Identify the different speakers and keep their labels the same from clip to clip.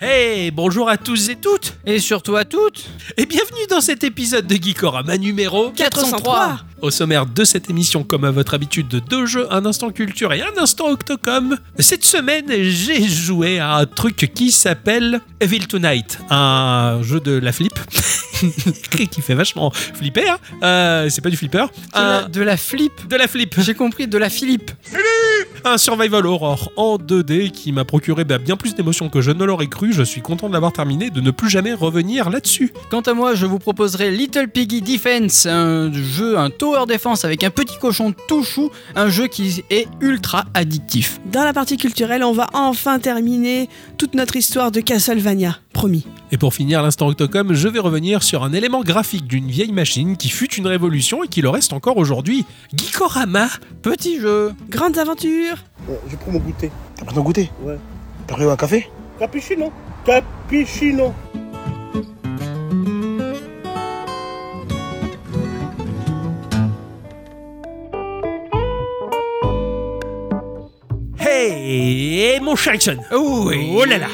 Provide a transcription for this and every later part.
Speaker 1: Hey, bonjour à tous et toutes
Speaker 2: Et surtout à toutes
Speaker 1: Et bienvenue dans cet épisode de Geekorama numéro
Speaker 2: 403.
Speaker 1: Au sommaire de cette émission, comme à votre habitude, deux jeux, un instant culture et un instant Octocom. Cette semaine, j'ai joué à un truc qui s'appelle Evil Tonight, un jeu de la flip qui fait vachement flipper. hein. Euh, c'est pas du flipper. Un-
Speaker 2: De la flip
Speaker 1: de la flip.
Speaker 2: J'ai compris, de la Philippe
Speaker 1: un survival horror en 2D qui m'a procuré bah, bien plus d'émotions que je ne l'aurais cru. Je suis content de l'avoir terminé, de ne plus jamais revenir là-dessus.
Speaker 2: Quant à moi, je vous proposerai Little Piggy Defense, un jeu, un tower defense avec un petit cochon tout chou, un jeu qui est ultra addictif.
Speaker 3: Dans la partie culturelle, on va enfin terminer toute notre histoire de Castlevania, promis.
Speaker 1: Et pour finir l'instant Octocom, je vais revenir sur un élément graphique d'une vieille machine qui fut une révolution et qui le reste encore aujourd'hui. Gikorama
Speaker 2: Petit jeu
Speaker 3: Grandes aventures
Speaker 4: Ouais, je prends mon goûter.
Speaker 5: T'as pris ton goûter
Speaker 4: Ouais.
Speaker 5: T'as pris un café
Speaker 4: Capuchino Capuchino
Speaker 1: Hey mon cher Jackson
Speaker 2: Oh,
Speaker 1: Oh là là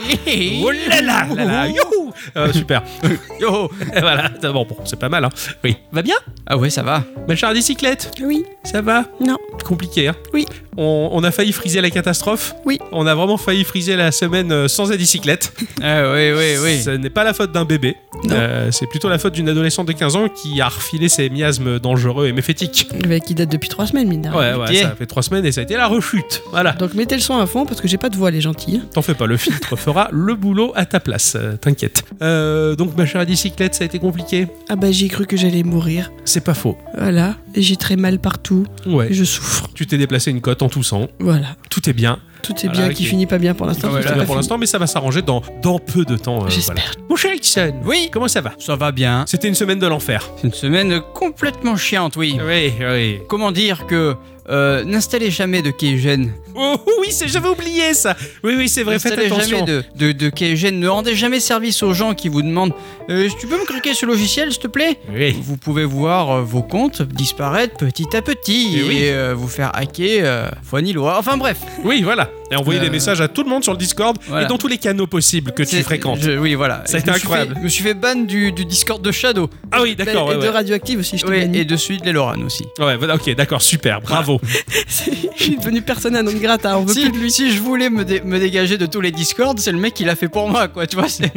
Speaker 1: Oh là là, là, là, youhou Euh, Super Yo Et Voilà, bon, bon c'est pas mal, hein. Oui. Va bien
Speaker 2: Ah ouais, ça va.
Speaker 1: Ma chère bicyclette,
Speaker 3: Oui,
Speaker 1: ça va
Speaker 3: non,
Speaker 1: Compliqué, hein
Speaker 3: Oui.
Speaker 1: On, on a failli friser la catastrophe
Speaker 3: Oui.
Speaker 1: On a vraiment failli friser la semaine euh, sans la bicyclette.
Speaker 2: Ah oui, oui, oui.
Speaker 1: Ce n'est pas la faute d'un bébé.
Speaker 3: Non.
Speaker 1: Euh, c'est plutôt la faute d'une adolescente de 15 ans qui a refilé ses miasmes dangereux et méphétiques.
Speaker 3: mais qui date depuis trois semaines, mine de rien.
Speaker 1: Ouais, ouais,
Speaker 2: compliqué.
Speaker 1: ça fait trois semaines et ça a été la rechute. Voilà.
Speaker 3: Donc mettez le son à fond parce que j'ai pas de voix, les gentils.
Speaker 1: T'en fais pas, le filtre fera le boulot à ta place. euh, T'inquiète. Euh, donc, ma chère bicyclette, ça a été compliqué
Speaker 3: Ah bah j'ai cru que j'allais mourir.
Speaker 1: C'est pas faux.
Speaker 3: Voilà, Et j'ai très mal partout,
Speaker 1: Ouais.
Speaker 3: Et je souffre.
Speaker 1: Tu t'es déplacé une cote en toussant.
Speaker 3: Voilà,
Speaker 1: Tout est bien.
Speaker 3: tout est
Speaker 1: Voilà,
Speaker 3: bien qui
Speaker 1: ok.
Speaker 3: finit pas bien pour
Speaker 2: Ah
Speaker 3: l'instant.
Speaker 1: Tout
Speaker 2: ouais,
Speaker 3: parce
Speaker 1: est
Speaker 3: que
Speaker 2: là,
Speaker 1: bien
Speaker 3: c'est
Speaker 1: pour
Speaker 3: pas
Speaker 1: l'instant, mais ça va s'arranger dans, dans peu de temps. euh,
Speaker 3: fini. J'espère.
Speaker 1: voilà. Mon cher Ixon,
Speaker 2: Oui
Speaker 1: comment ça va
Speaker 2: Ça va bien.
Speaker 1: C'était une semaine de l'enfer.
Speaker 2: C'est une semaine complètement chiante, oui.
Speaker 1: Oui, oui.
Speaker 2: Comment dire que... euh, N'installez jamais de Keigen.
Speaker 1: Oh oui, c'est- j'avais oublié ça. Oui, oui, c'est vrai, faites
Speaker 2: N'installez
Speaker 1: attention.
Speaker 2: jamais de, de, de Keigen. Ne rendez jamais service aux gens qui vous demandent Euh, Tu peux me craquer ce logiciel, s'il te plaît
Speaker 1: Oui.
Speaker 2: Vous pouvez voir euh, vos comptes disparaître petit à petit
Speaker 1: Eh
Speaker 2: et,
Speaker 1: oui.
Speaker 2: euh, vous faire hacker euh, foi ni loi. Enfin bref.
Speaker 1: oui, voilà. Et envoyez
Speaker 2: Euh,
Speaker 1: des messages à tout le monde sur le Discord
Speaker 2: voilà.
Speaker 1: et dans tous les canaux possibles que tu
Speaker 2: C'est-
Speaker 1: fréquentes.
Speaker 2: je- oui, voilà.
Speaker 1: Ça a
Speaker 2: Je
Speaker 1: été
Speaker 2: me suis
Speaker 1: incroyable.
Speaker 2: fait- Je me suis fait ban du, du Discord de Shadow.
Speaker 1: Ah oui,
Speaker 3: Et
Speaker 1: d'accord. Ouais,
Speaker 3: de
Speaker 1: ouais.
Speaker 3: radioactive aussi, je t'ai
Speaker 2: Ouais,
Speaker 3: banni.
Speaker 2: et de celui Bah, de Leloran aussi.
Speaker 1: Ouais, voilà, ok, d'accord, super, bravo.
Speaker 3: Je suis devenu personne à non grata, on veut
Speaker 2: Si,
Speaker 3: plus de lui.
Speaker 2: si je voulais me, dé- me dégager de tous les Discords, c'est le mec qui l'a fait pour moi, quoi. Tu vois, c'est-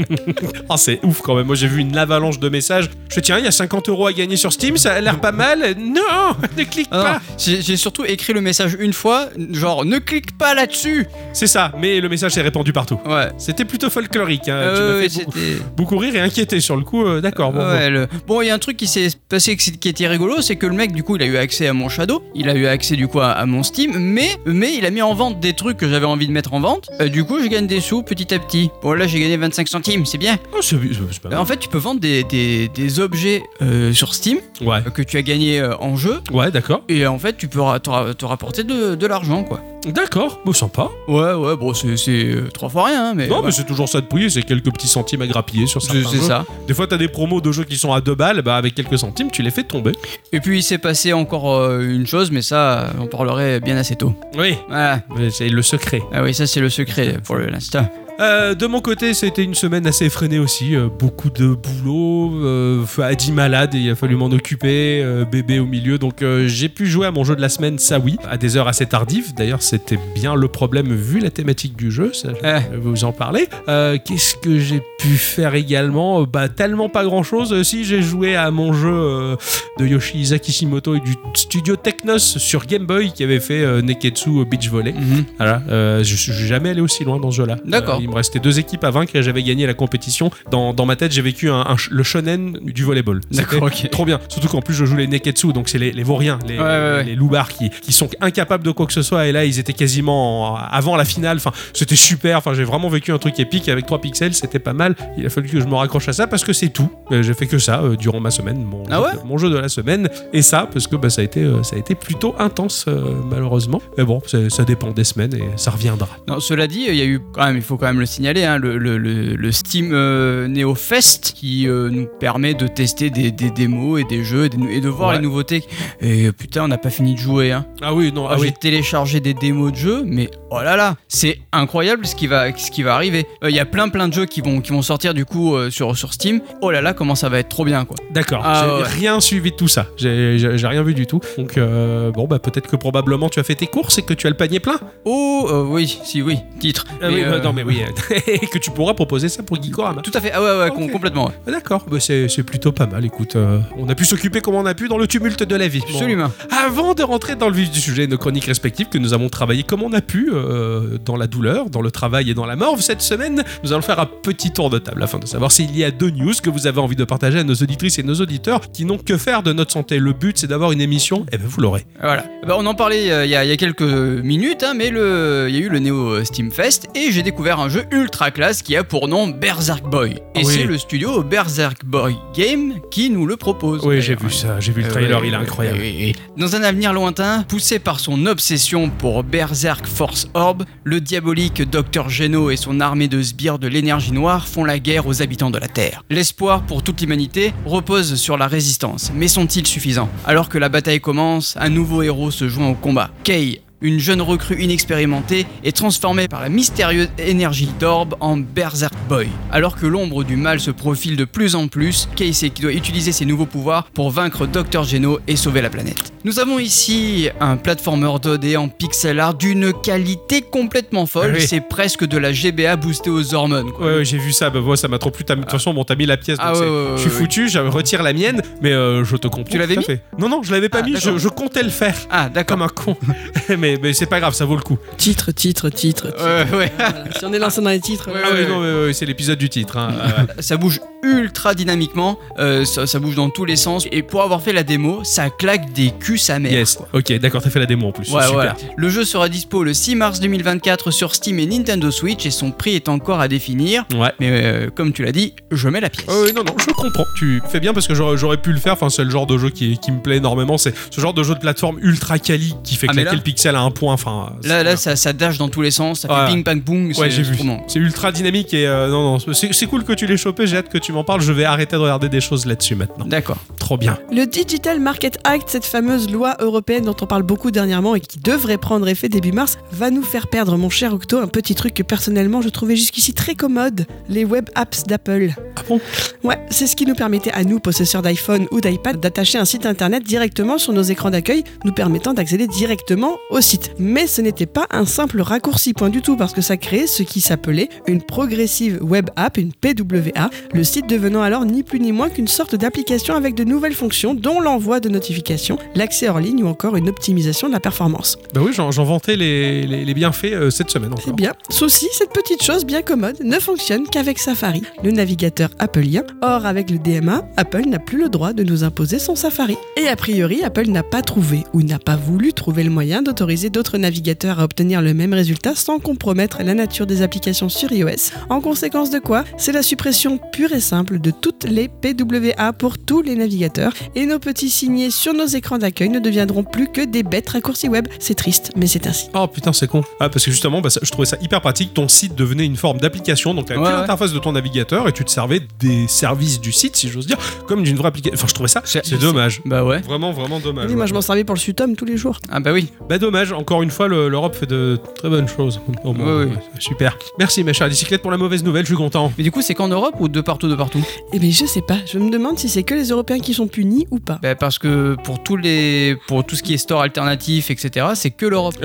Speaker 1: Ah, c'est ouf quand même. Moi, j'ai vu une avalanche de messages. Je fais, tiens, il y a 50 euros à gagner sur Steam, ça a l'air pas mal. Non, ne clique
Speaker 2: Ah non,
Speaker 1: pas.
Speaker 2: J'ai j'ai surtout écrit le message une fois, genre ne clique pas là-dessus.
Speaker 1: C'est ça, mais le message s'est répandu partout.
Speaker 2: Ouais.
Speaker 1: C'était plutôt folklorique. hein.
Speaker 2: Euh,
Speaker 1: tu m'as
Speaker 2: ouais,
Speaker 1: fait beaucoup,
Speaker 2: c'était-
Speaker 1: beaucoup rire et inquiété sur le coup. euh, d'accord, bon, bon.
Speaker 2: Ouais, le- Bon, il y a un truc qui s'est passé qui qui était rigolo, c'est que le mec, du coup, il a eu accès à mon Shadow, il a eu accès, du coup, à, à mon Steam, mais, mais il a mis en vente des trucs que j'avais envie de mettre en vente. Euh, du coup, je gagne des sous petit à petit. Bon, là, j'ai gagné 25 centimes, c'est bien.
Speaker 1: Oh, c'est, c'est pas
Speaker 2: Euh,
Speaker 1: mal.
Speaker 2: en fait, tu peux vendre des, des- des objets euh, sur Steam
Speaker 1: Ouais,
Speaker 2: euh, que tu as gagné euh, en jeu,
Speaker 1: ouais, d'accord.
Speaker 2: et en fait, tu peux ra- te, ra- te rapporter de, de l'argent, quoi.
Speaker 1: D'accord, bon, sympa.
Speaker 2: Ouais, ouais, bon, c'est c'est, euh, trois fois rien, hein, mais.
Speaker 1: non,
Speaker 2: ouais.
Speaker 1: mais c'est toujours ça de prix, c'est quelques petits centimes à grappiller sur certains
Speaker 2: C'est c'est
Speaker 1: jeux.
Speaker 2: ça.
Speaker 1: Des fois, t'as des promos de jeux qui sont à deux balles, bah avec quelques centimes, tu les fais tomber.
Speaker 2: Et puis, il s'est passé encore euh, une chose, mais ça, euh, on parlerait bien assez tôt.
Speaker 1: Oui,
Speaker 2: Voilà.
Speaker 1: c'est le secret.
Speaker 2: Ah oui, ça c'est le secret pour le- l'instant.
Speaker 1: Euh, de mon côté, c'était une semaine assez effrénée aussi. euh, beaucoup de boulot, euh, à 10 malades, et il a fallu m'en occuper, euh, bébé au milieu. Donc euh, j'ai pu jouer à mon jeu de la semaine, ça oui, à des heures assez tardives. D'ailleurs, c'était bien le problème vu la thématique du jeu, ça, je
Speaker 2: Eh.
Speaker 1: vais vous en parler. Euh, Qu'est-ce que j'ai pu faire également Euh, Bah, tellement pas grand-chose. Euh, Si j'ai joué à mon jeu euh, de Yoshihisa Kishimoto et du studio Technos sur Game Boy qui avait fait euh, Neketsu Beach Volley.
Speaker 2: mhm,
Speaker 1: Voilà, euh, je, je suis jamais allé aussi loin dans ce jeu-là.
Speaker 2: D'accord.
Speaker 1: Euh, il me restait deux équipes à vaincre et j'avais gagné la compétition. Dans, dans ma tête, j'ai vécu un, un sh- le shonen du volleyball. C'était
Speaker 2: D'accord, ok.
Speaker 1: Trop bien. Surtout qu'en plus, je joue les Neketsu, donc c'est les, les vauriens, les,
Speaker 2: Ouais, ouais, ouais.
Speaker 1: les loubards qui, qui sont incapables de quoi que ce soit. Et là, ils étaient quasiment en- avant la finale. Enfin, c'était super. Enfin, j'ai vraiment vécu un truc épique avec 3 pixels. C'était pas mal. Il a fallu que je me raccroche à ça parce que c'est tout. Euh, j'ai fait que ça euh, durant ma semaine, mon,
Speaker 2: Ah
Speaker 1: jeu
Speaker 2: ouais
Speaker 1: de- mon jeu de la semaine. Et ça, parce que bah, ça, a été, euh, ça a été plutôt intense, euh, malheureusement. Mais bon, c'est- ça dépend des semaines et ça reviendra.
Speaker 2: Non, cela dit, il y a eu quand même, il faut quand même même le signaler, hein, le, le- le- le Steam euh, Neo Fest qui euh, nous permet de tester des, des démos et des jeux et, des- et de voir
Speaker 1: Ouais.
Speaker 2: les nouveautés. Et euh, putain, on n'a pas fini de jouer. Hein.
Speaker 1: Ah oui, non, ah
Speaker 2: Ah, J'ai
Speaker 1: oui.
Speaker 2: téléchargé des démos de jeux, mais oh là là, c'est incroyable ce qui va, ce qui va arriver. Euh, Il y a plein plein de jeux qui vont, qui vont sortir du coup euh, sur, sur Steam. Oh là là, comment ça va être trop bien quoi.
Speaker 1: D'accord,
Speaker 2: Ah,
Speaker 1: j'ai
Speaker 2: ouais.
Speaker 1: rien suivi de tout ça. J'ai j'ai- j'ai rien vu du tout. Donc, euh, bon, bah peut-être que probablement tu as fait tes courses et que tu as le panier plein.
Speaker 2: Oh euh, oui, si oui, titre.
Speaker 1: Ah oui,
Speaker 2: Mais,
Speaker 1: bah,
Speaker 2: euh,
Speaker 1: non, mais oui. et que tu pourras proposer ça pour Geekorama.
Speaker 2: Tout à fait, ah ouais, ouais, com-
Speaker 1: Ok.
Speaker 2: complètement. ouais.
Speaker 1: Ah, D'accord, bah, c'est c'est plutôt pas mal. Écoute, euh, on a pu s'occuper comme on a pu dans le tumulte de la vie. Bon.
Speaker 2: Absolument.
Speaker 1: Avant de rentrer dans le vif du sujet, nos chroniques respectives que nous avons travaillées comme on a pu, euh, dans la douleur, dans le travail et dans la mort, cette semaine, nous allons faire un petit tour de table afin de savoir s'il y a deux news que vous avez envie de partager à nos auditrices et nos auditeurs qui n'ont que faire de notre santé. Le but, c'est d'avoir une émission, et bien vous l'aurez.
Speaker 2: Voilà. Bah, on en parlait euh, il y, a- il y a quelques minutes, hein, mais le- il y a eu le Neo euh, Steam Fest et j'ai découvert un jeu ultra classe qui a pour nom Berserk Boy. Et
Speaker 1: Ah Oui.
Speaker 2: c'est le studio Berserk Boy Game qui nous le propose.
Speaker 1: Oui, j'ai
Speaker 2: D'ailleurs,
Speaker 1: vu ça, j'ai vu le
Speaker 2: Euh,
Speaker 1: trailer,
Speaker 2: oui,
Speaker 1: il est
Speaker 2: oui,
Speaker 1: incroyable.
Speaker 2: oui, oui. Dans un avenir lointain, poussé par son obsession pour Berserk Force Orb, le diabolique Dr Geno et son armée de sbires de l'énergie noire font la guerre aux habitants de la Terre. L'espoir pour toute l'humanité repose sur la résistance, mais sont-ils suffisants Alors que la bataille commence, un nouveau héros se joint au combat, Kay. Une jeune recrue inexpérimentée est transformée par la mystérieuse énergie d'Orb en Berserk Boy. Alors que l'ombre du mal se profile de plus en plus, Casey qui doit utiliser ses nouveaux pouvoirs pour vaincre Dr Geno et sauver la planète. Nous avons ici un platformer 2D en pixel art d'une qualité complètement folle,
Speaker 1: Ah oui.
Speaker 2: c'est presque de la GBA boostée aux hormones. quoi.
Speaker 1: Ouais, ouais, j'ai vu ça, bah, moi, ça m'a trop plu. T'as mis- De toute façon, bon, t'as mis la pièce, donc
Speaker 2: Ah ouais,
Speaker 1: c'est-
Speaker 2: ouais, ouais,
Speaker 1: je suis
Speaker 2: ouais.
Speaker 1: foutu, je retire la mienne, mais euh, je te comprends.
Speaker 2: Tu l'avais
Speaker 1: tout à
Speaker 2: mis
Speaker 1: fait. Non, non, je l'avais pas
Speaker 2: Ah,
Speaker 1: mis, je,
Speaker 2: d'accord.
Speaker 1: je comptais le faire.
Speaker 2: Ah d'accord.
Speaker 1: Comme un con. mais mais c'est pas grave, ça vaut le coup.
Speaker 3: Titre, titre, titre. titre.
Speaker 2: Ouais, ouais.
Speaker 3: Voilà. Si on est lancé dans les titres.
Speaker 2: Ouais,
Speaker 3: là.
Speaker 1: Ah
Speaker 2: ouais,
Speaker 1: oui,
Speaker 2: ouais.
Speaker 1: non, mais, ouais, c'est l'épisode du titre. hein. Ah, ouais.
Speaker 2: ça bouge ultra dynamiquement, euh, ça, ça bouge dans tous les sens. Et pour avoir fait la démo, ça claque des culs sa mère.
Speaker 1: Euh, yes, ok, d'accord, t'as fait la démo en plus.
Speaker 2: Ouais,
Speaker 1: Super.
Speaker 2: ouais. Le jeu sera dispo le 6 mars 2024 sur Steam et Nintendo Switch et son prix est encore à définir.
Speaker 1: Ouais.
Speaker 2: Mais euh, comme tu l'as dit, je mets la pièce.
Speaker 1: Ah oui, non, non, je comprends. Tu fais bien parce que j'aurais j'aurais pu le faire. Enfin, c'est le genre de jeu qui, qui me plaît énormément. C'est ce genre de jeu de plateforme ultra quali qui fait
Speaker 2: Ah, mais
Speaker 1: claquer
Speaker 2: là-
Speaker 1: le pixel à un point. Enfin, c'est-
Speaker 2: Là, là, ça, ça dash dans tous les sens, ça
Speaker 1: Ouais.
Speaker 2: fait ping pang boom.
Speaker 1: Ouais, j'ai vu. C'est ultra dynamique et euh, non, non, c'est c'est cool que tu l'aies chopé. J'ai hâte que tu m'en parles. Je vais arrêter de regarder des choses là-dessus maintenant.
Speaker 2: D'accord.
Speaker 1: Trop bien.
Speaker 3: Le Digital Market Act, cette fameuse loi européenne dont on parle beaucoup dernièrement et qui devrait prendre effet début mars, va nous faire perdre, mon cher Octo, un petit truc que personnellement je trouvais jusqu'ici très commode, les web apps d'Apple.
Speaker 1: Ah bon
Speaker 3: Ouais, c'est ce qui nous permettait à nous, possesseurs d'iPhone ou d'iPad, d'attacher un site internet directement sur nos écrans d'accueil, nous permettant d'accéder directement au site. Mais ce n'était pas un simple raccourci, point du tout, parce que ça créait ce qui s'appelait une progressive web app, une PWA, le site devenant alors ni plus ni moins qu'une sorte d'application avec de nouvelles fonctions, dont l'envoi de notifications, l'accès hors ligne ou encore une optimisation de la performance.
Speaker 1: Bah oui, j'en j'en vantais les, les- les bienfaits euh, cette semaine
Speaker 3: C'est
Speaker 1: encore.
Speaker 3: Eh bien. Souci, cette petite chose bien commode ne fonctionne qu'avec Safari, le navigateur appelien. Or, avec le DMA, Apple n'a plus le droit de nous imposer son Safari. Et a priori, Apple n'a pas trouvé ou n'a pas voulu trouver le moyen d'autoriser d'autres navigateurs à obtenir le même résultat sans compromettre la nature des applications sur iOS. En conséquence de quoi, c'est la suppression pure et simple de toutes les PWA pour tous les navigateurs et nos petits signets sur nos écrans d'accueil ne deviendront plus que des bêtes raccourcis web. C'est triste, mais c'est ainsi.
Speaker 1: Oh putain, c'est con. Ah, parce que justement, bah, ça- je trouvais ça hyper pratique. Ton site devenait une forme d'application, donc t'avais
Speaker 2: Ouais,
Speaker 1: plus
Speaker 2: ouais.
Speaker 1: l'interface de ton navigateur et tu te servais des services du site, si j'ose dire, comme d'une vraie application. Enfin, je trouvais ça.
Speaker 2: C'est-
Speaker 1: C'est dommage.
Speaker 2: Bah ouais.
Speaker 1: Vraiment, vraiment dommage.
Speaker 3: Oui, moi je m'en servais pour le Sutom tous les jours.
Speaker 2: Ah bah oui.
Speaker 1: Bah, dommage. Encore une fois, le- l'Europe fait de très bonnes choses. Au monde.
Speaker 2: Ouais, ouais.
Speaker 1: Super. Merci, ma chère bicyclette, pour la mauvaise nouvelle. Je suis content.
Speaker 2: Mais du coup, c'est qu'en Europe ou de partout, de partout
Speaker 3: Eh bien, je sais pas. Je me demande si c'est que les Européens qui sont punis ou pas.
Speaker 2: Bah parce que pour tous les, pour tout ce qui est store alternatif, etc., c'est que l'Europe.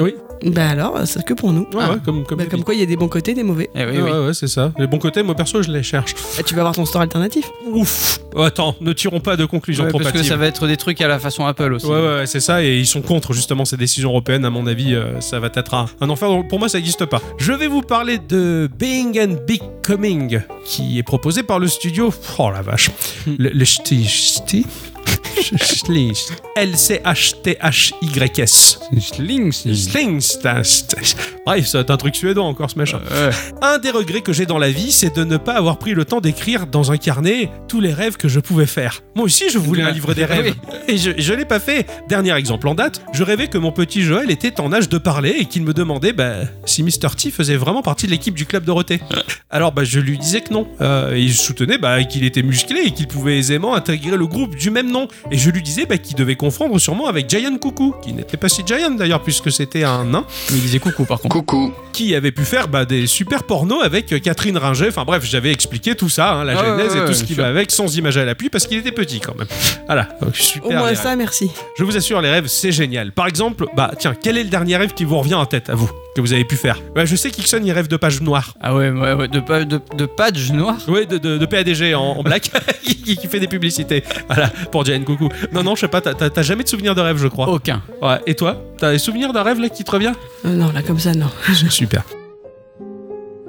Speaker 3: Bah alors, c'est que pour nous.
Speaker 1: Eh Ouais,
Speaker 2: Ah.
Speaker 1: ouais, comme, comme,
Speaker 3: Bah,
Speaker 1: tu
Speaker 3: comme
Speaker 1: dis.
Speaker 3: quoi, il y a des bons côtés, des mauvais.
Speaker 2: Eh oui,
Speaker 1: Ah,
Speaker 2: oui.
Speaker 1: ouais, ouais, c'est ça. Les bons côtés, moi perso, je les cherche.
Speaker 3: Bah, tu vas avoir ton store alternatif.
Speaker 1: Ouf. Oh, Attends, ne tirons pas de conclusions
Speaker 2: Ouais,
Speaker 1: trop
Speaker 2: parce que
Speaker 1: hâtives.
Speaker 2: ça va être des trucs à la façon Apple aussi.
Speaker 1: Ouais, ouais, ouais, c'est ça, et ils sont contre justement ces décisions européennes. À mon avis, euh, ça va être un, un enfer. Donc, pour moi, ça n'existe pas. Je vais vous parler de Being and Becoming, qui est proposé par le studio. Oh la vache, le, le ch'ti, ch'ti. Schlings. L-C-H-T-H-Y-S.
Speaker 2: Slings.
Speaker 1: Slingstast. Bref, c'est un truc suédois encore ce machin.
Speaker 2: Ouais.
Speaker 1: Un des regrets que j'ai dans la vie, c'est de ne pas avoir pris le temps d'écrire dans un carnet tous les rêves que je pouvais faire. Moi aussi, je voulais un livre des rêves. Et je, je l'ai pas fait. Dernier exemple en date, je rêvais que mon petit Joël était en âge de parler et qu'il me demandait bah, si Mr. T faisait vraiment partie de l'équipe du club Dorothée. Alors bah, je lui disais que non. Euh, et je soutenais bah, qu'il était musclé et qu'il pouvait aisément intégrer le groupe du même nom. Et je lui disais bah, qu'il devait confondre sûrement avec Giant Coucou, qui n'était pas si Giant d'ailleurs, puisque c'était un nain
Speaker 2: Mais il disait coucou par contre.
Speaker 5: Coucou.
Speaker 1: qui avait pu faire bah, des super pornos avec euh, Catherine Ringer. Enfin bref, j'avais expliqué tout ça, hein, la
Speaker 2: Ah ouais,
Speaker 1: genèse
Speaker 2: ouais,
Speaker 1: et tout
Speaker 2: ouais,
Speaker 1: ce qui
Speaker 2: sûr.
Speaker 1: va avec, sans image à l'appui, parce qu'il était petit quand même. Voilà, donc super.
Speaker 3: Au moins
Speaker 1: les rêves.
Speaker 3: ça, merci.
Speaker 1: Je vous assure, les rêves, c'est génial. Par exemple, bah tiens, quel est le dernier rêve qui vous revient en tête, à vous, que vous avez pu faire Bah, Je sais qu'Ixon, il rêve de page noire.
Speaker 2: Ah ouais, ouais, ouais, de, pa- de, de patch noir.
Speaker 1: Oui, de, de, de PADG en, en black, qui, qui fait des publicités. Voilà, pour Jane Coucou. Non, non, je sais pas, t'as- t'as t'as jamais de souvenir de rêve, je crois.
Speaker 2: Aucun.
Speaker 1: Ouais, et toi T'as des souvenirs d'un rêve là qui te revient
Speaker 3: Euh, non, là, comme ça, non.
Speaker 1: Super.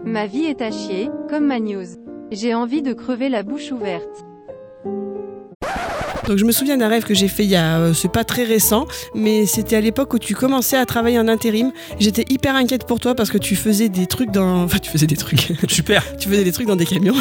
Speaker 6: Ma vie est à chier, comme ma news. J'ai envie de crever la bouche ouverte.
Speaker 3: Donc je me souviens d'un rêve que j'ai fait il y a, euh, c'est pas très récent, mais c'était à l'époque où tu commençais à travailler en intérim. J'étais hyper inquiète pour toi parce que tu faisais des trucs dans, enfin tu faisais des trucs,
Speaker 1: Super.
Speaker 3: tu faisais des trucs dans des camions.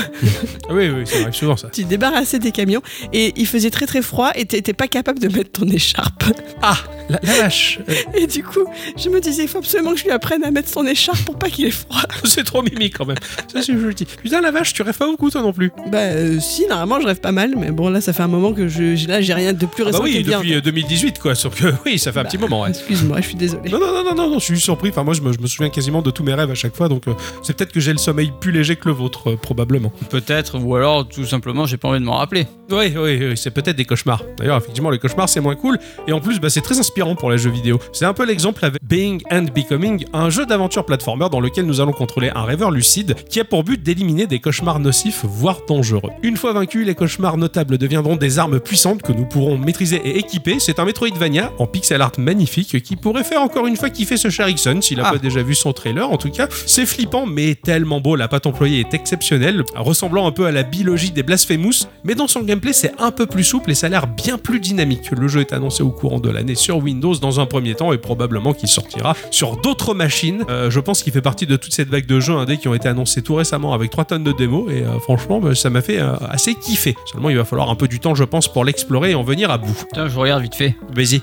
Speaker 1: Ah Oui, oui, ça arrive souvent ça.
Speaker 3: Tu te débarrassais des camions et il faisait très très froid et t'étais pas capable de mettre ton écharpe.
Speaker 1: Ah, la, la vache. Euh,
Speaker 3: Et du coup, je me disais, il faut absolument que je lui apprenne à mettre son écharpe pour pas qu'il ait froid.
Speaker 1: C'est trop mimi quand même. Ça, c'est joli. Putain, la vache, tu rêves pas beaucoup, toi non plus.
Speaker 3: Bah euh, si, normalement je rêve pas mal, mais bon là ça fait un moment que je, j'ai- là j'ai rien de
Speaker 1: Ah bah
Speaker 3: plus récent
Speaker 1: oui,
Speaker 3: qui vient.
Speaker 1: depuis euh, 2018, quoi. Sauf que oui, ça fait un petit moment, ouais.
Speaker 3: Excuse-moi, je suis désolée.
Speaker 1: Non, non, non, non, non, non, je suis surpris. Enfin, moi, je me, je me souviens quasiment de tous mes rêves à chaque fois, donc euh, c'est peut-être que j'ai le sommeil plus léger que le vôtre, euh, probablement.
Speaker 2: Peut-être, ou alors tout simplement j'ai pas envie de m'en rappeler.
Speaker 1: Oui, oui, oui, c'est peut-être des cauchemars. D'ailleurs, effectivement, les cauchemars, c'est moins cool. Et en plus, bah, c'est très inspirant pour les jeux vidéo. C'est un peu l'exemple avec Being and Becoming, un jeu d'aventure platformer dans lequel nous allons contrôler un rêveur lucide qui a pour but d'éliminer des cauchemars nocifs, voire dangereux. Une fois vaincus, les cauchemars notables deviendront des armes puissantes que nous pourrons maîtriser et équiper. C'est un Metroidvania en pixel art magnifique qui pourrait faire encore une fois kiffer ce cher Ixon, s'il a
Speaker 2: Ah.
Speaker 1: pas déjà vu son trailer en tout cas. C'est flippant, mais tellement beau. La patte employée est exceptionnelle, ressemblant un peu à la biologie des Blasphemous, mais dans son gameplay, c'est un peu plus souple et ça a l'air bien plus dynamique. Le jeu est annoncé au courant de l'année sur Windows dans un premier temps et probablement qu'il sortira sur d'autres machines. Euh, je pense qu'il fait partie de toute cette vague de jeux indés qui ont été annoncés tout récemment avec 3 tonnes de démos et euh, franchement, bah, ça m'a fait euh, assez kiffer. Seulement, il va falloir un peu du temps, je pense, pour l'explorer et en venir à bout.
Speaker 2: Putain, je regarde vite fait.
Speaker 1: Vas-y.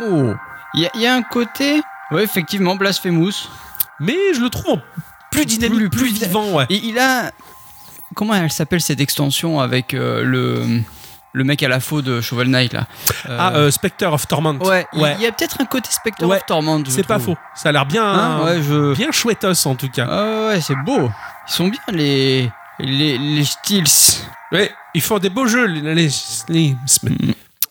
Speaker 2: Oh, il y, a- y a un côté. Ouais, effectivement, Blasphemous.
Speaker 1: Mais je le trouve en plus dynamique, plus,
Speaker 2: Plus- plus dyna-
Speaker 1: vivant, ouais.
Speaker 2: Et il a. Comment elle s'appelle cette extension avec euh, le. Le mec à la faux de Shovel Knight là. Euh,
Speaker 1: Ah, euh, Spectre of Torment.
Speaker 2: ouais, il
Speaker 1: ouais.
Speaker 2: y a peut-être un côté Spectre
Speaker 1: Ouais,
Speaker 2: of Torment. je
Speaker 1: C'est pas
Speaker 2: trouve.
Speaker 1: faux. Ça a l'air bien,
Speaker 2: Hein, ouais, je.
Speaker 1: bien chouettos en tout cas.
Speaker 2: Ah ouais, c'est beau. Ils sont bien les. Les, les styles.
Speaker 1: Ouais, ils font des beaux jeux, les, les Slims.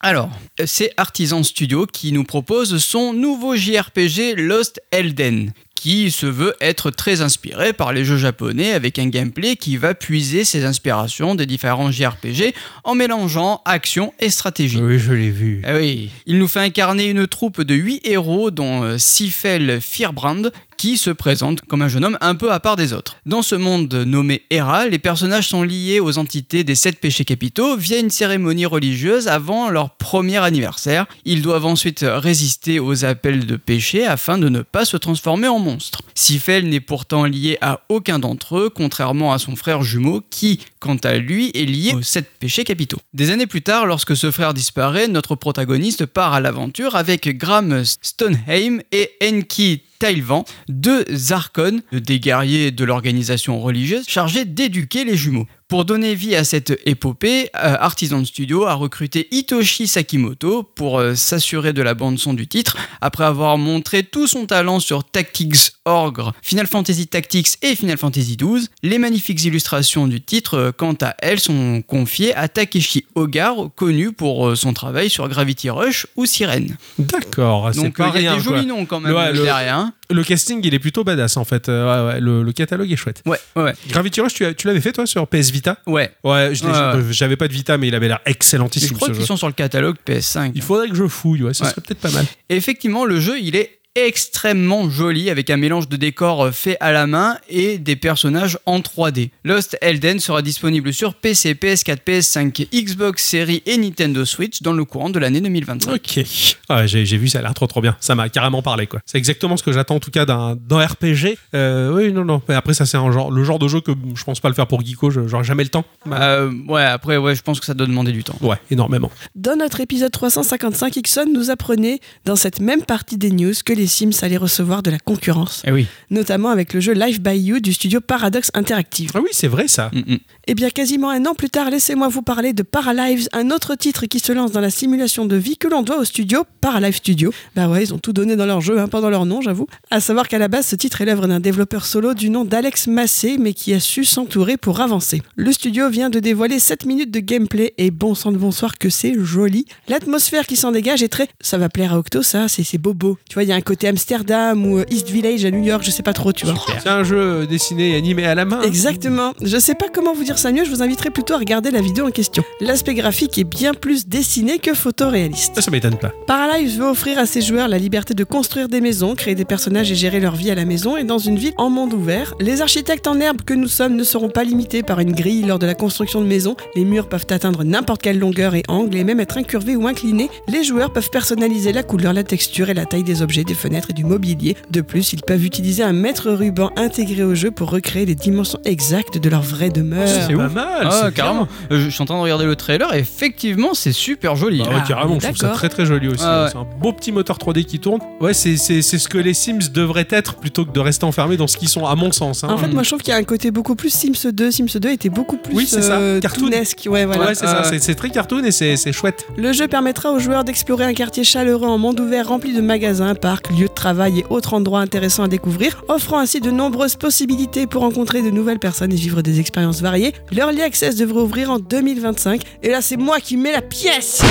Speaker 2: Alors, c'est Artisan Studio qui nous propose son nouveau JRPG Lost Elden, qui se veut être très inspiré par les jeux japonais avec un gameplay qui va puiser ses inspirations des différents JRPG en mélangeant action et stratégie.
Speaker 1: Oui, je l'ai vu.
Speaker 2: Ah oui, il nous fait incarner une troupe de 8 héros dont euh, Sifel Firbrand qui se présente comme un jeune homme un peu à part des autres. Dans ce monde nommé Hera, les personnages sont liés aux entités des 7 péchés capitaux via une cérémonie religieuse avant leur premier anniversaire. Ils doivent ensuite résister aux appels de péché afin de ne pas se transformer en monstre. Sifel n'est pourtant lié à aucun d'entre eux, contrairement à son frère jumeau qui, quant à lui, est lié aux sept péchés capitaux. Des années plus tard, lorsque ce frère disparaît, notre protagoniste part à l'aventure avec Graham Stoneheim et Enki Tailvan, deux archons, des guerriers de l'organisation religieuse, chargés d'éduquer les jumeaux. Pour donner vie à cette épopée, euh, Artisan Studio a recruté Hitoshi Sakimoto pour euh, s'assurer de la bande-son du titre, après avoir montré tout son talent sur Tactics Orgre, Final Fantasy Tactics et Final Fantasy XII, les magnifiques illustrations du titre, euh, quant à elles, sont confiées à Takeshi Ogar, connu pour euh, son travail sur Gravity Rush ou Sirène.
Speaker 1: D'accord, Ah, c'est
Speaker 2: Donc euh,
Speaker 1: pas
Speaker 2: il y a
Speaker 1: rien.
Speaker 2: des
Speaker 1: quoi.
Speaker 2: jolis noms quand même
Speaker 1: Ouais,
Speaker 2: euh,
Speaker 1: le-
Speaker 2: derrière. hein.
Speaker 1: Le casting, il est plutôt badass en fait. Euh, ouais, ouais, le, le catalogue est chouette.
Speaker 2: Ouais, ouais, ouais.
Speaker 1: Gravity Rush, tu, as- tu l'avais fait toi sur PS Vita Ah.
Speaker 2: ouais.
Speaker 1: Ouais, je l'ai-
Speaker 2: Ouais, ouais.
Speaker 1: j'avais pas de Vita, mais il avait l'air
Speaker 2: Je
Speaker 1: excellentissime
Speaker 2: crois
Speaker 1: ce
Speaker 2: qu'ils
Speaker 1: jeu.
Speaker 2: sont sur le catalogue PS5.
Speaker 1: Il faudrait que je fouille, ouais, ça
Speaker 2: Ouais.
Speaker 1: serait peut-être pas mal.
Speaker 2: Et effectivement, le jeu, il est extrêmement joli avec un mélange de décors euh, faits à la main et des personnages en 3D. Lost Elden sera disponible sur PC, PS4, PS5, Xbox Series et Nintendo Switch dans le courant de l'année 2025.
Speaker 1: Ok. Ouais, j'ai, j'ai vu, ça a l'air trop trop bien. Ça m'a carrément parlé, quoi. C'est exactement ce que j'attends en tout cas d'un, d'un RPG. Euh, oui, non, non. Mais Après, ça, c'est un genre, le genre de jeu que je pense pas le faire pour Geeko. je- J'aurai jamais le temps.
Speaker 2: Euh, ouais, après, ouais, je pense que ça doit demander du temps.
Speaker 1: Ouais, énormément.
Speaker 3: Dans notre épisode 355, Ixon nous apprenait dans cette même partie des news que les Sims allaient recevoir de la concurrence,
Speaker 2: Eh oui.
Speaker 3: notamment avec le jeu Life by You du studio Paradox Interactive.
Speaker 1: Ah oui, c'est vrai ça.
Speaker 2: Mm, mm.
Speaker 3: Eh bien, quasiment un an plus tard, laissez-moi vous parler de Paralives, un autre titre qui se lance dans la simulation de vie que l'on doit au studio Paralive Studio. Bah ouais, ils ont tout donné dans leur jeu, hein, pas dans leur nom, j'avoue. À savoir qu'à la base, ce titre est l'œuvre d'un développeur solo du nom d'Alex Massé, mais qui a su s'entourer pour avancer. Le studio vient de dévoiler 7 minutes de gameplay, et bon sang de bonsoir que c'est joli. L'atmosphère qui s'en dégage est très... Ça va plaire à Octo, ça, c'est c'est bobo. Tu vois, il y a un côté Amsterdam ou euh, East Village à New York, je sais pas trop, tu vois.
Speaker 1: C'est un jeu euh, dessiné et animé à la main.
Speaker 3: Exactement. Je sais pas comment vous dire ça mieux, je vous inviterai plutôt à regarder la vidéo en question. L'aspect graphique est bien plus dessiné que photoréaliste.
Speaker 1: Ah, Ça, ça m'étonne pas.
Speaker 3: Paralives veut offrir à ses joueurs la liberté de construire des maisons, créer des personnages et gérer leur vie à la maison et dans une ville en monde ouvert. Les architectes en herbe que nous sommes ne seront pas limités par une grille lors de la construction de maisons. Les murs peuvent atteindre n'importe quelle longueur et angle et même être incurvés ou inclinés. Les joueurs peuvent personnaliser la couleur, la texture et la taille des objets, des fenêtres et du mobilier. De plus, ils peuvent utiliser un maître ruban intégré au jeu pour recréer les dimensions exactes de leur vraie demeure.
Speaker 2: Ça, c'est
Speaker 1: pas
Speaker 2: ouf.
Speaker 1: mal.
Speaker 2: Euh. Ah,
Speaker 1: c'est hein.
Speaker 2: carrément.
Speaker 1: bien.
Speaker 2: Euh, Je, je suis en train de regarder le trailer et effectivement, c'est super joli.
Speaker 1: Bah ouais,
Speaker 3: Ah,
Speaker 1: carrément, je trouve ça
Speaker 3: d'accord.
Speaker 1: très très joli aussi.
Speaker 2: Ah ouais.
Speaker 1: C'est un beau petit moteur 3D qui tourne. Ouais, c'est, c'est, c'est ce que les Sims devraient être plutôt que de rester enfermés dans ce qu'ils sont, à mon sens. hein.
Speaker 3: En fait, moi, je trouve qu'il y a un côté beaucoup plus Sims 2. Sims 2 était beaucoup plus
Speaker 1: Oui, c'est ça.
Speaker 3: euh,
Speaker 1: Cartoon.
Speaker 3: toonesque. Ouais, voilà.
Speaker 1: Ouais, c'est
Speaker 2: Ah
Speaker 1: ça,
Speaker 2: ouais.
Speaker 1: c'est, c'est très cartoon et c'est, c'est chouette.
Speaker 3: Le jeu permettra aux joueurs d'explorer un quartier chaleureux en monde ouvert rempli de magasins, parcs, lieux de travail et autres endroits intéressants à découvrir, offrant ainsi de nombreuses possibilités pour rencontrer de nouvelles personnes et vivre des expériences variées. L'Early Access devrait ouvrir en 2025. Et là, c'est moi qui mets la pièce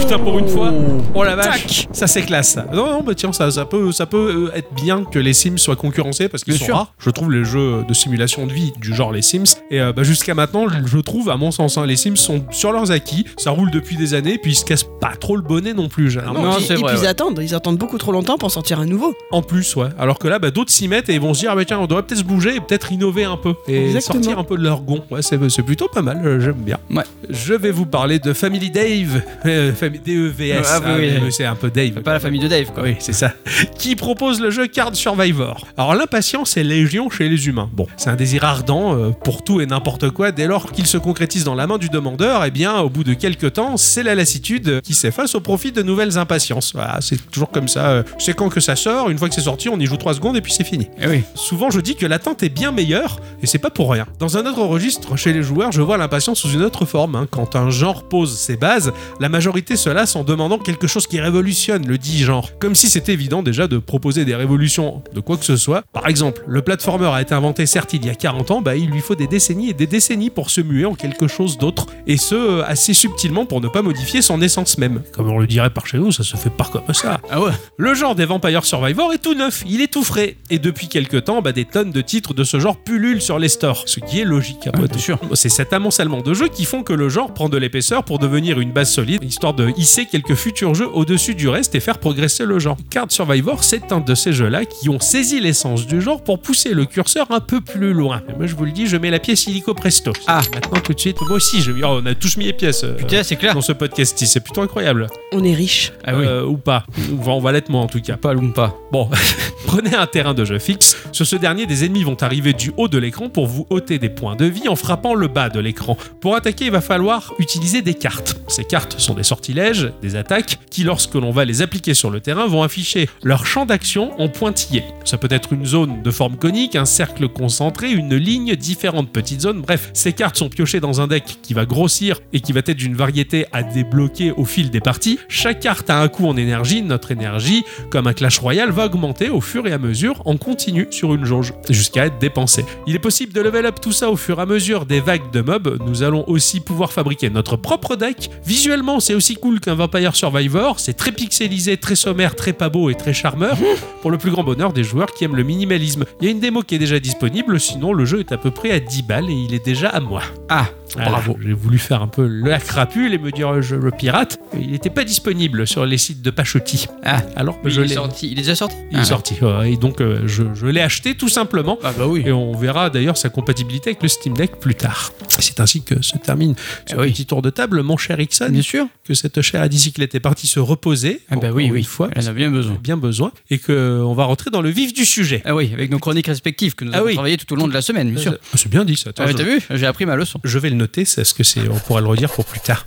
Speaker 1: Putain, pour une fois. Oh la vache.
Speaker 3: Tac
Speaker 1: Ça c'est classe. ça. Non non bah tiens ça, ça peut ça peut euh, être bien que les Sims soient concurrencés parce qu'ils
Speaker 2: Bien
Speaker 1: sont
Speaker 2: sûr.
Speaker 1: rares. Je trouve les jeux de simulation de vie du genre les Sims et euh, bah, jusqu'à maintenant je- je trouve à mon sens hein, les Sims sont sur leurs acquis, ça roule depuis des années puis ils se cassent pas trop le bonnet non plus. j'ai-
Speaker 2: Non,
Speaker 3: et, puis-
Speaker 2: c'est
Speaker 3: et
Speaker 2: vrai,
Speaker 3: puis ils
Speaker 2: ouais.
Speaker 3: attendent, ils attendent beaucoup trop longtemps pour sortir un nouveau.
Speaker 1: En plus ouais. Alors que là bah, d'autres s'y mettent et ils vont se dire ah, bah tiens on devrait peut-être se bouger et peut-être innover un peu et
Speaker 3: Exactement.
Speaker 1: sortir un peu de leur gon. Ouais c'est c'est plutôt pas mal euh, j'aime bien.
Speaker 2: Ouais.
Speaker 1: Je vais vous parler de Family Dave Euh, Fam- D E V S.
Speaker 2: Ah, oui,
Speaker 1: hein,
Speaker 2: oui.
Speaker 1: mais c'est un peu Dave.
Speaker 2: Pas la famille de Dave, quoi.
Speaker 1: Oui, c'est ça. Qui propose le jeu Card Survivor. Alors l'impatience est légion chez les humains. Bon, c'est un désir ardent euh, pour tout et n'importe quoi. Dès lors qu'il se concrétise dans la main du demandeur, eh bien, au bout de quelques temps, c'est la lassitude euh, qui s'efface au profit de nouvelles impatiences. Voilà, c'est toujours comme ça. euh, C'est quand que ça sort. Une fois que c'est sorti, on y joue trois secondes et puis c'est fini.
Speaker 2: Eh oui.
Speaker 1: Souvent, je dis que l'attente est bien meilleure, et c'est pas pour rien. Dans un autre registre, chez les joueurs, je vois l'impatience sous une autre forme. hein. Quand un genre pose ses bases, la majorité se lasse en demandant quelque chose qui révolutionne le dit genre. Comme si c'était évident déjà de proposer des révolutions de quoi que ce soit. Par exemple, le platformer a été inventé certes il y a 40 ans, bah il lui faut des décennies et des décennies pour se muer en quelque chose d'autre, et ce euh, assez subtilement pour ne pas modifier son essence même. Comme on le dirait par chez nous, ça se fait pas comme ça.
Speaker 2: Ah ouais.
Speaker 1: Le genre des Vampire Survivor est tout neuf, il est tout frais. Et depuis quelques temps, bah, des tonnes de titres de ce genre pullulent sur les stores, ce qui est logique après
Speaker 2: bien
Speaker 1: tout.
Speaker 2: sûr.
Speaker 1: C'est cet amoncellement de jeux qui font que le genre prend de l'épaisseur pour devenir une base solide, histoire de hisser quelques futurs jeux au-dessus du reste et faire progresser le genre. Card Survivor, c'est un de ces jeux-là qui ont saisi l'essence du genre pour pousser le curseur un peu plus loin. Et moi, je vous le dis, je mets la pièce illico presto.
Speaker 2: Ah.
Speaker 1: Maintenant, tout de suite, moi aussi, je... oh, on a tous mis les pièces euh,
Speaker 2: Putain, c'est clair.
Speaker 1: dans ce podcast c'est plutôt incroyable.
Speaker 3: On est riche.
Speaker 2: Ah oui.
Speaker 1: Euh, ou pas. Ou- On va l'être moins en tout cas.
Speaker 2: Pas Loompa.
Speaker 1: Bon, prenez un terrain de jeu fixe. Sur ce dernier, des ennemis vont arriver du haut de l'écran pour vous ôter des points de vie en frappant le bas de l'écran. Pour attaquer, il va falloir utiliser des cartes. Ces cartes sont des sortilèges, des attaques, qui lorsque l'on va les appliquer sur le terrain vont afficher leur champ d'action en pointillé. Ça peut être une zone de forme conique, un cercle concentré, une ligne, différentes petites zones, bref. Ces cartes sont piochées dans un deck qui va grossir et qui va être d'une variété à débloquer au fil des parties. Chaque carte a un coût en énergie, notre énergie, comme un Clash Royale, va augmenter au fur fur et à mesure en continu sur une jauge, jusqu'à être dépensé. Il est possible de level up tout ça au fur et à mesure des vagues de mobs. Nous allons aussi pouvoir fabriquer notre propre deck. Visuellement, c'est aussi cool qu'un Vampire Survivor. C'est très pixelisé, très sommaire, très pas beau et très charmeur pour le plus grand bonheur des joueurs qui aiment le minimalisme. Il y a une démo qui est déjà disponible, sinon le jeu est à peu près à 10 balles et il est déjà à moi.
Speaker 2: Ah, bravo.
Speaker 1: Voilà, J'ai voulu faire un peu la crapule et me dire euh, je le pirate. Il n'était pas disponible sur les sites de Pachotti.
Speaker 2: Ah.
Speaker 1: alors que
Speaker 2: Mais
Speaker 1: je
Speaker 2: il, est
Speaker 1: l'ai.
Speaker 2: sorti. il est déjà sorti
Speaker 1: Il est
Speaker 2: Ah.
Speaker 1: sorti. ouais, et donc euh, je, je l'ai acheté tout simplement.
Speaker 2: Ah bah oui.
Speaker 1: Et on verra d'ailleurs sa compatibilité avec le Steam Deck plus tard. C'est ainsi que se termine ce
Speaker 2: Eh oui.
Speaker 1: petit tour de table, mon cher Ixon,
Speaker 2: Bien sûr.
Speaker 1: que cette chère bicyclette est partie se reposer.
Speaker 2: Ah bah
Speaker 1: encore
Speaker 2: oui, oui.
Speaker 1: Une fois,
Speaker 2: Elle en a bien besoin.
Speaker 1: bien besoin. Et qu'on va rentrer dans le vif du sujet.
Speaker 2: Ah oui, avec nos chroniques respectives que nous
Speaker 1: Ah
Speaker 2: avons
Speaker 1: oui.
Speaker 2: travaillées tout au long de la semaine, bien sûr.
Speaker 1: Ah, C'est bien dit ça. Attends,
Speaker 2: Ah,
Speaker 1: je-
Speaker 2: T'as vu J'ai appris ma leçon.
Speaker 1: Je vais le noter, c'est ce que c'est. On pourra le redire pour plus tard.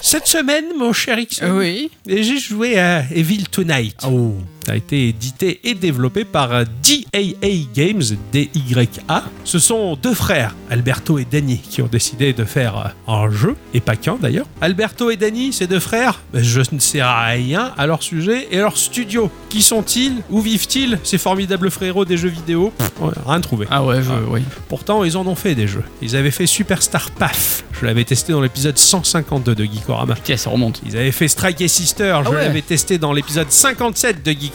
Speaker 1: Cette semaine, mon cher X,
Speaker 2: Ah oui.
Speaker 1: j'ai joué à Evil Tonight.
Speaker 2: Oh.
Speaker 1: Ça a été édité et développé par euh, DAA Games, D-Y-A. Ce sont deux frères, Alberto et Danny, qui ont décidé de faire euh, un jeu, et pas qu'un d'ailleurs. Alberto et Danny, ces deux frères, ben, je ne sais rien à leur sujet et leur studio. Qui sont-ils Où vivent-ils Ces formidables frérots des jeux vidéo Pff, ouais, Rien trouvé.
Speaker 2: Ah ouais, je,
Speaker 1: Ah.
Speaker 2: oui.
Speaker 1: Pourtant, ils en ont fait des jeux. Ils avaient fait Superstar Paf. Je l'avais testé dans l'épisode 152 de Geekorama.
Speaker 2: Tiens, ça remonte.
Speaker 1: Ils avaient fait Strike et Sister. Je
Speaker 2: Ah ouais.
Speaker 1: l'avais testé dans l'épisode 57 de Geekorama.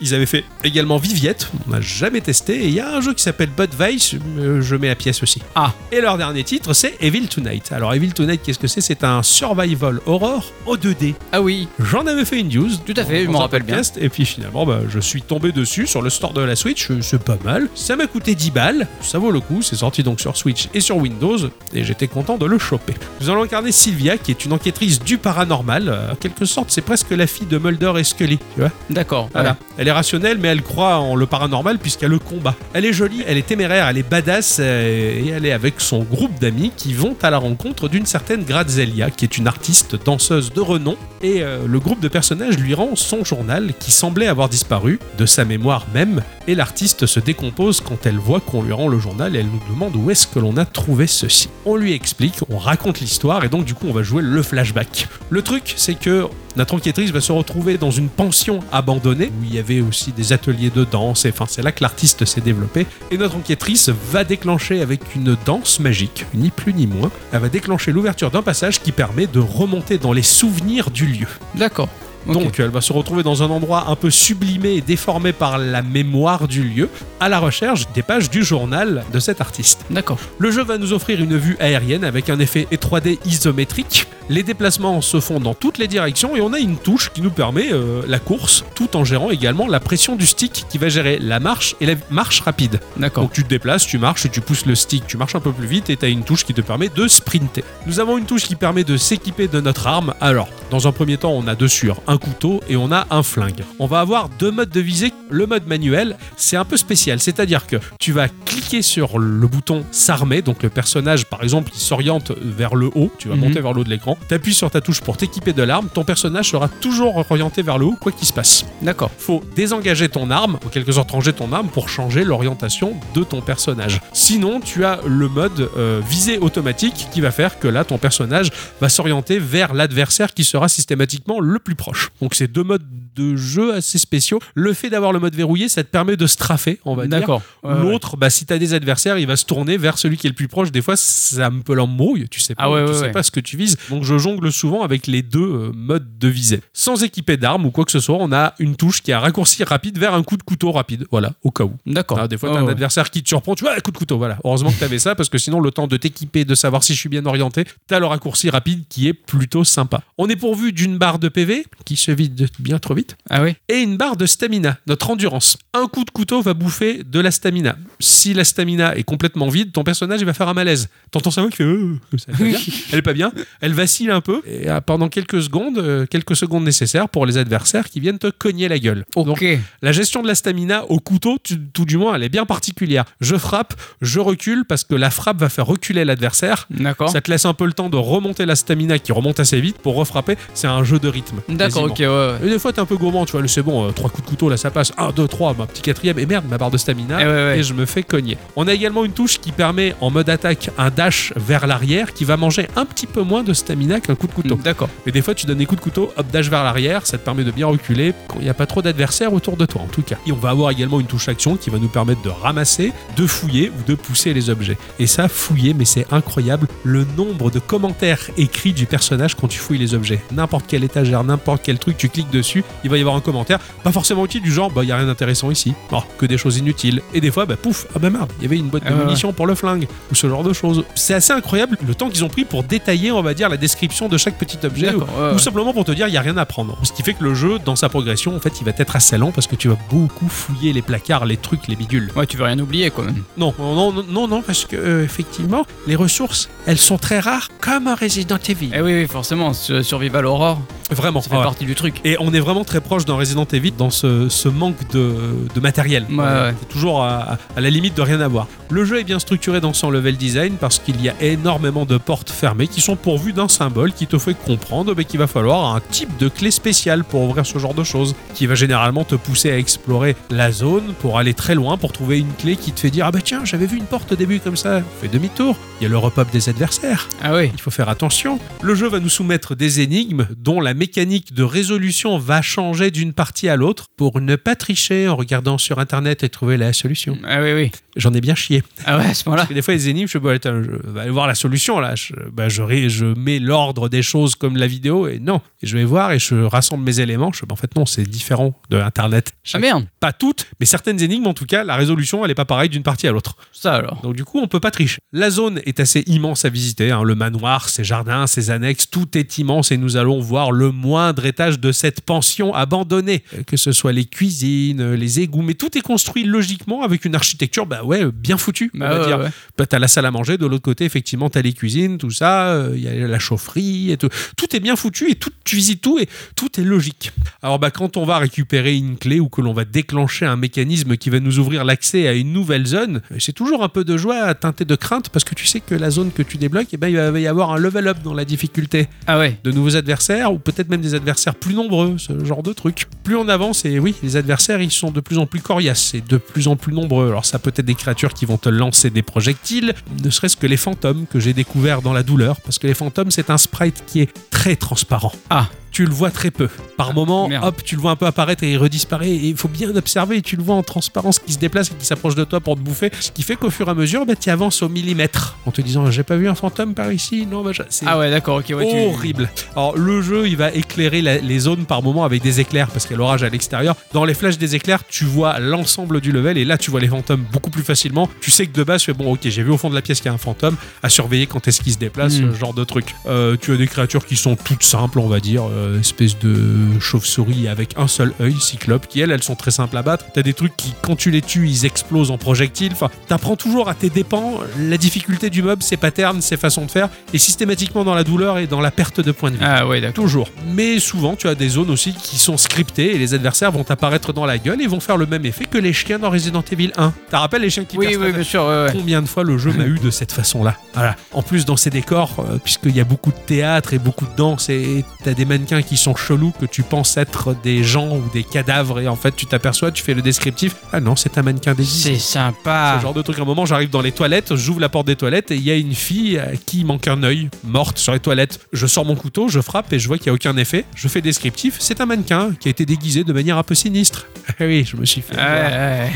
Speaker 1: Ils avaient fait également Viviette. On n'a jamais testé. Et il y a un jeu qui s'appelle Bud Vice. euh, Je mets la pièce aussi.
Speaker 2: Ah.
Speaker 1: Et leur dernier titre, c'est Evil Tonight. Alors, Evil Tonight, qu'est-ce que c'est C'est un survival horror au 2D.
Speaker 2: Ah oui.
Speaker 1: J'en avais fait une news.
Speaker 2: Tout à fait, je
Speaker 1: dans
Speaker 2: m'en
Speaker 1: un
Speaker 2: rappelle
Speaker 1: podcast, Et puis finalement, bah, je suis tombé dessus sur le store de la Switch. euh, C'est pas mal. Ça m'a coûté 10 balles. Ça vaut le coup. C'est sorti donc sur Switch et sur Windows. Et j'étais content de le choper. Nous allons incarner Sylvia, qui est une enquêtrice du paranormal. Euh, En quelque sorte, c'est presque la fille de Mulder et Scully. Tu vois
Speaker 2: D'accord.
Speaker 1: voilà. Elle est rationnelle, mais elle croit en le paranormal puisqu'elle le combat. Elle est jolie, elle est téméraire, elle est badass euh, et elle est avec son groupe d'amis qui vont à la rencontre d'une certaine Grazelia, qui est une artiste danseuse de renom. Et euh, le groupe de personnages lui rend son journal qui semblait avoir disparu, de sa mémoire même. Et l'artiste se décompose quand elle voit qu'on lui rend le journal et elle nous demande où est-ce que l'on a trouvé ceci. On lui explique, on raconte l'histoire et donc du coup on va jouer le flashback. Le truc, c'est que notre enquêtrice va se retrouver dans une pension abandonnée où il y avait aussi des ateliers de danse. Et enfin, c'est là que l'artiste s'est développé. Et notre enquêtrice va déclencher avec une danse magique, ni plus ni moins. Elle va déclencher l'ouverture d'un passage qui permet de remonter dans les souvenirs du lieu.
Speaker 2: D'accord. Ok.
Speaker 1: Donc elle va se retrouver dans un endroit un peu sublimé et déformé par la mémoire du lieu, à la recherche des pages du journal de cet artiste.
Speaker 2: D'accord.
Speaker 1: Le jeu va nous offrir une vue aérienne avec un effet 3D isométrique. Les déplacements se font dans toutes les directions et on a une touche qui nous permet euh, la course tout en gérant également la pression du stick qui va gérer la marche et la marche rapide.
Speaker 2: D'accord.
Speaker 1: Donc tu te déplaces, tu marches, tu pousses le stick, tu marches un peu plus vite et tu as une touche qui te permet de sprinter. Nous avons une touche qui permet de s'équiper de notre arme. Alors, dans un premier temps, on a deux sur un couteau et on a un flingue. On va avoir deux modes de visée. Le mode manuel, c'est un peu spécial, c'est-à-dire que tu vas cliquer sur le bouton s'armer, donc le personnage par exemple qui s'oriente vers le haut, tu vas
Speaker 2: Mhm.
Speaker 1: monter vers le haut de l'écran, t'appuies sur ta touche pour t'équiper de l'arme, ton personnage sera toujours orienté vers le haut quoi qu'il se passe
Speaker 2: D'accord.
Speaker 1: faut désengager ton arme, en quelque sorte ranger ton arme pour changer l'orientation de ton personnage. Sinon, tu as le mode euh, visée automatique qui va faire que là, ton personnage va s'orienter vers l'adversaire qui sera systématiquement le plus proche. Donc, c'est deux modes de jeu assez spéciaux. Le fait d'avoir le mode verrouillé, ça te permet de straffer, on va dire.
Speaker 2: D'accord. Ouais, ouais.
Speaker 1: L'autre, bah, si t'as des adversaires, il va se tourner vers celui qui est le plus proche. Des fois, ça me peut l'embrouille. Tu sais pas,
Speaker 2: Ah ouais,
Speaker 1: tu
Speaker 2: ouais,
Speaker 1: sais
Speaker 2: ouais.
Speaker 1: pas ce que tu vises. Donc, je jongle souvent avec les deux euh, modes de visée. Sans équiper d'armes ou quoi que ce soit, on a une touche qui a un raccourci rapide vers un coup de couteau rapide. Voilà, au cas où.
Speaker 2: D'accord.
Speaker 1: Ah, des fois,
Speaker 2: Ouais,
Speaker 1: t'as un
Speaker 2: ouais.
Speaker 1: adversaire qui te surprend, tu vois, ah, coup de couteau, voilà. Heureusement que t'avais ça, parce que sinon, le temps de t'équiper, de savoir si je suis bien orienté, t'as le raccourci rapide qui est plutôt sympa. On est pourvu d'une barre de PV, qui se vide bien trop vite,
Speaker 2: Ah oui.
Speaker 1: et une barre de stamina, notre endurance. Un coup de couteau va bouffer de la stamina. Si la stamina est complètement vide, ton personnage il va faire un malaise. T'entends sa voix qui fait euh, comme ça, elle est pas bien. elle est pas bien, elle vacille un peu et euh, pendant quelques secondes, euh, quelques secondes nécessaires pour les adversaires qui viennent te cogner la gueule. Donc,
Speaker 2: Ok.
Speaker 1: la gestion de la stamina au couteau, tu- tout du moins, elle est bien particulière. Je frappe, je recule parce que la frappe va faire reculer l'adversaire.
Speaker 2: D'accord.
Speaker 1: Ça te laisse un peu le temps de remonter la stamina qui remonte assez vite pour refrapper. C'est un jeu de rythme.
Speaker 2: D'accord.
Speaker 1: quasiment.
Speaker 2: Ok. Ouais. ouais.
Speaker 1: Et des fois, t'es un peu gourmand, tu vois, le c'est bon, euh, trois coups de couteau, là ça passe, un, deux, trois, ma petit quatrième, et merde, ma barre de stamina,
Speaker 2: Eh ouais, ouais.
Speaker 1: et je me fais cogner. On a également une touche qui permet en mode attaque un dash vers l'arrière qui va manger un petit peu moins de stamina qu'un coup de couteau.
Speaker 2: D'accord.
Speaker 1: Mais des fois, tu donnes des coups de couteau, hop, dash vers l'arrière, ça te permet de bien reculer quand il n'y a pas trop d'adversaires autour de toi, en tout cas. Et on va avoir également une touche action qui va nous permettre de ramasser, de fouiller ou de pousser les objets. Et ça, fouiller, mais c'est incroyable le nombre de commentaires écrits du personnage quand tu fouilles les objets. N'importe quelle étagère, n'importe quel truc, tu cliques dessus, il va y avoir un commentaire, pas forcément utile, du genre, bah, il n'y a rien d'intéressant ici, oh, que des choses inutiles. Et des fois, bah, pouf, ah bah merde, il y avait une boîte de
Speaker 2: Ah ouais.
Speaker 1: munitions pour le flingue, ou ce genre de choses. C'est assez incroyable le temps qu'ils ont pris pour détailler, on va dire, la description de chaque petit objet
Speaker 2: D'accord, ouais,
Speaker 1: ou
Speaker 2: ouais.
Speaker 1: simplement pour te dire il y a rien à prendre. Ce qui fait que le jeu dans sa progression en fait il va être assez lent parce que tu vas beaucoup fouiller les placards, les trucs, les bidules.
Speaker 2: Ouais, tu veux rien oublier quand même.
Speaker 1: Non non non non, non parce que euh, effectivement les ressources elles sont très rares comme un Resident Evil.
Speaker 2: Eh oui, oui, forcément, ce Survival Horror,
Speaker 1: Eh, Vraiment.
Speaker 2: ça fait
Speaker 1: ouais.
Speaker 2: partie du truc.
Speaker 1: Et on est vraiment très proche d'un Resident Evil dans ce, ce manque de, de matériel.
Speaker 2: Ouais, ouais.
Speaker 1: C'est toujours à, à la limite de rien avoir. Le jeu est bien structuré dans son level design parce qu'il y a énormément de portes fermées qui sont pourvues d'un symbole qui te fait comprendre bah, qu'il va falloir un type de clé spéciale pour ouvrir ce genre de choses, qui va généralement te pousser à explorer la zone pour aller très loin, pour trouver une clé qui te fait dire Ah bah tiens, j'avais vu une porte au début comme ça, fais demi-tour. Il y a le repop des adversaires.
Speaker 2: Ah oui.
Speaker 1: Il faut faire attention. Le jeu va nous soumettre des énigmes dont la mécanique de résolution va changer d'une partie à l'autre pour ne pas tricher en regardant sur internet et trouver la solution.
Speaker 2: Ah oui, oui.
Speaker 1: J'en ai bien chié.
Speaker 2: Ah ouais, à ce moment-là.
Speaker 1: Parce que des fois, les énigmes, je peux attends, je vais Bah, aller voir la solution là. Je, bah, je, ré- je mets l'ordre des choses comme la vidéo et non. Et je vais voir et je rassemble mes éléments. Je, fais, bah, en fait, non, c'est différent de internet.
Speaker 2: Ah merde,
Speaker 1: Pas toutes, mais certaines énigmes en tout cas, la résolution elle est pas pareille d'une partie à l'autre.
Speaker 2: ça alors.
Speaker 1: Donc du coup, on peut pas tricher. La zone est assez immense à visiter. hein. Le manoir, ses jardins, ses annexes, tout est immense et nous allons voir le moindre étage de cette pension abandonnée. Euh, Que ce soit les cuisines, euh, les égouts, mais tout est construit logiquement avec une architecture, bah ouais, euh, bien foutue. on
Speaker 2: Bah
Speaker 1: va
Speaker 2: ouais,
Speaker 1: dire.
Speaker 2: ouais.
Speaker 1: Bah, t'as la salle à manger, de l'autre côté, effectivement, t'as les cuisines, tout ça, euh, il y a la chaufferie, et tout. Tout est bien foutu et tout, tu visites tout et tout est logique. Alors, bah, quand on va récupérer une clé ou que l'on va déclencher un mécanisme qui va nous ouvrir l'accès à une nouvelle zone, euh, c'est toujours un peu de joie à teinter de crainte parce que tu sais que la zone que tu débloques, eh ben, il va y avoir un level up dans la difficulté.
Speaker 2: Ah ouais.
Speaker 1: De nouveaux adversaires ou peut-être même des adversaires plus nombreux, ce genre de truc. Plus on avance, et oui, les adversaires, ils sont de plus en plus coriaces et de plus en plus nombreux. Alors, ça peut être des créatures qui vont te lancer des projectiles, ne serait-ce que les fantômes que j'ai découvert dans la douleur, parce que les fantômes, c'est un sprite qui est très transparent.
Speaker 2: Ah.
Speaker 1: Tu le vois très peu. Par
Speaker 2: Ah,
Speaker 1: moment,
Speaker 2: merde.
Speaker 1: hop, tu le vois un peu apparaître et il redisparaît. Et il faut bien observer. Tu le vois en transparence qui se déplace et qui s'approche de toi pour te bouffer. Ce qui fait qu'au fur et à mesure, bah, tu avances au millimètre en te disant J'ai pas vu un fantôme par ici. Non, bah, je- c'est
Speaker 2: Ah ouais, d'accord, ok, ouais, tu-
Speaker 1: horrible. Alors le jeu, il va éclairer la- les zones par moment avec des éclairs parce qu'il y a l'orage à l'extérieur. Dans les flashs des éclairs, tu vois l'ensemble du level et là tu vois les fantômes beaucoup plus facilement. Tu sais que de base, tu fais bon, ok, j'ai vu au fond de la pièce qu'il y a un fantôme à surveiller quand est-ce qu'il se déplace,
Speaker 2: Mm.
Speaker 1: ce genre de truc. Euh, tu as des créatures qui sont toutes simples, on va dire, euh, espèce de chauve-souris avec un seul œil, cyclope, qui elles, elles sont très simples à battre. T'as des trucs qui, quand tu les tues, ils explosent en projectiles. Enfin, t'apprends toujours à tes dépens la difficulté du mob, ses patterns, ses façons de faire, et systématiquement dans la douleur et dans la perte de points de vie.
Speaker 2: Ah ouais, d'accord.
Speaker 1: Toujours. Mais souvent, tu as des zones aussi qui sont scriptées et les adversaires vont t'apparaître dans la gueule et vont faire le même effet que les chiens dans Resident Evil 1. T'as rappelé les chiens qui
Speaker 2: Oui,
Speaker 1: percent la
Speaker 2: oui, bien sûr, ouais, ouais.
Speaker 1: combien de fois le jeu m'a eu de cette façon-là. Voilà. En plus, dans ces décors, euh, puisqu'il y a beaucoup de théâtre et beaucoup de danse, et t'as des mannequins qui sont chelous, que tu penses être des gens ou des cadavres, et en fait, tu t'aperçois, tu fais le descriptif. Ah non, c'est un mannequin déguisé.
Speaker 2: C'est sympa.
Speaker 1: Ce genre de truc. À un moment, j'arrive dans les toilettes, j'ouvre la porte des toilettes et il y a une fille à qui il manque un œil, morte sur les toilettes. Je sors mon couteau, je frappe et je vois qu'il n'y a aucun effet. Je fais descriptif. C'est un mannequin qui a été déguisé de manière un peu sinistre. Ah oui, je me suis fait.
Speaker 2: Ouais, ouais, ouais.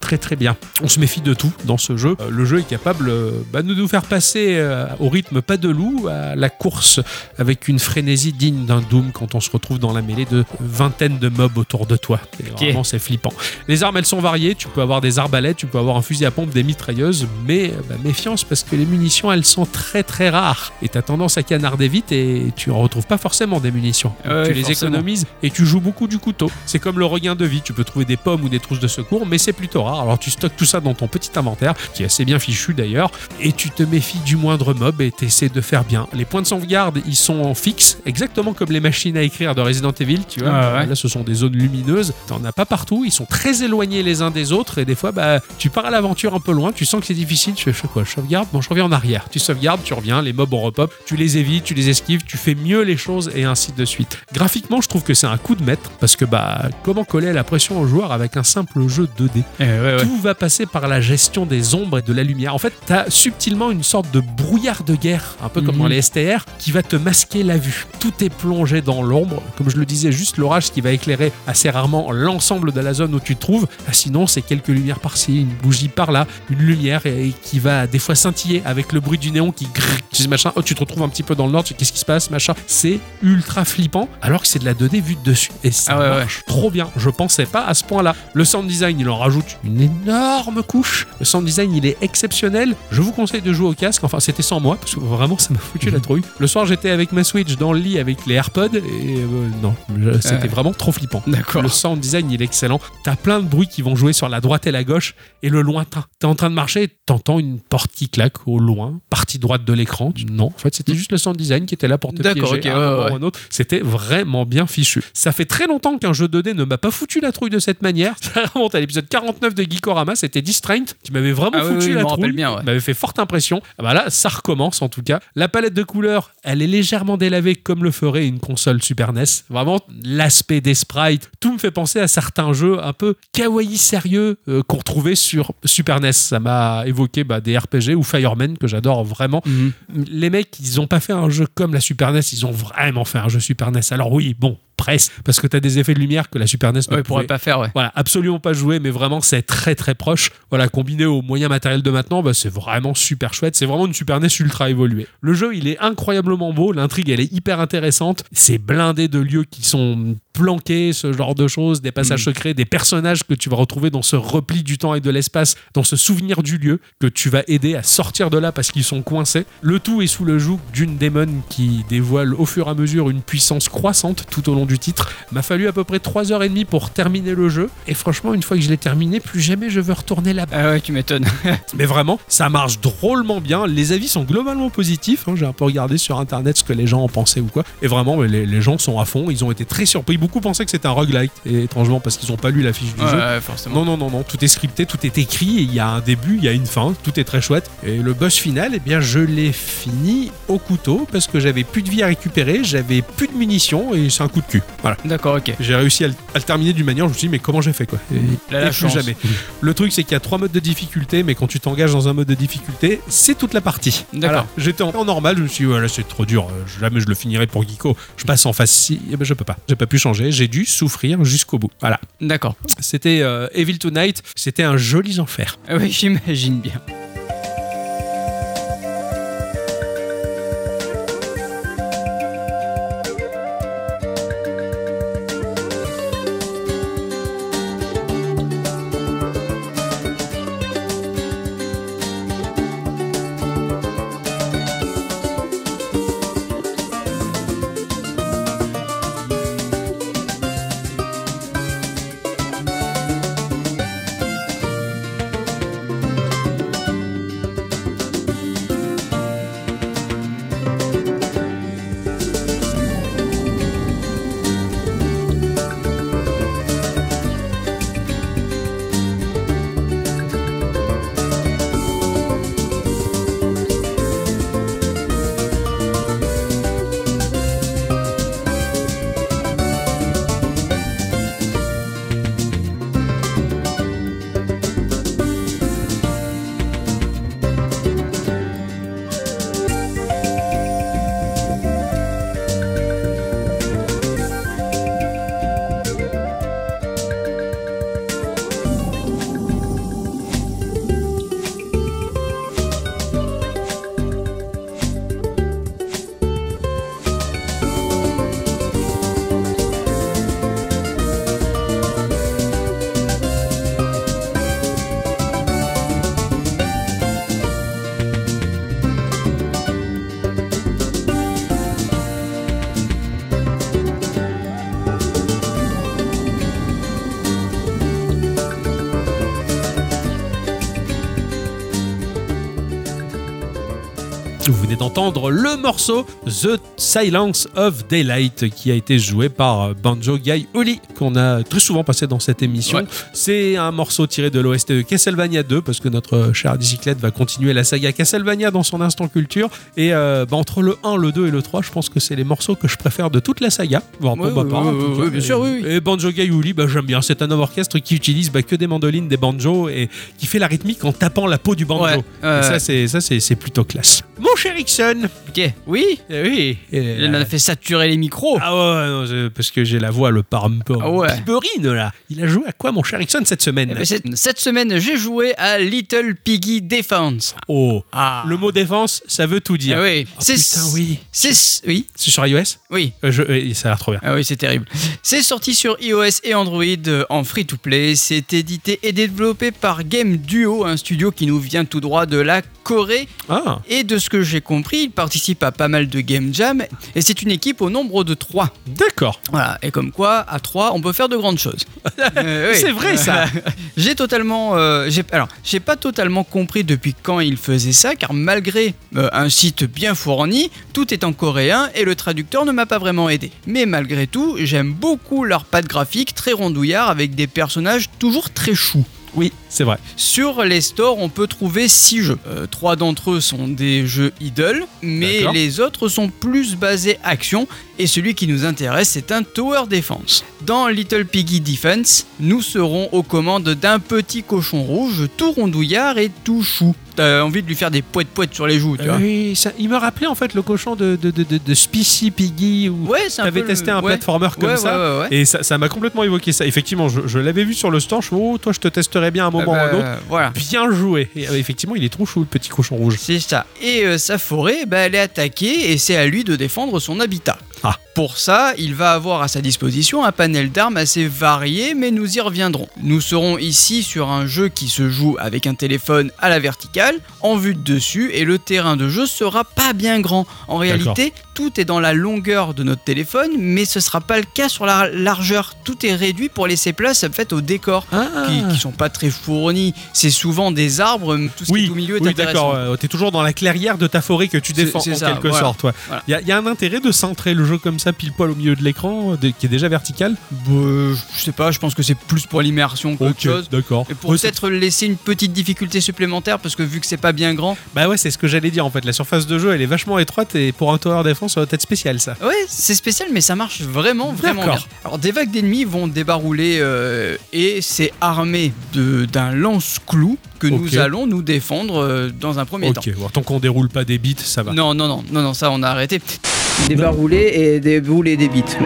Speaker 1: Très très bien. On se méfie de tout dans ce jeu. Euh, le jeu est capable euh, bah, de nous faire passer euh, au rythme pas de loup à la course avec une frénésie digne d'un Doom quand on se retrouve dans la mêlée de vingtaines de mobs autour de toi. Et Vraiment c'est flippant. Les armes elles sont variées. Tu peux avoir des arbalètes, tu peux avoir un fusil à pompe, des mitrailleuses, mais euh, bah, méfiance parce que les munitions elles sont très très rares et t'as tendance à canarder vite et tu en retrouves pas forcément des munitions. Donc,
Speaker 2: Ouais,
Speaker 1: tu les
Speaker 2: forcément.
Speaker 1: économises et tu joues beaucoup du couteau. C'est comme le regain de vie, tu peux trouver des pommes ou des trousses de secours, mais c'est plutôt rare. Alors tu stockes tout ça dans ton petit inventaire, qui est assez bien fichu d'ailleurs, et tu te méfies du moindre mob et t'essaies de faire bien. Les points de sauvegarde, ils sont en fixe, exactement comme les machines à écrire de Resident Evil, tu vois.
Speaker 2: Ah ouais.
Speaker 1: Là, ce sont des zones lumineuses, t'en as pas partout, ils sont très éloignés les uns des autres, et des fois, bah, tu pars à l'aventure un peu loin, tu sens que c'est difficile, tu fais je fais quoi, je sauvegarde, bon, je reviens en arrière. Tu sauvegardes, tu reviens, les mobs on repop, tu les évites, tu les esquives, tu fais mieux les choses, et ainsi de suite. Graphiquement, je trouve que c'est un coup de maître, parce que, bah, comment coller la pression au joueur avec un simple jeu 2D
Speaker 2: Eh ouais, ouais, ouais.
Speaker 1: Tout va passer par la gestion des ombres et de la lumière. En fait, tu as subtilement une sorte de brouillard de guerre, un peu comme
Speaker 2: Mhm.
Speaker 1: dans les STR, qui va te masquer la vue. Tout est plongé dans l'ombre. Comme je le disais, juste l'orage qui va éclairer assez rarement l'ensemble de la zone où tu te trouves. Ah, Sinon, c'est quelques lumières par-ci, une bougie par-là, une lumière et- et qui va des fois scintiller avec le bruit du néon qui grrr, tu dis machin. Oh, tu te retrouves un petit peu dans le nord, tu dis, qu'est-ce qui se passe, machin. C'est ultra flippant, alors que c'est de la 2D vue de dessus. Et ça
Speaker 2: Ah ouais, ouais.
Speaker 1: marche trop bien. Je pensais pas à ce point-là. Le sound design, il en rajoute une énorme couche. Le sound design, il est exceptionnel. Je vous conseille de jouer au casque. Enfin, c'était sans moi, parce que vraiment, ça m'a foutu la trouille. Le soir, j'étais avec ma Switch dans le lit avec les AirPods. Et euh, non, je- c'était
Speaker 2: Ouais.
Speaker 1: vraiment trop flippant.
Speaker 2: D'accord.
Speaker 1: Le sound design, il est excellent. T'as plein de bruits qui vont jouer sur la droite et la gauche et le lointain. T'es en train de marcher, t'entends une porte qui claque au loin, partie droite de l'écran. Tu- Non, en fait, c'était juste le sound design qui était là pour te piéger
Speaker 2: Hmm. D'accord, ok,
Speaker 1: à un
Speaker 2: ouais,
Speaker 1: moment
Speaker 2: ouais.
Speaker 1: ou à un autre. C'était vraiment bien fichu. Ça fait très longtemps qu'un jeu 2D ne m'a pas foutu la trouille de cette manière. Ça remonte à l'épisode 49 de Geekorama, c'était Distraint qui m'avait vraiment
Speaker 2: Ah oui,
Speaker 1: foutu
Speaker 2: oui, je
Speaker 1: la
Speaker 2: m'en rappelle
Speaker 1: trouille
Speaker 2: bien, ouais.
Speaker 1: m'avait fait forte impression. Ah bah là, ça recommence en tout cas. La palette de couleurs, elle est légèrement délavée comme le ferait une console Super NES. Vraiment, l'aspect des sprites, tout me fait penser à certains jeux un peu kawaii sérieux euh, qu'on retrouvait sur Super NES. Ça m'a évoqué bah, des RPG ou Fireman que j'adore vraiment.
Speaker 2: Mhm.
Speaker 1: Les mecs, ils ont pas fait un jeu comme la Super NES, ils ont vraiment fait un jeu Super NES. Alors oui, bon, presque, parce que t'as des effets de lumière que la Super NES ne
Speaker 2: Ouais, pourrait
Speaker 1: pouvait
Speaker 2: pas faire, ouais.
Speaker 1: voilà, absolument pas joué, mais vraiment c'est très très proche. Voilà, combiné au moyen matériel de maintenant, bah, c'est vraiment super chouette. C'est vraiment une Super NES ultra évoluée. Le jeu, il est incroyablement beau, l'intrigue, elle est hyper intéressante. C'est blindé de lieux qui sont planqués, ce genre de choses, des passages secrets, des personnages que tu vas retrouver dans ce repli du temps et de l'espace, dans ce souvenir du lieu que tu vas aider à sortir de là parce qu'ils sont coincés. Le tout est sous le joug d'une démon qui dévoile au fur et à mesure une puissance croissante tout au long du titre m'a fallu à peu près 3h30 pour terminer le jeu. Et franchement, une fois que je l'ai terminé, plus jamais je veux retourner là-bas.
Speaker 2: Ah ouais, tu m'étonnes.
Speaker 1: Mais vraiment, ça marche drôlement bien. Les avis sont globalement positifs. hein. J'ai un peu regardé sur internet ce que les gens en pensaient ou quoi. Et vraiment, les, les gens sont à fond. Ils ont été très surpris. Beaucoup pensaient que c'était un roguelite, et étrangement, parce qu'ils n'ont pas lu la fiche du
Speaker 2: Ouais,
Speaker 1: jeu.
Speaker 2: ouais, forcément.
Speaker 1: Non, non, non, non, tout est scripté, tout est écrit, et il y a un début, il y a une fin, tout est très chouette. Et le boss final, eh bien, je l'ai fini au couteau parce que j'avais plus de vie à récupérer, j'avais plus de munitions, et c'est un coup de cul. Voilà.
Speaker 2: D'accord, ok.
Speaker 1: J'ai réussi à le, à le terminer d'une manière, je me suis dit, mais comment j'ai fait quoi Et-
Speaker 2: Là,
Speaker 1: et
Speaker 2: la
Speaker 1: plus
Speaker 2: chance.
Speaker 1: jamais. Le truc, c'est qu'il y a trois modes de difficulté, mais quand tu t'engages dans un mode de difficulté, c'est toute la partie.
Speaker 2: D'accord.
Speaker 1: Alors, J'étais en, en normal, je me suis dit, voilà, c'est trop dur, euh, jamais je le finirai pour Geeko. Je passe en facile, eh ben, je peux pas. J'ai pas pu changer, j'ai dû souffrir jusqu'au bout. Voilà.
Speaker 2: D'accord.
Speaker 1: C'était euh, Evil Tonight, c'était un joli enfer.
Speaker 2: Ah oui, j'imagine bien.
Speaker 1: Vous venez d'entendre le morceau The Silence of Daylight qui a été joué par euh, Banjo Guy Oli qu'on a très souvent passé dans cette émission.
Speaker 2: Ouais.
Speaker 1: C'est un morceau tiré de l'OST de E Castlevania 2 parce que notre euh, chère bicyclette va continuer la saga Castlevania dans son instant culture et euh, bah, entre le 1, le 2 et le 3, je pense que c'est les morceaux que je préfère de toute la saga. Bon,
Speaker 2: Ouais,
Speaker 1: bah,
Speaker 2: ouais,
Speaker 1: pas,
Speaker 2: ouais,
Speaker 1: en tout
Speaker 2: ouais,
Speaker 1: cas.
Speaker 2: ouais, bien sûr, oui, oui.
Speaker 1: Et Banjo Guy Oli, bah, j'aime bien, c'est un orchestre qui utilise bah, que des mandolines, des banjos et qui fait la rythmique en tapant la peau du banjo.
Speaker 2: Ouais,
Speaker 1: Et
Speaker 2: ouais,
Speaker 1: ça, c'est, ça c'est, c'est plutôt classe. Euh, Mon cher Ixon
Speaker 2: ok. Oui,
Speaker 1: Oui euh,
Speaker 2: il en a fait saturer les micros.
Speaker 1: Ah ouais, non, c'est parce que j'ai la voix, le par un peu
Speaker 2: Ah ouais.
Speaker 1: piperine, là. Il a joué à quoi, mon cher Ixon, cette
Speaker 2: Eh
Speaker 1: semaine
Speaker 2: ben, cette, cette semaine, j'ai joué à Little Piggy Defense.
Speaker 1: Oh
Speaker 2: Ah,
Speaker 1: Le mot défense, ça veut tout dire.
Speaker 2: Ah oui.
Speaker 1: Oh, putain, oui.
Speaker 2: C'est oui,
Speaker 1: C'est sur iOS
Speaker 2: oui.
Speaker 1: Euh, je, euh, Ça a l'air trop bien.
Speaker 2: Ah oui, c'est terrible. C'est sorti sur iOS et Android euh, en free to play. C'est édité et développé par Game Duo, un studio qui nous vient tout droit de la Corée.
Speaker 1: Ah
Speaker 2: Et de ce que j'ai compris, il participe à pas mal de game jam. Et c'est une équipe au nombre de 3.
Speaker 1: D'accord.
Speaker 2: Voilà. Et comme quoi, à 3, on peut faire de grandes choses. Euh, oui.
Speaker 1: C'est vrai, ça.
Speaker 2: j'ai totalement. euh, j'ai- alors, j'ai pas totalement compris depuis quand il faisait ça, car malgré euh, un site bien fourni, tout est en coréen et le traducteur ne m'a pas vraiment aidé. Mais malgré tout, j'aime beaucoup leur patte graphique très rondouillard avec des personnages toujours très choux.
Speaker 1: Oui, c'est vrai.
Speaker 2: Sur les stores, on peut trouver 6 jeux. Euh, Trois d'entre eux sont des jeux idle, mais
Speaker 1: D'accord.
Speaker 2: les autres sont plus basés action, et celui qui nous intéresse, c'est un Tower Defense. Dans Little Piggy Defense, nous serons aux commandes d'un petit cochon rouge, tout rondouillard et tout chou. T'as envie de lui faire des poètes-poètes sur les joues, tu vois.
Speaker 1: oui, ça- il me rappelait en fait le cochon de, de, de, de, de Spicy Piggy ou.
Speaker 2: Ouais, c'est un
Speaker 1: T'avais
Speaker 2: peu le-
Speaker 1: testé un
Speaker 2: ouais.
Speaker 1: platformer comme
Speaker 2: Ouais,
Speaker 1: ça
Speaker 2: ouais, ouais, ouais.
Speaker 1: Et ça ça m'a complètement évoqué ça. Effectivement, je, je l'avais vu sur le stand. Je me suis dit, oh, toi, je te testerais bien à un moment
Speaker 2: Ah bah,
Speaker 1: ou un autre.
Speaker 2: Voilà.
Speaker 1: Bien joué. Et, euh, effectivement, il est trop chou, le petit cochon rouge.
Speaker 2: C'est ça. Et euh, sa forêt, bah, elle est attaquée et c'est à lui de défendre son habitat.
Speaker 1: Ah.
Speaker 2: Pour ça, il va avoir à sa disposition un panel d'armes assez varié, mais nous y reviendrons. Nous serons ici sur un jeu qui se joue avec un téléphone à la verticale, en vue de dessus, et le terrain de jeu sera pas bien grand. En réalité, tout est dans la longueur de notre téléphone, mais ce sera pas le cas sur la largeur. Tout est réduit pour laisser place en fait au décor.
Speaker 1: Ah.
Speaker 2: Qui, qui sont pas très fournis, c'est souvent des arbres, tout ce qui
Speaker 1: Oui,
Speaker 2: est au milieu est
Speaker 1: oui
Speaker 2: intéressant.
Speaker 1: d'accord. euh, T'es toujours dans la clairière de ta forêt que tu
Speaker 2: C'est-
Speaker 1: défends en
Speaker 2: c'est ça,
Speaker 1: quelque
Speaker 2: voilà.
Speaker 1: sorte. Il
Speaker 2: Voilà.
Speaker 1: y, a- y a un intérêt de centrer le jeu comme ça, pile poil au milieu de l'écran, de- qui est déjà vertical.
Speaker 2: Bah, je sais pas, je pense que c'est plus pour l'immersion qu'autre
Speaker 1: Ok,
Speaker 2: chose.
Speaker 1: d'accord.
Speaker 2: Et pour
Speaker 1: Ouais, c'est-
Speaker 2: peut-être laisser une petite difficulté supplémentaire parce que vu que c'est pas bien grand.
Speaker 1: Bah ouais, c'est ce que j'allais dire en fait. La surface de jeu, elle est vachement étroite et pour un tower défense, ça doit être spécial ça.
Speaker 2: Ouais, c'est spécial mais ça marche vraiment vraiment bien.
Speaker 1: D'accord.
Speaker 2: Alors des vagues d'ennemis vont débarrouler euh, et c'est armé de- d'un lance-clou que
Speaker 1: Ok.
Speaker 2: nous allons nous défendre euh, dans un premier temps.
Speaker 1: ok, bon, tant qu'on déroule pas des bits, ça va.
Speaker 2: Non, non, non, non, non, ça on a arrêté. Débarrouler et débouler des bites.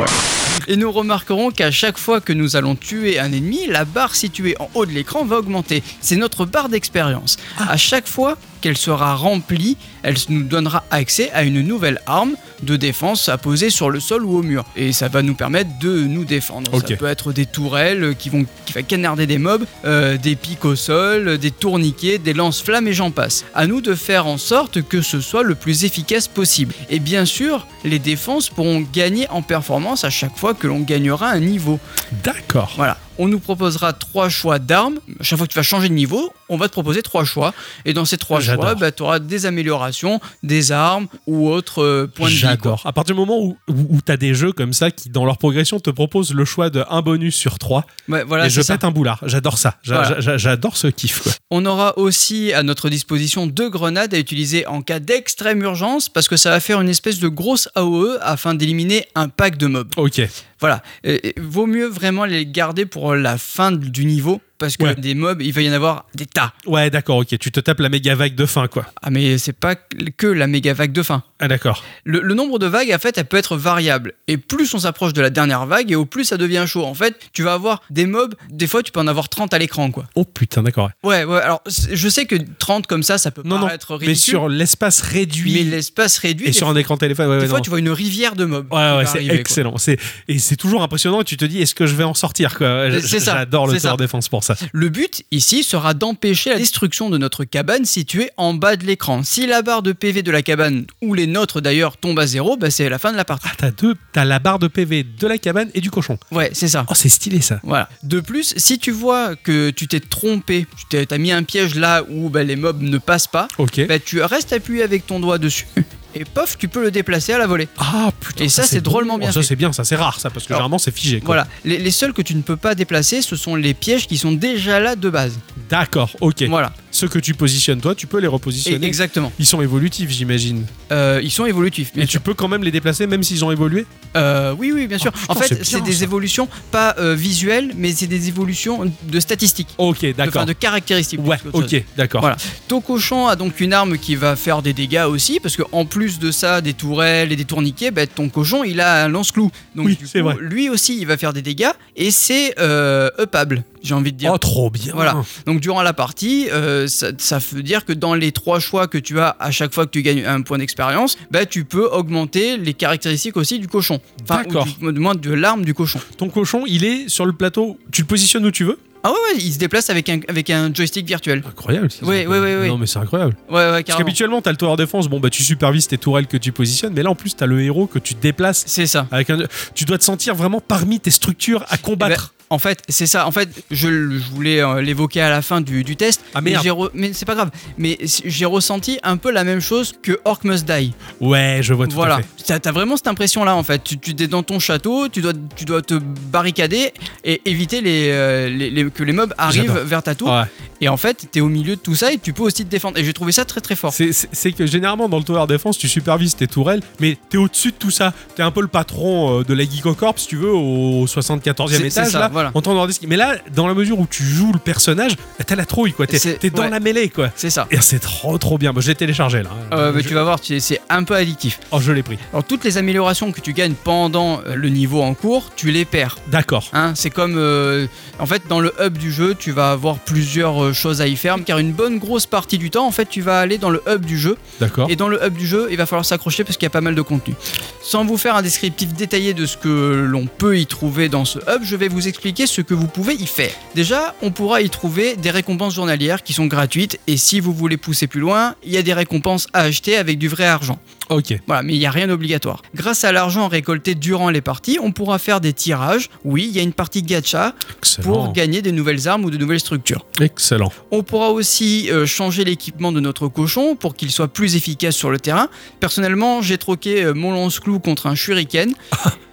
Speaker 2: Et nous remarquerons qu'à chaque fois que nous allons tuer un ennemi, la barre située en haut de l'écran va augmenter. C'est notre barre d'expérience.
Speaker 1: Ah.
Speaker 2: À chaque fois qu'elle sera remplie, elle nous donnera accès à une nouvelle arme de défense à poser sur le sol ou au mur. Et ça va nous permettre de nous défendre.
Speaker 1: Ok.
Speaker 2: Ça peut être des tourelles qui vont, qui va canarder des mobs, euh, des pics au sol, euh, des tourniquets, des lance-flammes et j'en passe. À nous de faire en sorte que ce soit le plus efficace possible. Et bien sûr, les défenses pourront gagner en performance à chaque fois que l'on gagnera un niveau.
Speaker 1: D'accord.
Speaker 2: Voilà. On nous proposera trois choix d'armes. Chaque fois que tu vas changer de niveau, on va te proposer trois choix. Et dans ces trois
Speaker 1: J'adore.
Speaker 2: choix, tu auras des améliorations, des armes ou autres euh, points de vie. quoi.
Speaker 1: J'adore. À partir du moment où, où, où t'as des jeux comme ça qui, dans leur progression, te proposent le choix de un bonus sur trois,
Speaker 2: Ouais, voilà,
Speaker 1: et je
Speaker 2: c'est ça.
Speaker 1: pète un boulard. J'adore ça. J'a-
Speaker 2: Voilà.
Speaker 1: j'a- J'adore ce kiff. quoi.
Speaker 2: On aura aussi à notre disposition deux grenades à utiliser en cas d'extrême urgence parce que ça va faire une espèce de grosse AOE afin d'éliminer un pack de mobs.
Speaker 1: Ok.
Speaker 2: Voilà, Et- et vaut mieux vraiment les garder pour la fin du niveau parce que
Speaker 1: Ouais.
Speaker 2: des mobs, il va y en avoir des tas.
Speaker 1: Ouais, d'accord, ok. Tu te tapes la méga vague de fin, quoi.
Speaker 2: Ah mais c'est pas que la méga vague de fin.
Speaker 1: Ah, d'accord.
Speaker 2: Le, le nombre de vagues, en fait, elle peut être variable. Et plus on s'approche de la dernière vague, et au plus ça devient chaud. En fait, tu vas avoir des mobs, des fois tu peux en avoir 30 à l'écran, quoi.
Speaker 1: Oh putain, d'accord.
Speaker 2: Ouais, ouais, alors c'est- je sais que 30 comme ça, ça peut
Speaker 1: Non, non,
Speaker 2: paraître
Speaker 1: Mais
Speaker 2: ridicule.
Speaker 1: sur l'espace
Speaker 2: mais
Speaker 1: réduit
Speaker 2: l'espace réduit.
Speaker 1: et
Speaker 2: des
Speaker 1: sur un écran téléphone, ouais,
Speaker 2: Des
Speaker 1: ouais,
Speaker 2: fois,
Speaker 1: non.
Speaker 2: tu vois une rivière de mobs. qui
Speaker 1: Ouais,
Speaker 2: va
Speaker 1: ouais, c'est
Speaker 2: arriver, quoi.
Speaker 1: excellent. C'est et c'est toujours impressionnant. et Tu te dis, est-ce que je vais en sortir quoi J-
Speaker 2: C'est ça,
Speaker 1: J'adore le
Speaker 2: c'est
Speaker 1: tour
Speaker 2: ça.
Speaker 1: défense pour ça.
Speaker 2: Le but ici sera d'empêcher la destruction de notre cabane située en bas de l'écran. Si la barre de PV de la cabane, ou les nôtres d'ailleurs, tombe à zéro, bah, c'est la fin de la partie.
Speaker 1: Ah, t'as deux, t'as la barre de PV de la cabane et du cochon.
Speaker 2: Ouais, c'est ça.
Speaker 1: Oh, c'est stylé ça.
Speaker 2: Voilà. De plus, si tu vois que tu t'es trompé, tu t'es- t'as mis un piège là où bah, les mobs ne passent pas,
Speaker 1: Ok.
Speaker 2: bah, tu restes appuyé avec ton doigt dessus et pof, tu peux le déplacer à la volée.
Speaker 1: Ah putain.
Speaker 2: Et ça, c'est
Speaker 1: bon.
Speaker 2: drôlement bien
Speaker 1: Oh, Ça
Speaker 2: fait.
Speaker 1: c'est bien, ça c'est rare ça parce que
Speaker 2: Alors,
Speaker 1: généralement c'est figé. Quoi.
Speaker 2: Voilà, les, les seuls que tu ne peux pas déplacer, ce sont les pièges qui sont déjà là de base.
Speaker 1: D'accord. Ok.
Speaker 2: Voilà,
Speaker 1: Ceux que tu positionnes toi, tu peux les
Speaker 2: Et-
Speaker 1: repositionner.
Speaker 2: exactement.
Speaker 1: Ils sont évolutifs, j'imagine.
Speaker 2: Euh, ils sont évolutifs. bien
Speaker 1: Et tu peux quand même les déplacer même s'ils ont évolué.
Speaker 2: Euh, oui, oui, bien sûr.
Speaker 1: Oh,
Speaker 2: en
Speaker 1: putain,
Speaker 2: fait,
Speaker 1: c'est bien,
Speaker 2: c'est, des
Speaker 1: ça.
Speaker 2: évolutions pas euh, visuelles, mais c'est des évolutions de statistiques,
Speaker 1: Ok,
Speaker 2: de, enfin,
Speaker 1: d'accord.
Speaker 2: de caractéristiques.
Speaker 1: Ouais.
Speaker 2: plus qu'autre chose.
Speaker 1: Ok, d'accord.
Speaker 2: Voilà. Ton cochon a donc une arme qui va faire des dégâts aussi, parce que en plus de ça, des tourelles et des tourniquets, bah, ton cochon il a un lance-clou. Donc
Speaker 1: Oui,
Speaker 2: du
Speaker 1: c'est
Speaker 2: coup,
Speaker 1: vrai.
Speaker 2: lui aussi il va faire des dégâts et c'est euh, uppable, j'ai envie de dire.
Speaker 1: Oh trop bien.
Speaker 2: Voilà. Donc durant la partie, euh, ça, ça veut dire que dans les trois choix que tu as à chaque fois que tu gagnes un point d'expérience, bah, tu peux augmenter les caractéristiques aussi du cochon. Enfin, ou
Speaker 1: D'accord.
Speaker 2: du- du moins de l'arme du cochon.
Speaker 1: Ton cochon, il est sur le plateau. Tu le positionnes où tu veux.
Speaker 2: Ah ouais, ouais, il se déplace avec un, avec un joystick virtuel.
Speaker 1: Incroyable. ça.
Speaker 2: Oui, oui, oui, oui.
Speaker 1: Non mais c'est incroyable.
Speaker 2: Ouais, ouais,
Speaker 1: Parce
Speaker 2: carrément.
Speaker 1: qu'habituellement, t'as le tower défense, bon bah tu supervises tes tourelles que tu positionnes, mais là en plus t'as le héros que tu déplaces
Speaker 2: C'est ça.
Speaker 1: avec un. Tu dois te sentir vraiment parmi tes structures à
Speaker 2: Eh
Speaker 1: combattre.
Speaker 2: ben, en fait, c'est ça. En fait, je, le- je voulais euh, l'évoquer à la fin du, du test.
Speaker 1: Ah,
Speaker 2: mais
Speaker 1: merde.
Speaker 2: j'ai re- mais c'est pas grave. Mais c- j'ai ressenti un peu la même chose que Orc Must Die.
Speaker 1: Ouais, je vois tout
Speaker 2: Eh ben,
Speaker 1: à
Speaker 2: voilà.
Speaker 1: fait.
Speaker 2: T'as t'as vraiment cette impression-là en fait. Tu, tu es dans ton château, tu dois, tu dois te barricader et éviter les, euh, les- les- que les mobs arrivent
Speaker 1: J'adore.
Speaker 2: vers ta tour.
Speaker 1: Ouais.
Speaker 2: Et en fait, t'es au milieu de tout ça et tu peux aussi te défendre. Et j'ai trouvé ça très très fort.
Speaker 1: C'est- C'est c'est que généralement dans le tower défense, tu supervises tes tourelles, mais t'es au-dessus de tout ça. T'es un peu le patron euh, de la Geeko Corp, si tu veux, au 74e
Speaker 2: C'est- c'est
Speaker 1: étage
Speaker 2: ça,
Speaker 1: là.
Speaker 2: voilà.
Speaker 1: En temps d'ordre disque. Mais là, dans la mesure où tu joues le personnage, bah, t'as la trouille quoi. T'es
Speaker 2: C'est-
Speaker 1: t'es dans
Speaker 2: ouais.
Speaker 1: la mêlée quoi.
Speaker 2: C'est ça.
Speaker 1: Et c'est trop trop bien. Moi, je l'ai téléchargé là. hein.
Speaker 2: Euh, mais
Speaker 1: Ah, Je-
Speaker 2: Tu vas voir, tu- c'est un peu addictif.
Speaker 1: Oh, je l'ai pris.
Speaker 2: Alors toutes les améliorations que tu gagnes pendant euh, le niveau en cours, tu les perds.
Speaker 1: D'accord.
Speaker 2: Hein, c'est comme euh, en fait dans le hub du jeu, tu vas avoir plusieurs euh, choses à y faire car une bonne grosse partie du temps en fait, tu vas aller dans le hub du jeu
Speaker 1: D'accord.
Speaker 2: et dans le hub du jeu, il va falloir s'accrocher parce qu'il y a pas mal de contenu. Sans vous faire un descriptif détaillé de ce que l'on peut y trouver dans ce hub, je vais vous expliquer ce que vous pouvez y faire. Déjà, on pourra y trouver des récompenses journalières qui sont gratuites et si vous voulez pousser plus loin, il y a des récompenses à acheter avec du vrai argent.
Speaker 1: Ok.
Speaker 2: Voilà, mais il n'y a rien d'obligatoire. Grâce à l'argent récolté durant les parties, on pourra faire des tirages. Oui, il y a une partie gacha pour
Speaker 1: Excellent.
Speaker 2: gagner des nouvelles armes ou de nouvelles structures.
Speaker 1: Excellent.
Speaker 2: On pourra aussi euh, changer l'équipement de notre cochon pour qu'il soit plus efficace sur le terrain. Personnellement, j'ai troqué euh, mon lance-clou contre un shuriken.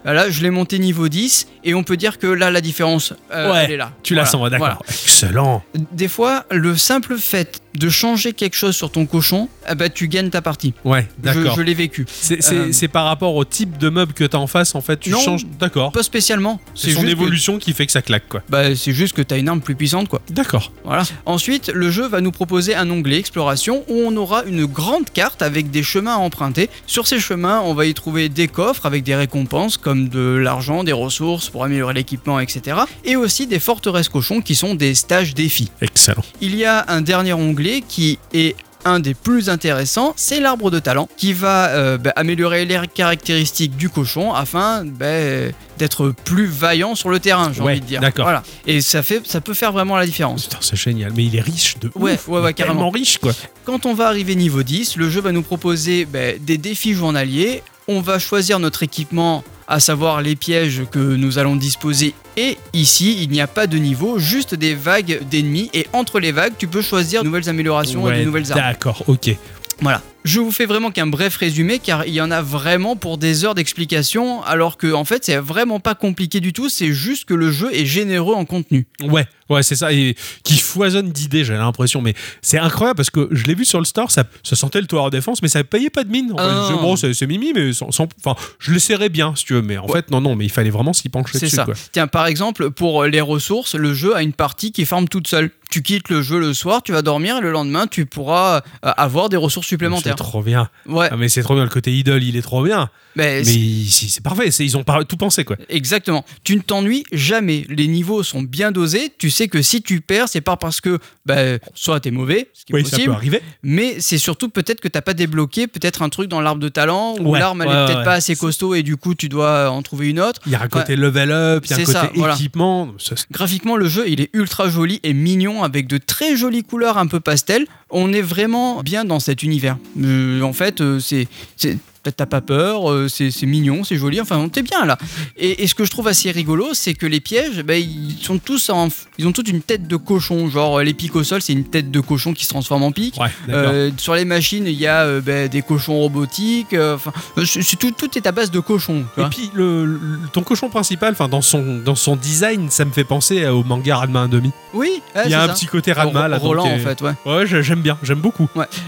Speaker 2: Là, je l'ai monté niveau 10 et on peut dire que là, la différence, euh,
Speaker 1: Ouais,
Speaker 2: elle est là.
Speaker 1: Tu la
Speaker 2: Voilà,
Speaker 1: sens, d'accord.
Speaker 2: voilà.
Speaker 1: Excellent.
Speaker 2: Des fois, le simple fait de changer quelque chose sur ton cochon, ah bah, tu gagnes ta partie.
Speaker 1: Ouais,
Speaker 2: Je,
Speaker 1: d'accord.
Speaker 2: je l'ai vécu.
Speaker 1: C'est- C'est
Speaker 2: Euh,
Speaker 1: c'est par rapport au type de meuble que t'as en face, en fait, tu
Speaker 2: Non.
Speaker 1: changes. D'accord.
Speaker 2: Pas spécialement.
Speaker 1: C'est son
Speaker 2: juste que-
Speaker 1: évolution qui fait que ça claque, quoi.
Speaker 2: Bah, c'est juste que t'as une arme plus puissante, quoi.
Speaker 1: D'accord.
Speaker 2: Voilà. Ensuite, le jeu va nous proposer un onglet exploration où on aura une grande carte avec des chemins à emprunter. Sur ces chemins, on va y trouver des coffres avec des récompenses comme de l'argent, des ressources pour améliorer l'équipement, etc. Et aussi des forteresses cochons qui sont des stages défis.
Speaker 1: Excellent.
Speaker 2: Il y a un dernier onglet qui est un des plus intéressants, c'est l'arbre de talent qui va euh, bah, améliorer les caractéristiques du cochon afin bah, euh, d'être plus vaillant sur le terrain, j'ai
Speaker 1: Ouais,
Speaker 2: envie de dire.
Speaker 1: d'accord.
Speaker 2: Voilà. Et ça fait, ça peut faire vraiment la différence.
Speaker 1: Putain, c'est génial. Mais il est riche de.
Speaker 2: Ouais,
Speaker 1: ouf.
Speaker 2: ouais, ouais, carrément.
Speaker 1: Tellement riche, quoi.
Speaker 2: Quand on va arriver niveau 10, le jeu va nous proposer bah, des défis journaliers. On va choisir notre équipement, à savoir les pièges que nous allons disposer. Et ici, il n'y a pas de niveau, juste des vagues d'ennemis. Et entre les vagues, tu peux choisir de nouvelles améliorations et
Speaker 1: Ouais,
Speaker 2: de nouvelles armes.
Speaker 1: D'accord, ok.
Speaker 2: Voilà. Je vous fais vraiment qu'un bref résumé car il y en a vraiment pour des heures d'explications alors que en fait c'est vraiment pas compliqué du tout, c'est juste que le jeu est généreux en contenu.
Speaker 1: Ouais, ouais, c'est ça. Et qui foisonne d'idées, j'ai l'impression. Mais c'est incroyable parce que je l'ai vu sur le store, ça, ça sentait le tower défense, mais ça payait pas de mine. En
Speaker 2: Ah
Speaker 1: fait,
Speaker 2: non,
Speaker 1: je-
Speaker 2: non.
Speaker 1: bon, c'est c'est mimi, mais sans, sans- Enfin, je le serrais bien, si tu veux. Mais en
Speaker 2: Ouais.
Speaker 1: fait, non, non, mais il fallait vraiment s'y pencher
Speaker 2: C'est
Speaker 1: dessus,
Speaker 2: ça.
Speaker 1: quoi.
Speaker 2: euh, Tiens par exemple pour les ressources, le jeu a une partie qui farme toute seule. tu quittes le jeu le soir, tu vas dormir et le lendemain, tu pourras euh, avoir des ressources
Speaker 1: C'est
Speaker 2: supplémentaires.
Speaker 1: trop bien.
Speaker 2: Ouais,
Speaker 1: Ah, mais c'est trop bien. Le côté idole, il est trop bien.
Speaker 2: mais
Speaker 1: Mais
Speaker 2: c'est-
Speaker 1: il- c'est c'est parfait. c'est- Ils ont par- tout pensé, quoi.
Speaker 2: Exactement. Tu ne t'ennuies jamais. Les niveaux sont bien dosés. Tu sais que si tu perds, c'est pas parce que bah, soit t'es mauvais, ce qui est
Speaker 1: Oui, ça peut
Speaker 2: possible,
Speaker 1: arriver.
Speaker 2: mais c'est surtout peut-être que t'as pas débloqué peut-être un truc dans l'arbre de talent ou
Speaker 1: Ouais,
Speaker 2: l'arme elle
Speaker 1: ouais,
Speaker 2: est peut-être
Speaker 1: ouais.
Speaker 2: pas assez costaud et du coup tu dois en trouver une autre.
Speaker 1: Il y a un côté level up, il y a un
Speaker 2: C'est
Speaker 1: côté
Speaker 2: ça, voilà.
Speaker 1: équipement. Ça, c'est-
Speaker 2: Graphiquement, le jeu il est ultra joli et mignon avec de très jolies couleurs un peu pastel. On est vraiment bien dans cet univers. Euh, en fait, euh, c'est c'est- T'as pas peur, euh, c'est c'est mignon, c'est joli, enfin on t'es bien là. Et, et ce que je trouve assez rigolo, c'est que les pièges, bah, ils sont tous en, ils ont toutes une tête de cochon. Genre euh, les pics au sol, c'est une tête de cochon qui se transforme en pique.
Speaker 1: Ouais, d'accord.
Speaker 2: Euh, sur les machines, il y a euh, bah, des cochons robotiques. euh, Enfin, euh, c'est- c'est tout, tout est à base de cochons. tu
Speaker 1: Et
Speaker 2: vois.
Speaker 1: puis, le, le- ton cochon principal, enfin, dans son, dans son design, ça me fait penser au manga Ranma 1,5.
Speaker 2: oui, ouais,
Speaker 1: Il y
Speaker 2: c'est
Speaker 1: a un
Speaker 2: ça.
Speaker 1: petit côté Ranma là. donc,
Speaker 2: Roland
Speaker 1: euh,
Speaker 2: en fait, ouais.
Speaker 1: Ouais, j'ai- j'aime bien, j'aime beaucoup.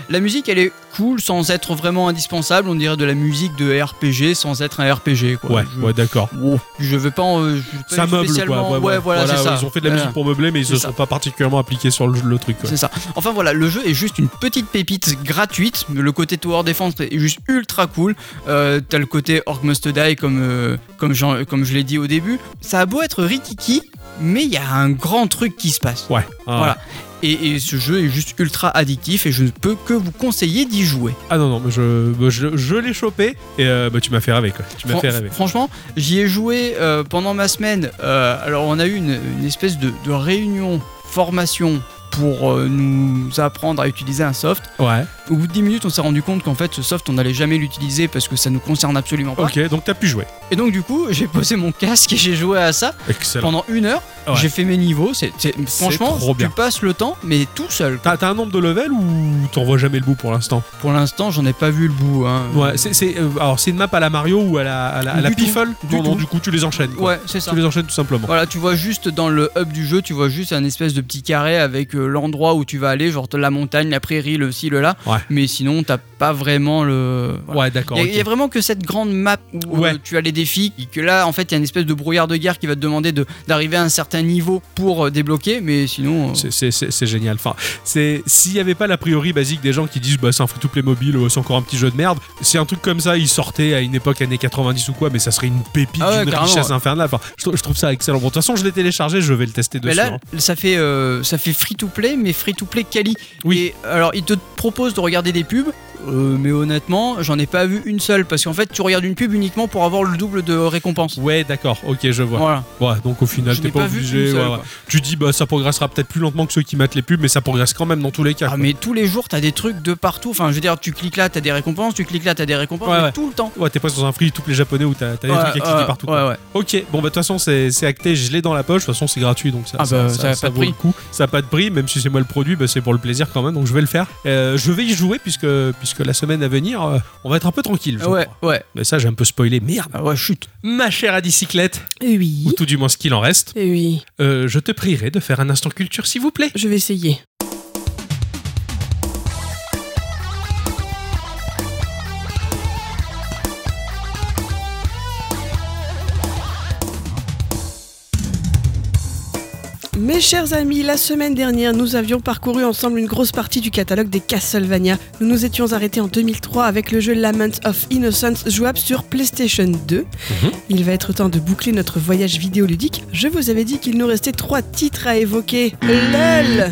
Speaker 2: La musique, elle est cool sans être vraiment indispensable. On dirait de la musique de RPG sans être un RPG. Quoi.
Speaker 1: Ouais,
Speaker 2: je,
Speaker 1: ouais, d'accord.
Speaker 2: Wow. je veux pas. en- je veux pas
Speaker 1: Ça
Speaker 2: être
Speaker 1: meuble quoi.
Speaker 2: spécialement-
Speaker 1: ouais, ouais.
Speaker 2: voilà, c'est ça.
Speaker 1: Ils ont fait de la
Speaker 2: Voilà.
Speaker 1: musique pour meubler, mais ils se
Speaker 2: C'est ça.
Speaker 1: sont pas particulièrement appliqués sur le, le truc. quoi.
Speaker 2: C'est ça. Enfin voilà, le jeu est juste une petite pépite gratuite. Le côté Tower Defense est juste ultra cool. Euh, T'as le côté Orc Must Die comme, euh, comme, j'en- comme je l'ai dit au début. Ça a beau être rikiki, mais il y a un grand truc qui se passe.
Speaker 1: Ouais. Ah,
Speaker 2: Voilà. Et, et ce jeu est juste ultra addictif et je ne peux que vous conseiller d'y jouer.
Speaker 1: Ah non, non, mais je, bah, je, je l'ai chopé et euh, bah, tu m'as fait rêver quoi. Tu m'as
Speaker 2: Fran-
Speaker 1: fait rêver.
Speaker 2: Franchement, j'y ai joué euh, pendant ma semaine. Euh, alors, on a eu une, une espèce de, de réunion formation pour euh, nous apprendre à utiliser un soft.
Speaker 1: Ouais.
Speaker 2: Au bout de 10 minutes, on s'est rendu compte qu'en fait, ce soft, on n'allait jamais l'utiliser parce que ça nous concerne absolument pas.
Speaker 1: Ok, donc t'as pu jouer.
Speaker 2: Et donc, du coup, j'ai posé mon casque et j'ai joué à ça
Speaker 1: Excellent.
Speaker 2: pendant une heure.
Speaker 1: Ah Ouais.
Speaker 2: J'ai fait mes niveaux. C'est, c'est- franchement,
Speaker 1: trop bien.
Speaker 2: tu passes le temps, mais tout seul.
Speaker 1: T'as t'as un nombre de levels ou t'en vois jamais le bout pour l'instant
Speaker 2: Pour l'instant, j'en ai pas vu le bout. hein.
Speaker 1: Ouais, c'est c'est, euh, alors c'est une map à la Mario ou à la, à la, à la
Speaker 2: Du tout.
Speaker 1: Piffle
Speaker 2: Du
Speaker 1: Non, non,
Speaker 2: tout.
Speaker 1: du coup tu les enchaînes. quoi.
Speaker 2: Ouais, c'est ça.
Speaker 1: Tu les enchaînes tout simplement.
Speaker 2: Voilà, tu vois juste dans le hub du jeu, tu vois juste un espèce de petit carré avec euh, l'endroit où tu vas aller, genre la montagne, la prairie, le ci, le là.
Speaker 1: Ouais.
Speaker 2: Mais sinon, t'as pas vraiment le. voilà.
Speaker 1: Ouais, d'accord.
Speaker 2: Il y, a-
Speaker 1: ok.
Speaker 2: il y a vraiment que cette grande map où
Speaker 1: Ouais.
Speaker 2: euh, tu as les défis, et que là en fait il y a une espèce de brouillard de guerre qui va te demander de- d'arriver à un certain niveau pour euh, débloquer, mais sinon. euh,
Speaker 1: C'est- C'est c'est- c'est génial. Enfin, c'est s'il n'y avait pas l'a priori basique des gens qui disent bah c'est un free-to-play mobile, euh, c'est encore un petit jeu de merde. Si un truc comme ça, il sortait à une époque années 90 ou quoi, mais ça serait une pépite
Speaker 2: Ah ouais,
Speaker 1: d'une
Speaker 2: carrément,
Speaker 1: richesse
Speaker 2: ouais.
Speaker 1: infernale. Enfin, je, trou- je trouve ça excellent. Bon, de toute façon, je l'ai téléchargé, je vais le tester dessus.
Speaker 2: Mais là,
Speaker 1: hein.
Speaker 2: ça fait, euh, ça fait free to play, mais free to play quali.
Speaker 1: Oui.
Speaker 2: Et alors, il te propose de regarder des pubs, euh, mais honnêtement, j'en ai pas vu une seule. Parce qu'en fait, tu regardes une pub uniquement pour avoir le double de récompense.
Speaker 1: Ouais, d'accord. Ok, je vois.
Speaker 2: Voilà.
Speaker 1: Ouais, donc au final,
Speaker 2: Je
Speaker 1: t'es
Speaker 2: n'ai
Speaker 1: pas,
Speaker 2: pas vu
Speaker 1: obligé.
Speaker 2: une seule,
Speaker 1: ouais, ouais.
Speaker 2: quoi.
Speaker 1: Tu dis bah ça progressera peut-être plus lentement que ceux qui matent les pubs, mais ça progresse quand même dans tous les cas.
Speaker 2: Ah,
Speaker 1: quoi.
Speaker 2: mais tous les jours, t'as des trucs de partout. Enfin, je veux dire, tu cliques là, t'as des récompenses, tu cliques là, t'as des récompenses,
Speaker 1: Ouais,
Speaker 2: mais
Speaker 1: ouais.
Speaker 2: tout le temps.
Speaker 1: Ouais, t'es pas dans un free-to-play japonais où t'as t'as des
Speaker 2: Ouais,
Speaker 1: trucs à cliquer
Speaker 2: ouais,
Speaker 1: partout. quoi.
Speaker 2: Ouais, ouais.
Speaker 1: Ok, bon bah de toute façon c'est c'est acté, je l'ai dans la poche, de toute façon c'est gratuit donc ça,
Speaker 2: Ah bah, ça a pas de
Speaker 1: vaut
Speaker 2: prix.
Speaker 1: le coup. Ça a pas de prix, même si c'est moi le produit, bah, c'est pour le plaisir quand même, donc je vais le faire. Euh, je vais y jouer puisque, puisque la semaine à venir, euh, on va être un peu tranquille. je
Speaker 2: Ouais,
Speaker 1: crois.
Speaker 2: ouais.
Speaker 1: Mais ça j'ai un peu spoilé, merde.
Speaker 2: Ah ouais, chut.
Speaker 1: Ma chère à bicyclette,
Speaker 3: Eh Oui. Eh
Speaker 1: ou tout du moins ce qu'il en reste,
Speaker 3: Oui.
Speaker 1: euh, je te prierai de faire un instant culture s'il vous plaît.
Speaker 3: Je vais essayer. Mes chers amis, la semaine dernière, nous avions parcouru ensemble une grosse partie du catalogue des Castlevania. Nous nous étions arrêtés en 2003 avec le jeu Lament of Innocence jouable sur PlayStation 2. Il va être temps de boucler notre voyage vidéoludique. Je vous avais dit qu'il nous restait trois titres à évoquer. LOL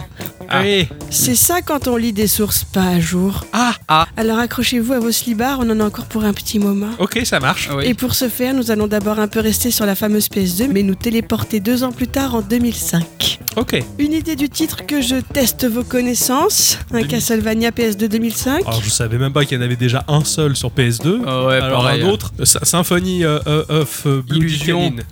Speaker 1: Ah. Allez,
Speaker 3: C'est ça quand on lit des sources pas à jour.
Speaker 2: Ah, ah.
Speaker 3: Alors accrochez-vous à vos slibards, on en a encore pour un petit moment.
Speaker 1: ok ça marche.
Speaker 2: Ah oui.
Speaker 3: Et pour ce faire, nous allons d'abord un peu rester sur la fameuse PS2, mais nous téléporter deux ans plus tard en 2005.
Speaker 1: Ok,
Speaker 3: Une idée du titre que je teste vos connaissances Un
Speaker 1: Demi-
Speaker 3: Castlevania PS2 2005
Speaker 1: alors Oh, je savais même pas qu'il y en avait déjà un seul sur PS2.
Speaker 2: Ah ouais,
Speaker 1: Alors
Speaker 2: pareil,
Speaker 1: un autre, euh, Sy- Symphony euh, euh, of euh, Bloody
Speaker 2: Illusion.
Speaker 1: Canine.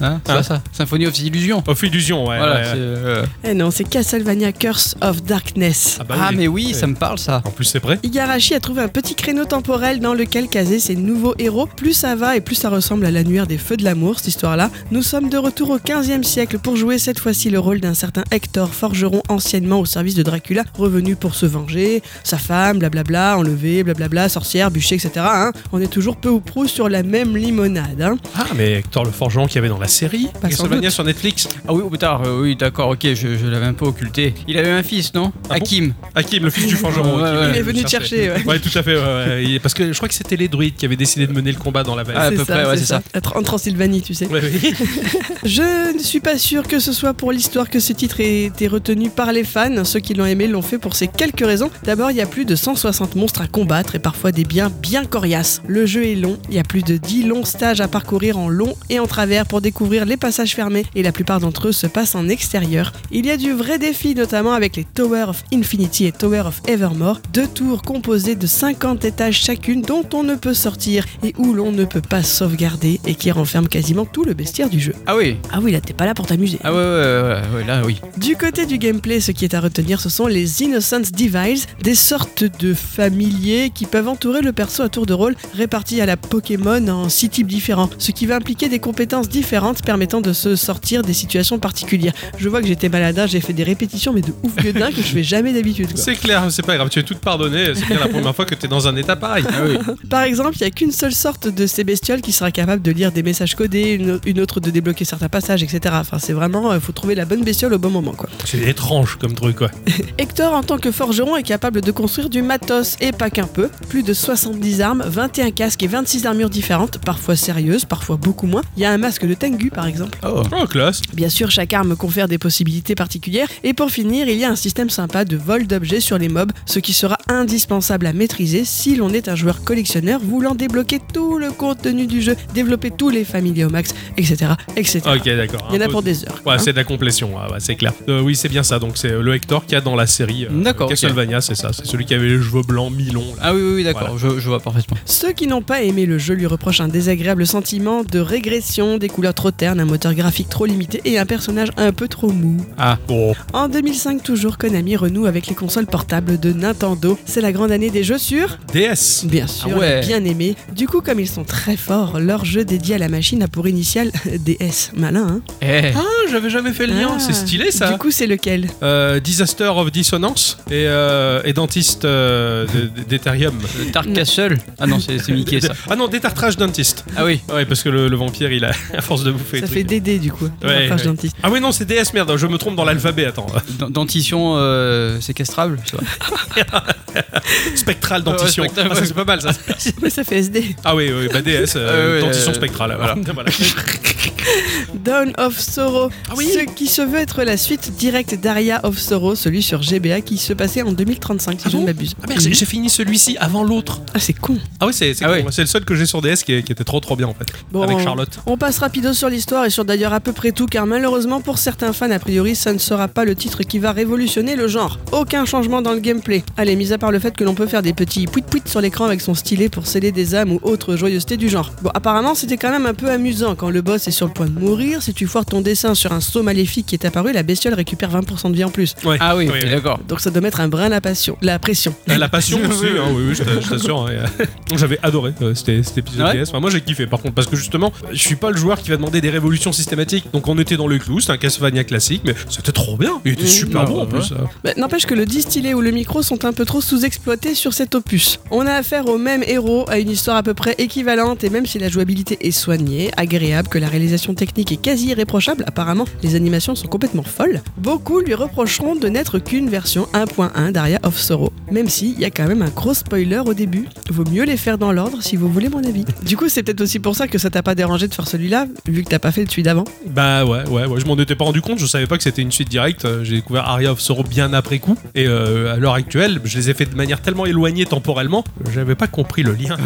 Speaker 2: Hein, c'est
Speaker 1: Ah.
Speaker 2: pas ça. Symphonie of Illusion.
Speaker 1: Of Illusion, ouais.
Speaker 2: voilà.
Speaker 1: ouais, ouais.
Speaker 2: c'est, euh,
Speaker 3: Eh non, c'est Castlevania Curse of Darkness.
Speaker 1: Ah, bah
Speaker 2: Ah,
Speaker 1: oui.
Speaker 2: mais oui, ça me parle ça.
Speaker 1: En plus, c'est vrai.
Speaker 3: Igarashi a trouvé un petit créneau temporel dans lequel caser ses nouveaux héros. Plus ça va et plus ça ressemble à l'annuaire des Feux de l'amour, cette histoire-là. Nous sommes de retour au 15e siècle pour jouer cette fois-ci aussi le rôle d'un certain Hector Forgeron, anciennement au service de Dracula, revenu pour se venger, sa femme, blablabla, enlevée, blablabla, sorcière, bûcher, etc. hein. On est toujours peu ou prou sur la même limonade. hein.
Speaker 1: Ah, mais Hector le Forgeron qu'il y avait dans la série
Speaker 3: Pas
Speaker 1: Castlevania sur Netflix.
Speaker 2: Ah oui, au tard, euh, oui, d'accord, ok, je, je l'avais un peu occulté. Il avait un fils, non
Speaker 1: Ah bon
Speaker 2: Hakim.
Speaker 1: Hakim, le fils du Forgeron.
Speaker 2: Ouais,
Speaker 1: Hakim,
Speaker 2: ouais.
Speaker 3: Il est venu te chercher, ouais.
Speaker 1: tout à fait. ouais, ouais. Il- Parce que je crois que c'était les druides qui avaient décidé de mener le combat dans la vallée.
Speaker 2: Ah, à peu près, ouais, c'est
Speaker 3: Être En Transylvanie, tu sais.
Speaker 1: Ah, Ouais, ouais.
Speaker 3: Je ne suis pas sûr que ce soit pour l'histoire que ce titre ait été retenu par les fans. Ceux qui l'ont aimé l'ont fait pour ces quelques raisons. D'abord, il y a plus de 160 monstres à combattre et parfois des biens bien coriaces. Le jeu est long, il y a plus de 10 longs stages à parcourir en long et en travers pour découvrir les passages fermés et la plupart d'entre eux se passent en extérieur. Il y a du vrai défi notamment avec les Tower of Infinity et Tower of Evermore, deux tours composées de 50 étages chacune dont on ne peut sortir et où l'on ne peut pas sauvegarder et qui renferment quasiment tout le bestiaire du jeu.
Speaker 2: Ah oui,
Speaker 3: Ah oui, là, t'es pas là pour t'amuser.
Speaker 2: ah ouais, ouais, ouais, ouais, ouais, là, oui.
Speaker 3: Du côté du gameplay, ce qui est à retenir, ce sont les Innocence Deviles, des sortes de familiers qui peuvent entourer le perso à tour de rôle, répartis à la Pokémon en six types différents, ce qui va impliquer des compétences différentes permettant de se sortir des situations particulières. Je vois que j'étais malade, hein, j'ai fait des répétitions, mais de ouf que dingue que je fais jamais d'habitude. quoi.
Speaker 1: C'est clair, c'est pas grave, tu es toute pardonnée. C'est bien la première fois que tu es dans un état pareil.
Speaker 2: Ah oui.
Speaker 3: Par exemple, il n'y a qu'une seule sorte de ces bestioles qui sera capable de lire des messages codés, une, une autre de débloquer certains passages, etc. Enfin, c'est vraiment, euh, faut trouver la bonne bestiole au bon moment, quoi.
Speaker 1: C'est étrange comme truc, quoi.
Speaker 3: Hector, en tant que forgeron, est capable de construire du matos et pas qu'un peu. Plus de 70 armes, 21 casques et 26 armures différentes, parfois sérieuses, parfois beaucoup moins. Il y a un masque de Tengu par exemple.
Speaker 2: Oh.
Speaker 1: Oh, classe.
Speaker 3: Bien sûr, chaque arme confère des possibilités particulières. Et pour finir, il y a un système sympa de vol d'objets sur les mobs, ce qui sera indispensable à maîtriser si l'on est un joueur collectionneur voulant débloquer tout le contenu du jeu, développer tous les familiers au max, etc. etc.
Speaker 1: Ok, d'accord.
Speaker 3: Il y en
Speaker 1: Un
Speaker 3: a
Speaker 1: peu-
Speaker 3: pour des heures.
Speaker 1: Ouais,
Speaker 3: hein.
Speaker 1: c'est de la complétion, ah ouais, c'est clair. Euh, oui, c'est bien ça. Donc, c'est le Hector qu'il y a dans la série euh,
Speaker 2: D'accord, ok.
Speaker 1: Castlevania, c'est ça. C'est celui qui avait les cheveux blancs, mi-longs. là.
Speaker 2: Ah oui, oui, oui, d'accord, je, je vois parfaitement.
Speaker 3: Ceux qui n'ont pas aimé le jeu lui reprochent un désagréable sentiment de régression, des couleurs trop ternes, un moteur graphique trop limité et un personnage un peu trop mou.
Speaker 1: Ah, bon.
Speaker 3: En 2005 toujours, Konami renoue avec les consoles portables de Nintendo. C'est la grande année des jeux sur
Speaker 1: DS.
Speaker 3: Bien sûr,
Speaker 2: Ah ouais.
Speaker 3: bien aimé. Du coup, comme ils sont très forts, leur jeu dédié à la machine a pour initiale DS. Malin, hein
Speaker 2: Eh,
Speaker 1: Ah, j'avais jamais fait le lien.
Speaker 3: Ah.
Speaker 1: C'est stylé, ça.
Speaker 3: Du coup, c'est lequel
Speaker 1: Euh, Disaster of Dissonance et, euh, et Dentiste euh, de- de- d'Ethereum.
Speaker 2: le Dark Castle Ah non, c'est c'est Mickey, ça.
Speaker 1: Ah non, Détartrage Dentiste.
Speaker 2: Ah oui.
Speaker 1: Ouais, parce que le, le vampire, il a, à force de bouffer.
Speaker 3: Ça
Speaker 1: le
Speaker 3: fait
Speaker 1: truc.
Speaker 3: DD du coup.
Speaker 1: Ouais,
Speaker 3: Enfin, je
Speaker 1: ouais.
Speaker 3: dentiste.
Speaker 1: Ah oui, non, c'est DS, merde, je me trompe dans l'alphabet, attends.
Speaker 2: Dent- Dentition euh, séquestrable, je sais pas.
Speaker 1: Spectral dentition.
Speaker 2: Ouais, spectral,
Speaker 1: Ah, ça, c'est pas mal, ça.
Speaker 3: Mais ça fait SD.
Speaker 1: Ah oui, oui, bah DS, euh,
Speaker 2: Ah ouais,
Speaker 1: dentition
Speaker 2: euh,
Speaker 1: spectrale. Voilà. Ah, Voilà.
Speaker 3: Dawn of Sorrow,
Speaker 1: Ah
Speaker 3: ce qui se veut être la suite directe d'Aria of Sorrow, celui sur GBA qui se passait en 2035, si
Speaker 1: Ah
Speaker 3: je
Speaker 1: bon
Speaker 3: ne m'abuse.
Speaker 1: Ah merde, j'ai j'ai fini celui-ci avant l'autre.
Speaker 3: Ah, c'est con.
Speaker 1: Ah oui, c'est c'est
Speaker 2: Ah
Speaker 1: con,
Speaker 2: ouais.
Speaker 1: moi, c'est le seul que j'ai sur DS qui, est- qui était trop trop bien en fait.
Speaker 3: Bon,
Speaker 1: Avec
Speaker 3: on-
Speaker 1: Charlotte.
Speaker 3: On passe rapido sur l'histoire et sur d'ailleurs à peu près tout, car malheureusement pour certains fans, a priori, ça ne sera pas le titre qui va révolutionner le genre. Aucun changement dans le gameplay. Allez, mis à part le fait que l'on peut faire des petits pouit-pouit sur l'écran avec son stylet pour sceller des âmes ou autres joyeusetés du genre. Bon, apparemment, c'était quand même un peu amusant. Quand le boss est sur le point de mourir, si tu foires ton dessin sur un saut maléfique qui est apparu, la bestiole récupère 20% de vie en plus.
Speaker 1: Ouais.
Speaker 2: Ah oui,
Speaker 1: Oui, oui.
Speaker 2: d'accord.
Speaker 3: Donc ça doit mettre un brin la passion. La pression.
Speaker 1: Euh, La passion aussi, hein, oui, oui, je t'a- je t'assure. hein, et, euh, J'avais adoré euh, c'était- cet épisode
Speaker 2: Ouais.
Speaker 1: DS. Enfin, moi j'ai kiffé par contre, parce que justement, je suis pas le joueur qui va demander des révolutions systématiques. Donc on était dans le clou, c'était un Castlevania classique, mais c'était trop bien. Il était
Speaker 3: Mmh.
Speaker 1: super
Speaker 2: Ah,
Speaker 1: bon en
Speaker 2: ouais,
Speaker 1: plus. euh.
Speaker 3: Bah, N'empêche que le distillé ou le micro sont un peu trop sous-exploités sur cet opus. On a affaire au même héros, à une histoire à peu près équivalente, et même si la jouabilité est soignée, agréable, que la réalisation technique est quasi irréprochable, apparemment les animations sont complètement folles, beaucoup lui reprocheront de n'être qu'une version 1.1 d'Aria of Sorrow. Même si il y a quand même un gros spoiler au début, vaut mieux les faire dans l'ordre si vous voulez mon avis. Du coup, c'est peut-être aussi pour ça que ça t'a pas dérangé de faire celui-là, vu que t'as pas fait le celui d'avant.
Speaker 1: Bah ouais, ouais, ouais, je m'en étais pas rendu compte, je savais pas que c'était une suite directe. euh, J'ai découvert Aria of Sorrow bien après coup, et euh, à l'heure actuelle, je les ai fait de manière tellement éloignée temporellement, j'avais pas compris le lien.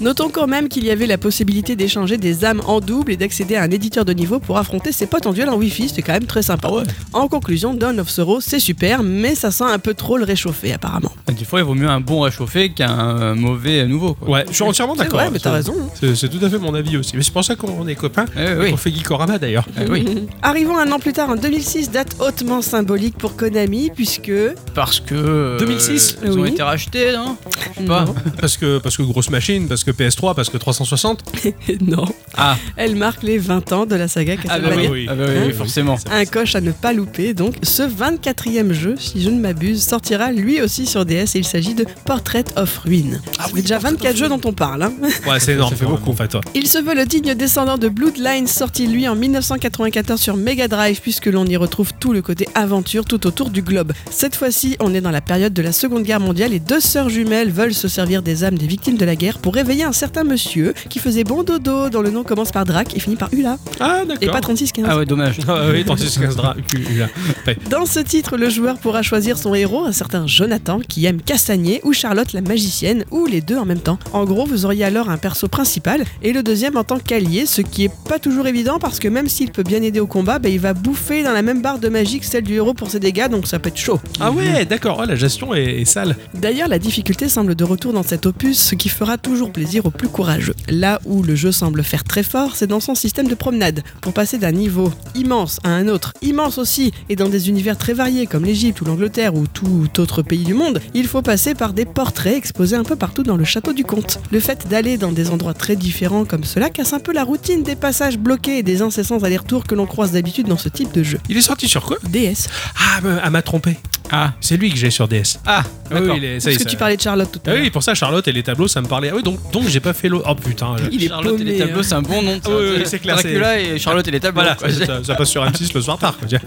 Speaker 3: Notons quand même qu'il y avait la possibilité d'échanger des âmes en double et d'accéder à un éditeur de niveau pour affronter ses potes en duel en Wi-Fi, c'était quand même très sympa.
Speaker 2: Ah
Speaker 3: En conclusion, Dawn of Sorrow, c'est super, mais ça sent un peu trop le réchauffer apparemment.
Speaker 2: Des fois, il vaut mieux un bon réchauffé qu'un euh, mauvais nouveau. Quoi.
Speaker 1: Ouais, je suis entièrement
Speaker 3: C'est
Speaker 1: d'accord.
Speaker 3: vrai, mais t'as raison. hein.
Speaker 1: C'est c'est tout à fait mon avis aussi. Mais c'est pour ça qu'on est copains.
Speaker 2: Eh
Speaker 1: On
Speaker 2: oui,
Speaker 1: fait Geekorama d'ailleurs.
Speaker 2: eh oui.
Speaker 3: Arrivons un an plus tard, en 2006, date hautement symbolique pour Konami, puisque...
Speaker 2: Parce que. euh,
Speaker 1: 2006,
Speaker 2: Ils ont
Speaker 3: oui.
Speaker 2: été rachetés, non Je sais pas.
Speaker 3: Non.
Speaker 1: Parce que, parce que grosse machine, parce que PS3, parce que 360.
Speaker 3: non.
Speaker 2: Ah,
Speaker 3: Elle marque les 20 ans de la saga
Speaker 2: ah bah
Speaker 3: Castlevania.
Speaker 2: oui.
Speaker 1: oui.
Speaker 2: Ah bah oui,
Speaker 3: Hein
Speaker 2: oui, oui, forcément.
Speaker 1: ça,
Speaker 3: Un
Speaker 1: ça.
Speaker 3: coche à ne pas louper, donc ce 24e jeu, si je ne m'abuse, sortira lui aussi sur DS et il s'agit de Portrait of Ruin.
Speaker 1: Ah
Speaker 3: Ah
Speaker 1: oui,
Speaker 3: déjà
Speaker 1: Portrait of
Speaker 3: 24 jeux
Speaker 1: Ruin.
Speaker 3: dont on parle. hein.
Speaker 1: Ouais, c'est énorme.
Speaker 2: Ça fait
Speaker 1: quand
Speaker 2: beaucoup.
Speaker 1: même, en fait, ouais.
Speaker 3: Il se veut le digne descendant de Bloodline, sorti lui en 1994 sur Mega Drive, puisque l'on y retrouve tout le côté aventure tout autour du globe. Cette fois-ci, on est dans la période de la Seconde Guerre mondiale et deux sœurs jumelles veulent se servir des âmes des victimes de la guerre pour réveiller un certain monsieur qui faisait bon dodo, dont le nom commence par Drac et finit par Ula,
Speaker 1: Ah,
Speaker 3: et pas
Speaker 1: d'accord.
Speaker 3: 3615.
Speaker 2: Ah ouais, dommage.
Speaker 1: Ah oui, tant que c'est 15 draps. Puis, là.
Speaker 3: Dans ce titre, le joueur pourra choisir son héros, un certain Jonathan, qui aime castagner, ou Charlotte la magicienne, ou les deux en même temps. En gros, vous auriez alors un perso principal et le deuxième en tant qu'allié, ce qui est pas toujours évident parce que même s'il peut bien aider au combat, bah, il va bouffer dans la même barre de magie que celle du héros pour ses dégâts, donc ça peut être chaud.
Speaker 1: Ah ouais, d'accord. Oh, la gestion est, est sale.
Speaker 3: D'ailleurs, la difficulté semble de retour dans cet opus, ce qui fera toujours plaisir aux plus courageux. Là où le jeu semble faire très fort, c'est dans son système de promenade. Pour passer d'un niveau immense à un autre, immense aussi, et dans des univers très variés comme l'Égypte ou l'Angleterre ou tout autre pays du monde, il faut passer par des portraits exposés un peu partout dans le château du comte. Le fait d'aller dans des endroits très différents comme cela casse un peu la routine des passages bloqués et des incessants allers-retours que l'on croise d'habitude dans ce type de jeu.
Speaker 1: Il est sorti sur quoi
Speaker 3: DS.
Speaker 1: Ah, bah, elle m'a trompé.
Speaker 2: Ah,
Speaker 1: C'est lui que j'ai sur DS.
Speaker 2: ah, d'accord.
Speaker 1: oui, il est- ça y
Speaker 3: Parce
Speaker 1: est,
Speaker 3: que
Speaker 1: ça-
Speaker 3: tu parlais de Charlotte tout à
Speaker 1: Ah
Speaker 3: l'heure.
Speaker 1: oui, pour ça, Charlotte et les tableaux, ça me parlait. Ah oui, donc, donc j'ai pas fait l'autre. Oh putain. je-
Speaker 3: Il est
Speaker 2: Charlotte et les
Speaker 3: paumé,
Speaker 2: tableaux,
Speaker 3: hein.
Speaker 2: c'est un bon nom.
Speaker 1: Ah oui, oui, c'est clair,
Speaker 2: Dracula et Charlotte et les tableaux.
Speaker 1: Voilà,
Speaker 2: quoi.
Speaker 1: ça, ça passe sur M6 le soir tard. quoi, tiens.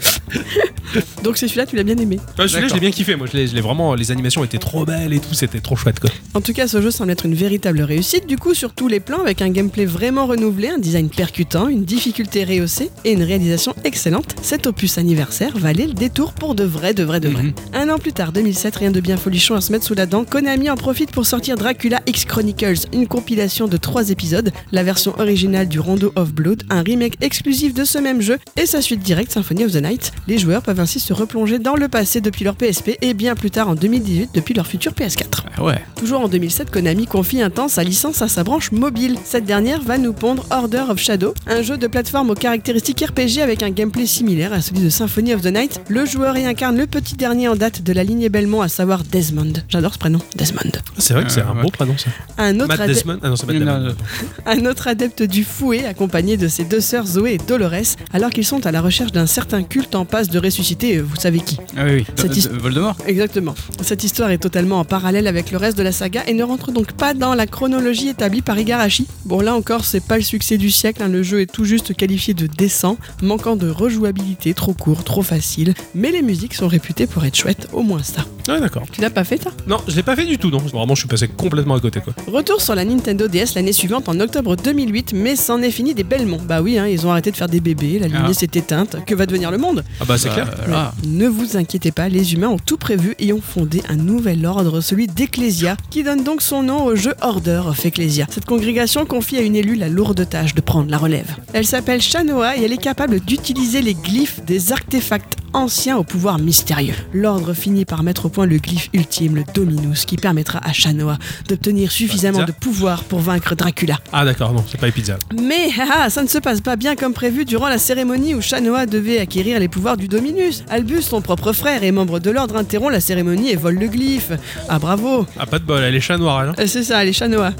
Speaker 3: Donc c'est celui-là, tu l'as bien aimé.
Speaker 1: Ah, Celui-là, je l'ai
Speaker 2: D'accord.
Speaker 1: bien kiffé. Moi, je l'ai je l'ai vraiment. Les animations étaient trop belles et tout. C'était trop chouette, quoi.
Speaker 3: En tout cas, ce jeu semble être une véritable réussite, du coup, sur tous les plans, avec un gameplay vraiment renouvelé, un design percutant, une difficulté rehaussée et une réalisation excellente. Cet opus anniversaire valait le détour pour de vrai, de vrai, de vrai.
Speaker 2: Mhm.
Speaker 3: Un an plus tard, 2007, rien de bien folichon à se mettre sous la dent, Konami en profite pour sortir Dracula X Chronicles, une compilation de trois épisodes, la version originale du Rondo of Blood, un remake exclusif de ce même jeu et sa suite directe Symphony of the Night. Les joueurs peuvent ainsi se replonger dans le passé depuis leur PSP et bien plus tard en 2018 depuis leur futur PS4.
Speaker 2: Ah ouais.
Speaker 3: Toujours en 2007, Konami confie un temps sa licence à sa branche mobile. Cette dernière va nous pondre Order of Shadow, un jeu de plateforme aux caractéristiques RPG avec un gameplay similaire à celui de Symphony of the Night. Le joueur y incarne le petit dernier en date de la lignée Belmont, à savoir Desmond. J'adore ce prénom, Desmond.
Speaker 1: C'est vrai que c'est
Speaker 2: Euh,
Speaker 1: un
Speaker 2: ouais.
Speaker 1: beau prénom, ça.
Speaker 3: Un autre,
Speaker 1: Matt
Speaker 3: adep-
Speaker 1: Desmond. Ah non, c'est Matt
Speaker 2: Non,
Speaker 1: Damon.
Speaker 2: non.
Speaker 3: un autre adepte du fouet, accompagné de ses deux sœurs Zoé et Dolores, alors qu'ils sont à la recherche d'un certain culte en passe de ressusciter, euh, vous savez qui.
Speaker 2: Ah oui, oui.
Speaker 3: Cette
Speaker 2: De- de- Voldemort.
Speaker 3: Exactement. Cette histoire est totalement en parallèle avec le reste de la saga et ne rentre donc pas dans la chronologie établie par Igarashi. Bon, là encore, c'est pas le succès du siècle, hein, le jeu est tout juste qualifié de décent, manquant de rejouabilité, trop court, trop facile, mais les musiques sont réputées pour être chouettes, au moins ça.
Speaker 1: Ah d'accord.
Speaker 3: Tu l'as pas fait, toi
Speaker 1: Non, je l'ai pas fait du tout, non. Vraiment, je suis passé complètement à côté, quoi.
Speaker 3: Retour sur la Nintendo DS l'année suivante, en octobre 2008, mais c'en est fini des Belmont. Bah oui, hein, ils ont arrêté de faire des bébés, la lignée
Speaker 2: Ah.
Speaker 3: s'est éteinte, que va devenir le monde
Speaker 1: Ah bah c'est clair.
Speaker 2: Euh, là.
Speaker 3: Ne vous inquiétez pas, les humains ont tout prévu et ont fondé un nouvel ordre, celui d'Ecclesia, qui donne donc son nom au jeu Order of Ecclesia. Cette congrégation confie à une élue la lourde tâche de prendre la relève. Elle s'appelle Shanoa et elle est capable d'utiliser les glyphes des artefacts anciens au pouvoir mystérieux. L'ordre finit par mettre au point le glyphe ultime, le Dominus, qui permettra à Shanoa d'obtenir suffisamment de pouvoir pour vaincre Dracula.
Speaker 1: Ah d'accord, non, c'est pas les pizzas.
Speaker 3: Mais haha, ça ne se passe pas bien comme prévu durant la cérémonie où Shanoa devait acquérir les pouvoirs du Dominus. Albus, son propre frère et membre de l'ordre, interrompt la cérémonie et vole le glyphe. Ah bravo
Speaker 1: Ah pas de bol, elle est chat noire, elle, hein.
Speaker 3: Euh, C'est ça, les Shanoa.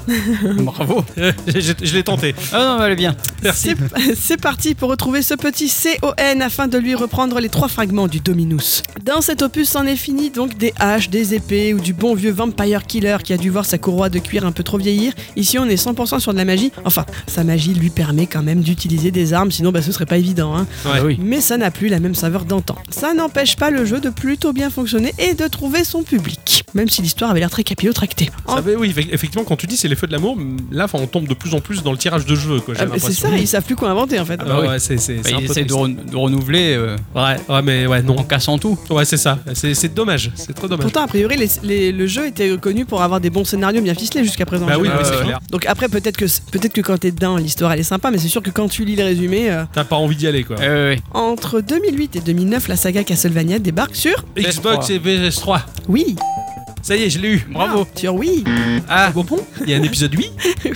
Speaker 2: Bravo.
Speaker 1: je je- je l'ai tenté.
Speaker 2: Ah non, mais elle est bien.
Speaker 1: Merci.
Speaker 3: C'est c'est parti pour retrouver ce petit CON afin de lui reprendre les trois fragments du Dominus. Dans cet opus, c'en est fini donc des haches, des épées ou du bon vieux Vampire Killer qui a dû voir sa courroie de cuir un peu trop vieillir. Ici, on est 100% sur de la magie. Enfin, sa magie lui permet quand même d'utiliser des armes, sinon bah, ce serait pas évident. Hein.
Speaker 1: Ouais.
Speaker 2: Ah oui.
Speaker 3: mais ça n'a plus la même saveur d'antan. Ça n'empêche pas le jeu de plutôt bien fonctionner et de trouver son public, même si l'histoire avait l'air très capillotractée. En-
Speaker 1: Ça fait- oui, effe- effectivement, quand tu dis c'est les feux de l'amour, là, enfin, on tombe de plus en plus dans le tirage de jeu, quoi. J'ai
Speaker 3: Ah, mais c'est
Speaker 1: l'impression.
Speaker 3: ça, ils savent plus quoi inventer en fait.
Speaker 1: Ah
Speaker 2: Ah
Speaker 1: bah
Speaker 2: oui.
Speaker 1: ouais, c'est c'est-
Speaker 2: Bah,
Speaker 1: c'est un
Speaker 2: il
Speaker 1: peu
Speaker 2: essaie de,
Speaker 1: triste.
Speaker 2: re- de renouveler euh,
Speaker 1: Ouais, ouais, mais ouais,
Speaker 2: en
Speaker 1: non.
Speaker 2: cassant tout.
Speaker 1: Ouais, c'est ça. C'est c'est dommage. C'est trop dommage.
Speaker 3: Pourtant, a priori, les- les- le jeu était connu pour avoir des bons scénarios bien ficelés jusqu'à présent.
Speaker 1: Bah
Speaker 3: je
Speaker 1: oui,
Speaker 3: crois.
Speaker 1: oui, c'est
Speaker 2: Ah ouais.
Speaker 1: clair.
Speaker 3: Donc après, peut-être que, peut que quand t'es dedans, l'histoire elle est sympa, mais c'est sûr que quand tu lis le résumé, euh,
Speaker 1: T'as pas envie d'y aller, quoi.
Speaker 2: Euh, ouais.
Speaker 3: entre 2008 et 2009, la saga Castlevania débarque sur...
Speaker 1: Xbox et PS3.
Speaker 3: Oui,
Speaker 1: Ça y est, je l'ai eu.
Speaker 2: Bravo.
Speaker 3: Sur oui.
Speaker 2: Ah,
Speaker 1: Bon, bon, il y a un épisode 8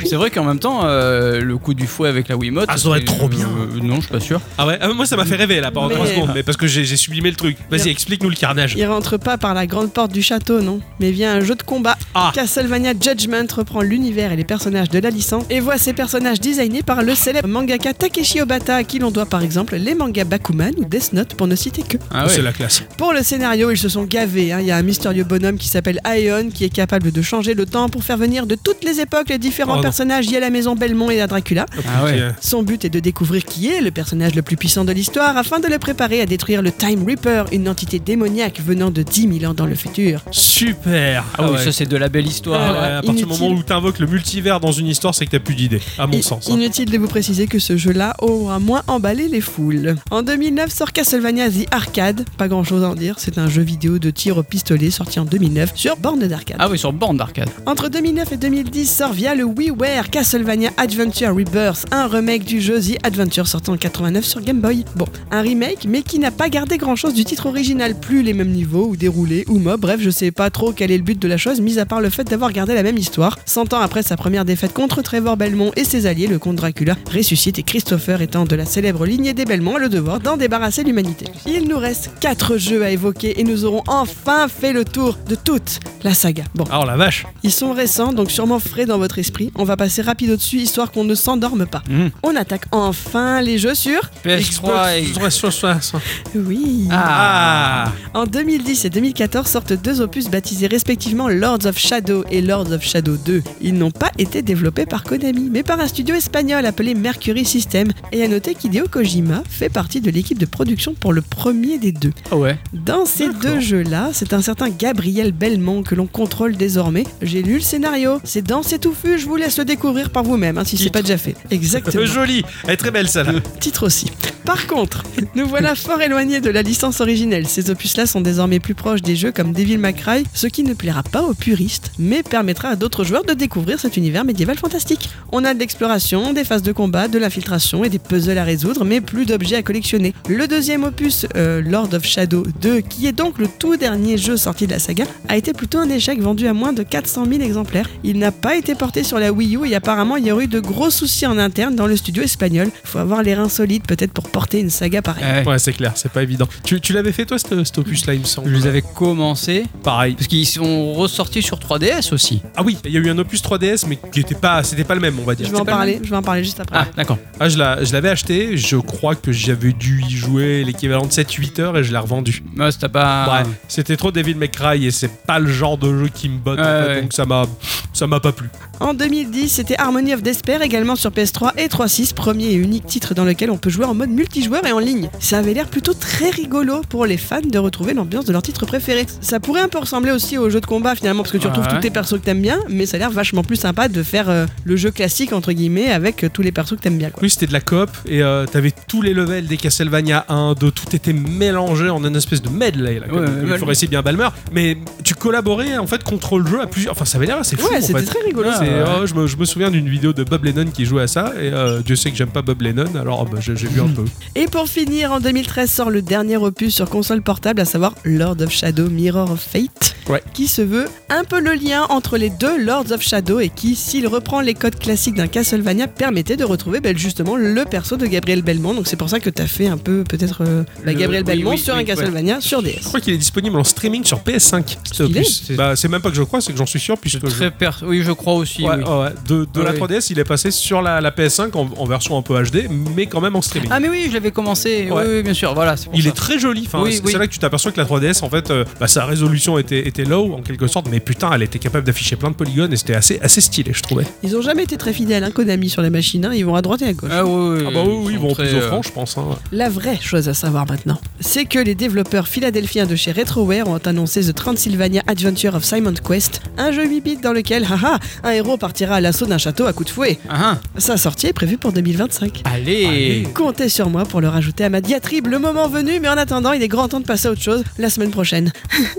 Speaker 2: c'est vrai qu'en même temps, euh, le coup du fouet avec la Wiimote.
Speaker 1: Ah, ça doit être
Speaker 2: c'est-
Speaker 1: trop bien.
Speaker 2: euh, non, je suis pas sûr.
Speaker 1: Ah ouais, ah, moi ça m'a fait rêver là pendant
Speaker 3: Mais-
Speaker 1: 3 secondes, mais parce que j'ai j'ai sublimé le truc. Vas-y,
Speaker 3: Bien.
Speaker 1: explique-nous le carnage.
Speaker 3: Il rentre pas par la grande porte du château, non, mais via un jeu de combat.
Speaker 1: Ah.
Speaker 3: Castlevania Judgment reprend l'univers et les personnages de la licence et voit ses personnages designés par le célèbre mangaka Takeshi Obata, à qui l'on doit par exemple les mangas Bakuman ou Death Note pour ne citer que.
Speaker 2: Ah
Speaker 1: C'est
Speaker 2: ouais.
Speaker 1: la classe.
Speaker 3: Pour le scénario, ils se sont gavés. hein. Il y a un mystérieux bonhomme qui s'appelle Aeon qui est capable de changer le temps pour faire venir de toutes les époques les différents
Speaker 1: Oh non.
Speaker 3: personnages liés à la maison Belmont et à Dracula.
Speaker 2: Ah
Speaker 1: euh,
Speaker 2: ouais.
Speaker 3: Son but est de découvrir qui est le personnage le plus puissant de l'histoire afin de le préparer à détruire le Time Reaper, une entité démoniaque venant de 10 000 ans dans le futur.
Speaker 1: Super.
Speaker 2: Ah oui,
Speaker 1: ouais.
Speaker 2: ça c'est de la belle
Speaker 1: Ah
Speaker 2: histoire.
Speaker 1: ouais, à partir
Speaker 3: inutile.
Speaker 1: du moment où t'invoques le multivers dans une histoire, c'est que t'as plus d'idées, à mon
Speaker 3: I-
Speaker 1: sens. hein.
Speaker 3: Inutile de vous préciser que ce jeu-là aura moins emballé les foules. En 2009 sort Castlevania The Arcade, pas grand-chose à en dire, c'est un jeu vidéo de tir au pistolet sorti en 2009 sur borne d'arcade.
Speaker 2: Ah oui, sur borne d'arcade.
Speaker 3: Entre 2009 et 2010 sort via le WiiWare Castlevania Adventure Rebirth, un remake du jeu The Adventure sorti en 89 sur Game Boy. Bon, un remake mais qui n'a pas gardé grand-chose du titre original, plus les mêmes niveaux ou déroulés ou mobs, bref, je sais pas trop quel est le but de la chose, mis à part le fait d'avoir gardé la même histoire. 100 ans après sa première défaite contre Trevor Belmont et ses alliés, le comte Dracula ressuscite et Christopher étant de la célèbre lignée des Belmont a le devoir d'en débarrasser l'humanité. Il nous reste 4 jeux à évoquer et nous aurons enfin fait le tour de toute la saga. Bon,
Speaker 1: Ah, oh la vache.
Speaker 3: ils sont récents, donc sûrement frais dans votre esprit. On va passer rapide au-dessus, histoire qu'on ne s'endorme pas.
Speaker 2: Mhm.
Speaker 3: On attaque enfin les jeux sur...
Speaker 2: PS3 et-
Speaker 1: Xbox 360.
Speaker 3: Oui.
Speaker 2: Ah.
Speaker 1: Ah.
Speaker 3: En 2010 et 2014 sortent deux opus baptisés respectivement Lords of Shadow et Lords of Shadow 2. Ils n'ont pas été développés par Konami, mais par un studio espagnol appelé Mercury System. Et à noter qu'Hideo Kojima fait partie de l'équipe de production pour le premier des deux.
Speaker 2: Ah ouais.
Speaker 3: Dans ces
Speaker 1: D'accord.
Speaker 3: deux jeux-là, c'est un certain Gabriel Belmont que l'on contrôle désormais. J'ai lu le scénario, c'est dans et touffu, je vous laisse le découvrir par vous-même hein, si c'est
Speaker 1: Titre.
Speaker 3: pas déjà fait. Exactement.
Speaker 1: Euh, Jolie. Elle est très belle celle-là.
Speaker 3: Titre aussi. Par contre, nous voilà fort éloignés de la licence originelle. Ces opus-là sont désormais plus proches des jeux comme Devil May Cry, ce qui ne plaira pas aux puristes, mais permettra à d'autres joueurs de découvrir cet univers médiéval fantastique. On a de l'exploration, des phases de combat, de l'infiltration et des puzzles à résoudre, mais plus d'objets à collectionner. Le deuxième opus, euh, Lord of Shadow 2, qui est donc le tout dernier jeu sorti de la saga, a été plutôt un échec vendu à moins de 400 000 exemplaires. Il n'a pas été porté sur la Wii U et apparemment il y aurait eu de gros soucis en interne dans le studio espagnol. Faut avoir les reins solides peut-être pour porter une saga pareille.
Speaker 2: Ouais.
Speaker 1: Ouais, c'est clair, c'est pas évident. Tu, tu l'avais fait toi, cet, cet opus-là, il me semble
Speaker 2: Eh, Je les avais commencé
Speaker 1: Pareil.
Speaker 2: parce qu'ils sont ressortis sur 3DS aussi.
Speaker 1: Ah oui, il y a eu un opus 3DS, mais qui était pas, c'était pas le même, on va
Speaker 3: Je
Speaker 1: dire.
Speaker 3: vais
Speaker 2: c'est pas
Speaker 3: en parler, je vais en parler juste après.
Speaker 2: Ah, d'accord.
Speaker 1: Ah, je l'a- je l'avais acheté, je crois que j'avais dû y jouer l'équivalent de 7-8 heures et je l'ai revendu.
Speaker 2: Ouais, Ah, c'était pas.
Speaker 1: Bref, c'était trop Devil May Cry et c'est pas le genre de jeu qui me botte, en
Speaker 2: Ouais,
Speaker 1: fait,
Speaker 2: ouais.
Speaker 1: donc ça m'a, ça m'a pas plu.
Speaker 3: En 2010, c'était Harmony of Despair également sur PS3 et 3.6, premier et unique titre dans lequel on peut jouer en mode multijoueur et en ligne. Ça avait l'air plutôt très rigolo pour les fans de retrouver l'ambiance de leur titre préféré. Ça pourrait un peu ressembler aussi au jeu de combat finalement, parce que tu
Speaker 2: Ouais,
Speaker 3: retrouves
Speaker 2: ouais.
Speaker 3: tous tes persos que t'aimes bien, mais ça a l'air vachement plus sympa de faire euh, le jeu classique entre guillemets avec euh, tous les persos que t'aimes bien. Quoi.
Speaker 1: Oui, c'était de la coop et euh, t'avais tous les levels des Castlevania 1, 2, tout était mélangé en une espèce de medley, là, comme,
Speaker 2: Ouais,
Speaker 1: comme
Speaker 2: ouais,
Speaker 1: il faut
Speaker 2: ouais.
Speaker 1: essayer bien Balmer. Mais tu collaborais en fait contre le jeu à plusieurs. Enfin, ça avait l'air assez fou. en
Speaker 3: Ouais, c'était
Speaker 1: fait.
Speaker 3: très rigolo.
Speaker 1: C'est- oh, je, me, je me souviens d'une vidéo de Bob Lennon qui jouait à ça, et euh, Dieu sait que j'aime pas Bob Lennon, alors bah, j'ai j'ai vu un peu.
Speaker 3: Et pour finir, en 2013 sort le dernier opus sur console portable, à savoir Lord of Shadow Mirror of Fate,
Speaker 1: Ouais.
Speaker 3: qui se veut un peu le lien entre les deux Lords of Shadow et qui, s'il reprend les codes classiques d'un Castlevania, permettait de retrouver ben, justement le perso de Gabriel Belmont. Donc c'est pour ça que t'as fait un peu peut-être euh, bah,
Speaker 2: Le-
Speaker 3: Gabriel
Speaker 2: oui,
Speaker 3: Belmont
Speaker 2: oui,
Speaker 3: sur
Speaker 2: oui,
Speaker 3: un Castlevania sur DS.
Speaker 1: Je crois qu'il est disponible en streaming sur PS5. cet
Speaker 3: qu'il
Speaker 1: opus.
Speaker 2: est
Speaker 1: Bah, c'est même pas que je crois, c'est que j'en suis sûr, puisque. je-
Speaker 2: Très perso. Oui, je crois aussi.
Speaker 1: Ouais,
Speaker 2: oui.
Speaker 1: ouais, de de
Speaker 2: Ouais,
Speaker 1: la
Speaker 2: oui.
Speaker 1: 3DS, il est passé sur la, la PS5 en, en version un peu HD, mais quand même en streaming.
Speaker 2: Ah mais oui, je l'avais commencé.
Speaker 1: Ouais.
Speaker 2: Oui, oui, bien sûr. Voilà. c'est pour
Speaker 1: Il
Speaker 2: ça.
Speaker 1: est très joli. Enfin,
Speaker 2: Oui,
Speaker 1: c'est
Speaker 2: oui.
Speaker 1: c'est là que tu t'aperçois que la 3DS, en fait, euh, bah, sa résolution était, était low en quelque sorte, mais putain, elle était capable d'afficher plein de polygones et c'était assez, assez stylé, je trouvais.
Speaker 2: Euh,
Speaker 3: Ils ont jamais été très fidèles, hein, Konami, sur la machine. hein. Ils vont à droite et à gauche.
Speaker 2: Ah oui, oui.
Speaker 1: Ah bah oui, oui, ils vont
Speaker 2: très,
Speaker 1: plus au
Speaker 2: euh,
Speaker 1: franc, je pense. hein.
Speaker 3: La vraie chose à savoir maintenant, c'est que les développeurs philadelphiens de chez RetroWare ont annoncé The Transylvania Adventure of Simon Quest, un jeu 8 bits dans lequel, haha, un héros partira à l'assaut d'un château à coups de fouet.
Speaker 2: Ah,
Speaker 3: Sa sortie est prévue pour 2025.
Speaker 2: ah. Allez.
Speaker 3: Comptez sur moi pour le rajouter à ma diatribe le moment venu, mais en attendant, il est grand temps de passer à autre chose la semaine prochaine.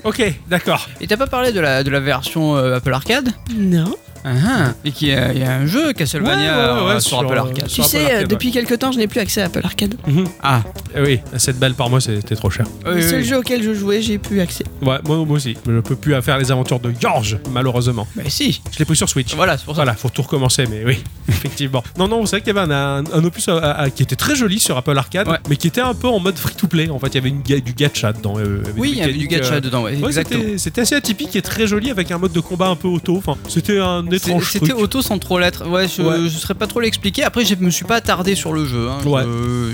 Speaker 1: Ok, d'accord.
Speaker 2: Et t'as pas parlé de la, de la version euh, Apple Arcade
Speaker 3: Non
Speaker 2: Ah, ah. Et qu'il y, a il y a un jeu Castlevania
Speaker 1: Ouais, ouais, ouais,
Speaker 2: euh, sur Apple
Speaker 1: euh,
Speaker 2: Arcade.
Speaker 1: sur
Speaker 3: Tu
Speaker 1: Apple
Speaker 3: sais, euh,
Speaker 1: Arcade,
Speaker 3: depuis quelque temps, je n'ai plus accès à Apple Arcade.
Speaker 1: ouais. Mhm.
Speaker 2: Ah,
Speaker 1: Eh Oui, à 7 balles par mois, c'était trop cher.
Speaker 2: oui,
Speaker 3: Le seul
Speaker 2: oui.
Speaker 3: jeu auquel je jouais, j'ai plus accès.
Speaker 1: Ouais, moi, moi aussi. Je ne peux plus faire les aventures de George, malheureusement.
Speaker 2: Bah si.
Speaker 1: Je l'ai pris sur Switch.
Speaker 2: Voilà, c'est pour ça.
Speaker 1: Voilà, faut tout recommencer, mais oui, effectivement. Non, non, c'est vrai qu'il y avait un, un- un opus à- à- à- qui était très joli sur Apple Arcade,
Speaker 2: Ouais.
Speaker 1: mais qui était un peu en mode free-to-play. En fait, il y avait une, ga- du gacha dedans. euh, avec
Speaker 2: Oui,
Speaker 1: des
Speaker 2: il y avait du
Speaker 1: mécaniques,
Speaker 2: gacha
Speaker 1: euh,
Speaker 2: dedans, ouais,
Speaker 1: ouais,
Speaker 2: exactement.
Speaker 1: c'était- C'était assez atypique et très joli avec un mode de combat un peu auto. Enfin, c'était un
Speaker 2: C'est-
Speaker 1: étrange
Speaker 2: C'était
Speaker 1: truc.
Speaker 2: auto sans trop l'être. Ouais, je,
Speaker 1: Ouais.
Speaker 2: je saurais pas trop l'expliquer. Après, je me suis pas attardé sur le jeu. hein. Je-
Speaker 1: Ouais.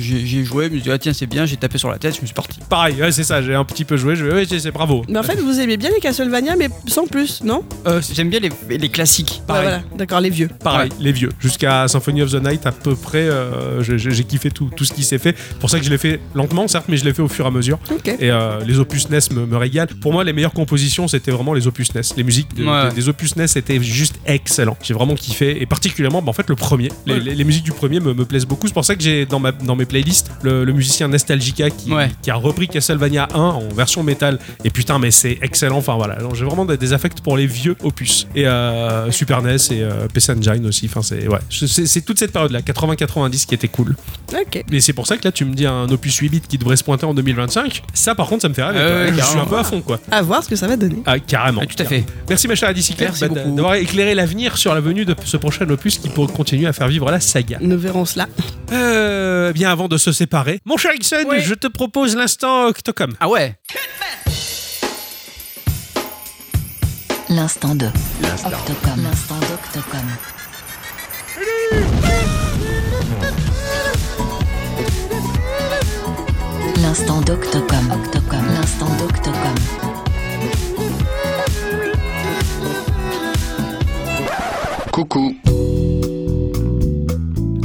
Speaker 2: J'ai j'ai joué, je me suis dit, ah tiens, c'est bien, j'ai tapé sur la tête, je me suis parti.
Speaker 1: Pareil, ouais, c'est ça. J'ai un petit peu joué. Je vais, ouais, c'est c'est bravo.
Speaker 3: Mais en fait, vous aimez bien les Castlevania, mais sans plus, non
Speaker 1: Euh, c'est
Speaker 2: J'aime bien les, les classiques.
Speaker 1: Pareil.
Speaker 3: Ouais, voilà, d'accord, les vieux.
Speaker 1: pareil, les vieux. Jusqu'à Symphony of the Night, à peu près, euh, j'ai- j'ai j'ai kiffé tout, tout ce qui s'est fait. C'est pour ça que je l'ai fait lentement, certes, mais je l'ai fait au fur et à mesure.
Speaker 3: Ok.
Speaker 1: Et euh, les opus NES me, me régalent. Pour moi, les meilleures compositions, c'était vraiment les opus NES. Les musiques de-
Speaker 2: Ouais.
Speaker 1: de- des opus NES étaient juste excellent. J'ai vraiment kiffé. Et particulièrement, bah, en fait, le premier. Les,
Speaker 2: Ouais.
Speaker 1: les- les musiques du premier me, me plaisent beaucoup. C'est pour ça que j'ai dans, ma- dans mes playlists le, le musicien Nostalgica qui,
Speaker 2: Ouais.
Speaker 1: qui a repris Castlevania 1 en version métal. Et putain, mais c'est excellent. Enfin voilà, Alors, j'ai vraiment des, des affects pour les vieux opus. Et euh, Super NES et euh, PC Engine aussi. Enfin, c'est ouais. C'est- c'est toute cette période-là, 80-90, qui était cool.
Speaker 3: Ok.
Speaker 1: Mais c'est pour ça que là, tu me dis un opus 8 bits qui devrait se pointer en 2025. Ça, par contre, ça me fait rêver.
Speaker 2: Ah
Speaker 1: quoi.
Speaker 2: ouais,
Speaker 1: je suis un
Speaker 2: carrément.
Speaker 1: peu à fond, quoi.
Speaker 3: À voir ce que ça va donner.
Speaker 1: Ah, carrément.
Speaker 2: Ah, tout à fait.
Speaker 1: Merci, ma chère Adicyclette,
Speaker 2: Merci
Speaker 1: bah,
Speaker 2: beaucoup.
Speaker 1: d'avoir éclairé l'avenir sur la venue de ce prochain opus qui pourrait continuer à faire vivre la saga.
Speaker 3: Nous verrons cela.
Speaker 1: Euh, bien avant de se séparer, mon cher Ixon,
Speaker 2: Oui.
Speaker 1: je te propose l'instant Octocom.
Speaker 2: Ah ouais
Speaker 5: L'instant 2. Octocom. L'instant d'Octocom. L'instant d'Octocom. Octocom. L'instant d'Octocom.
Speaker 7: Coucou.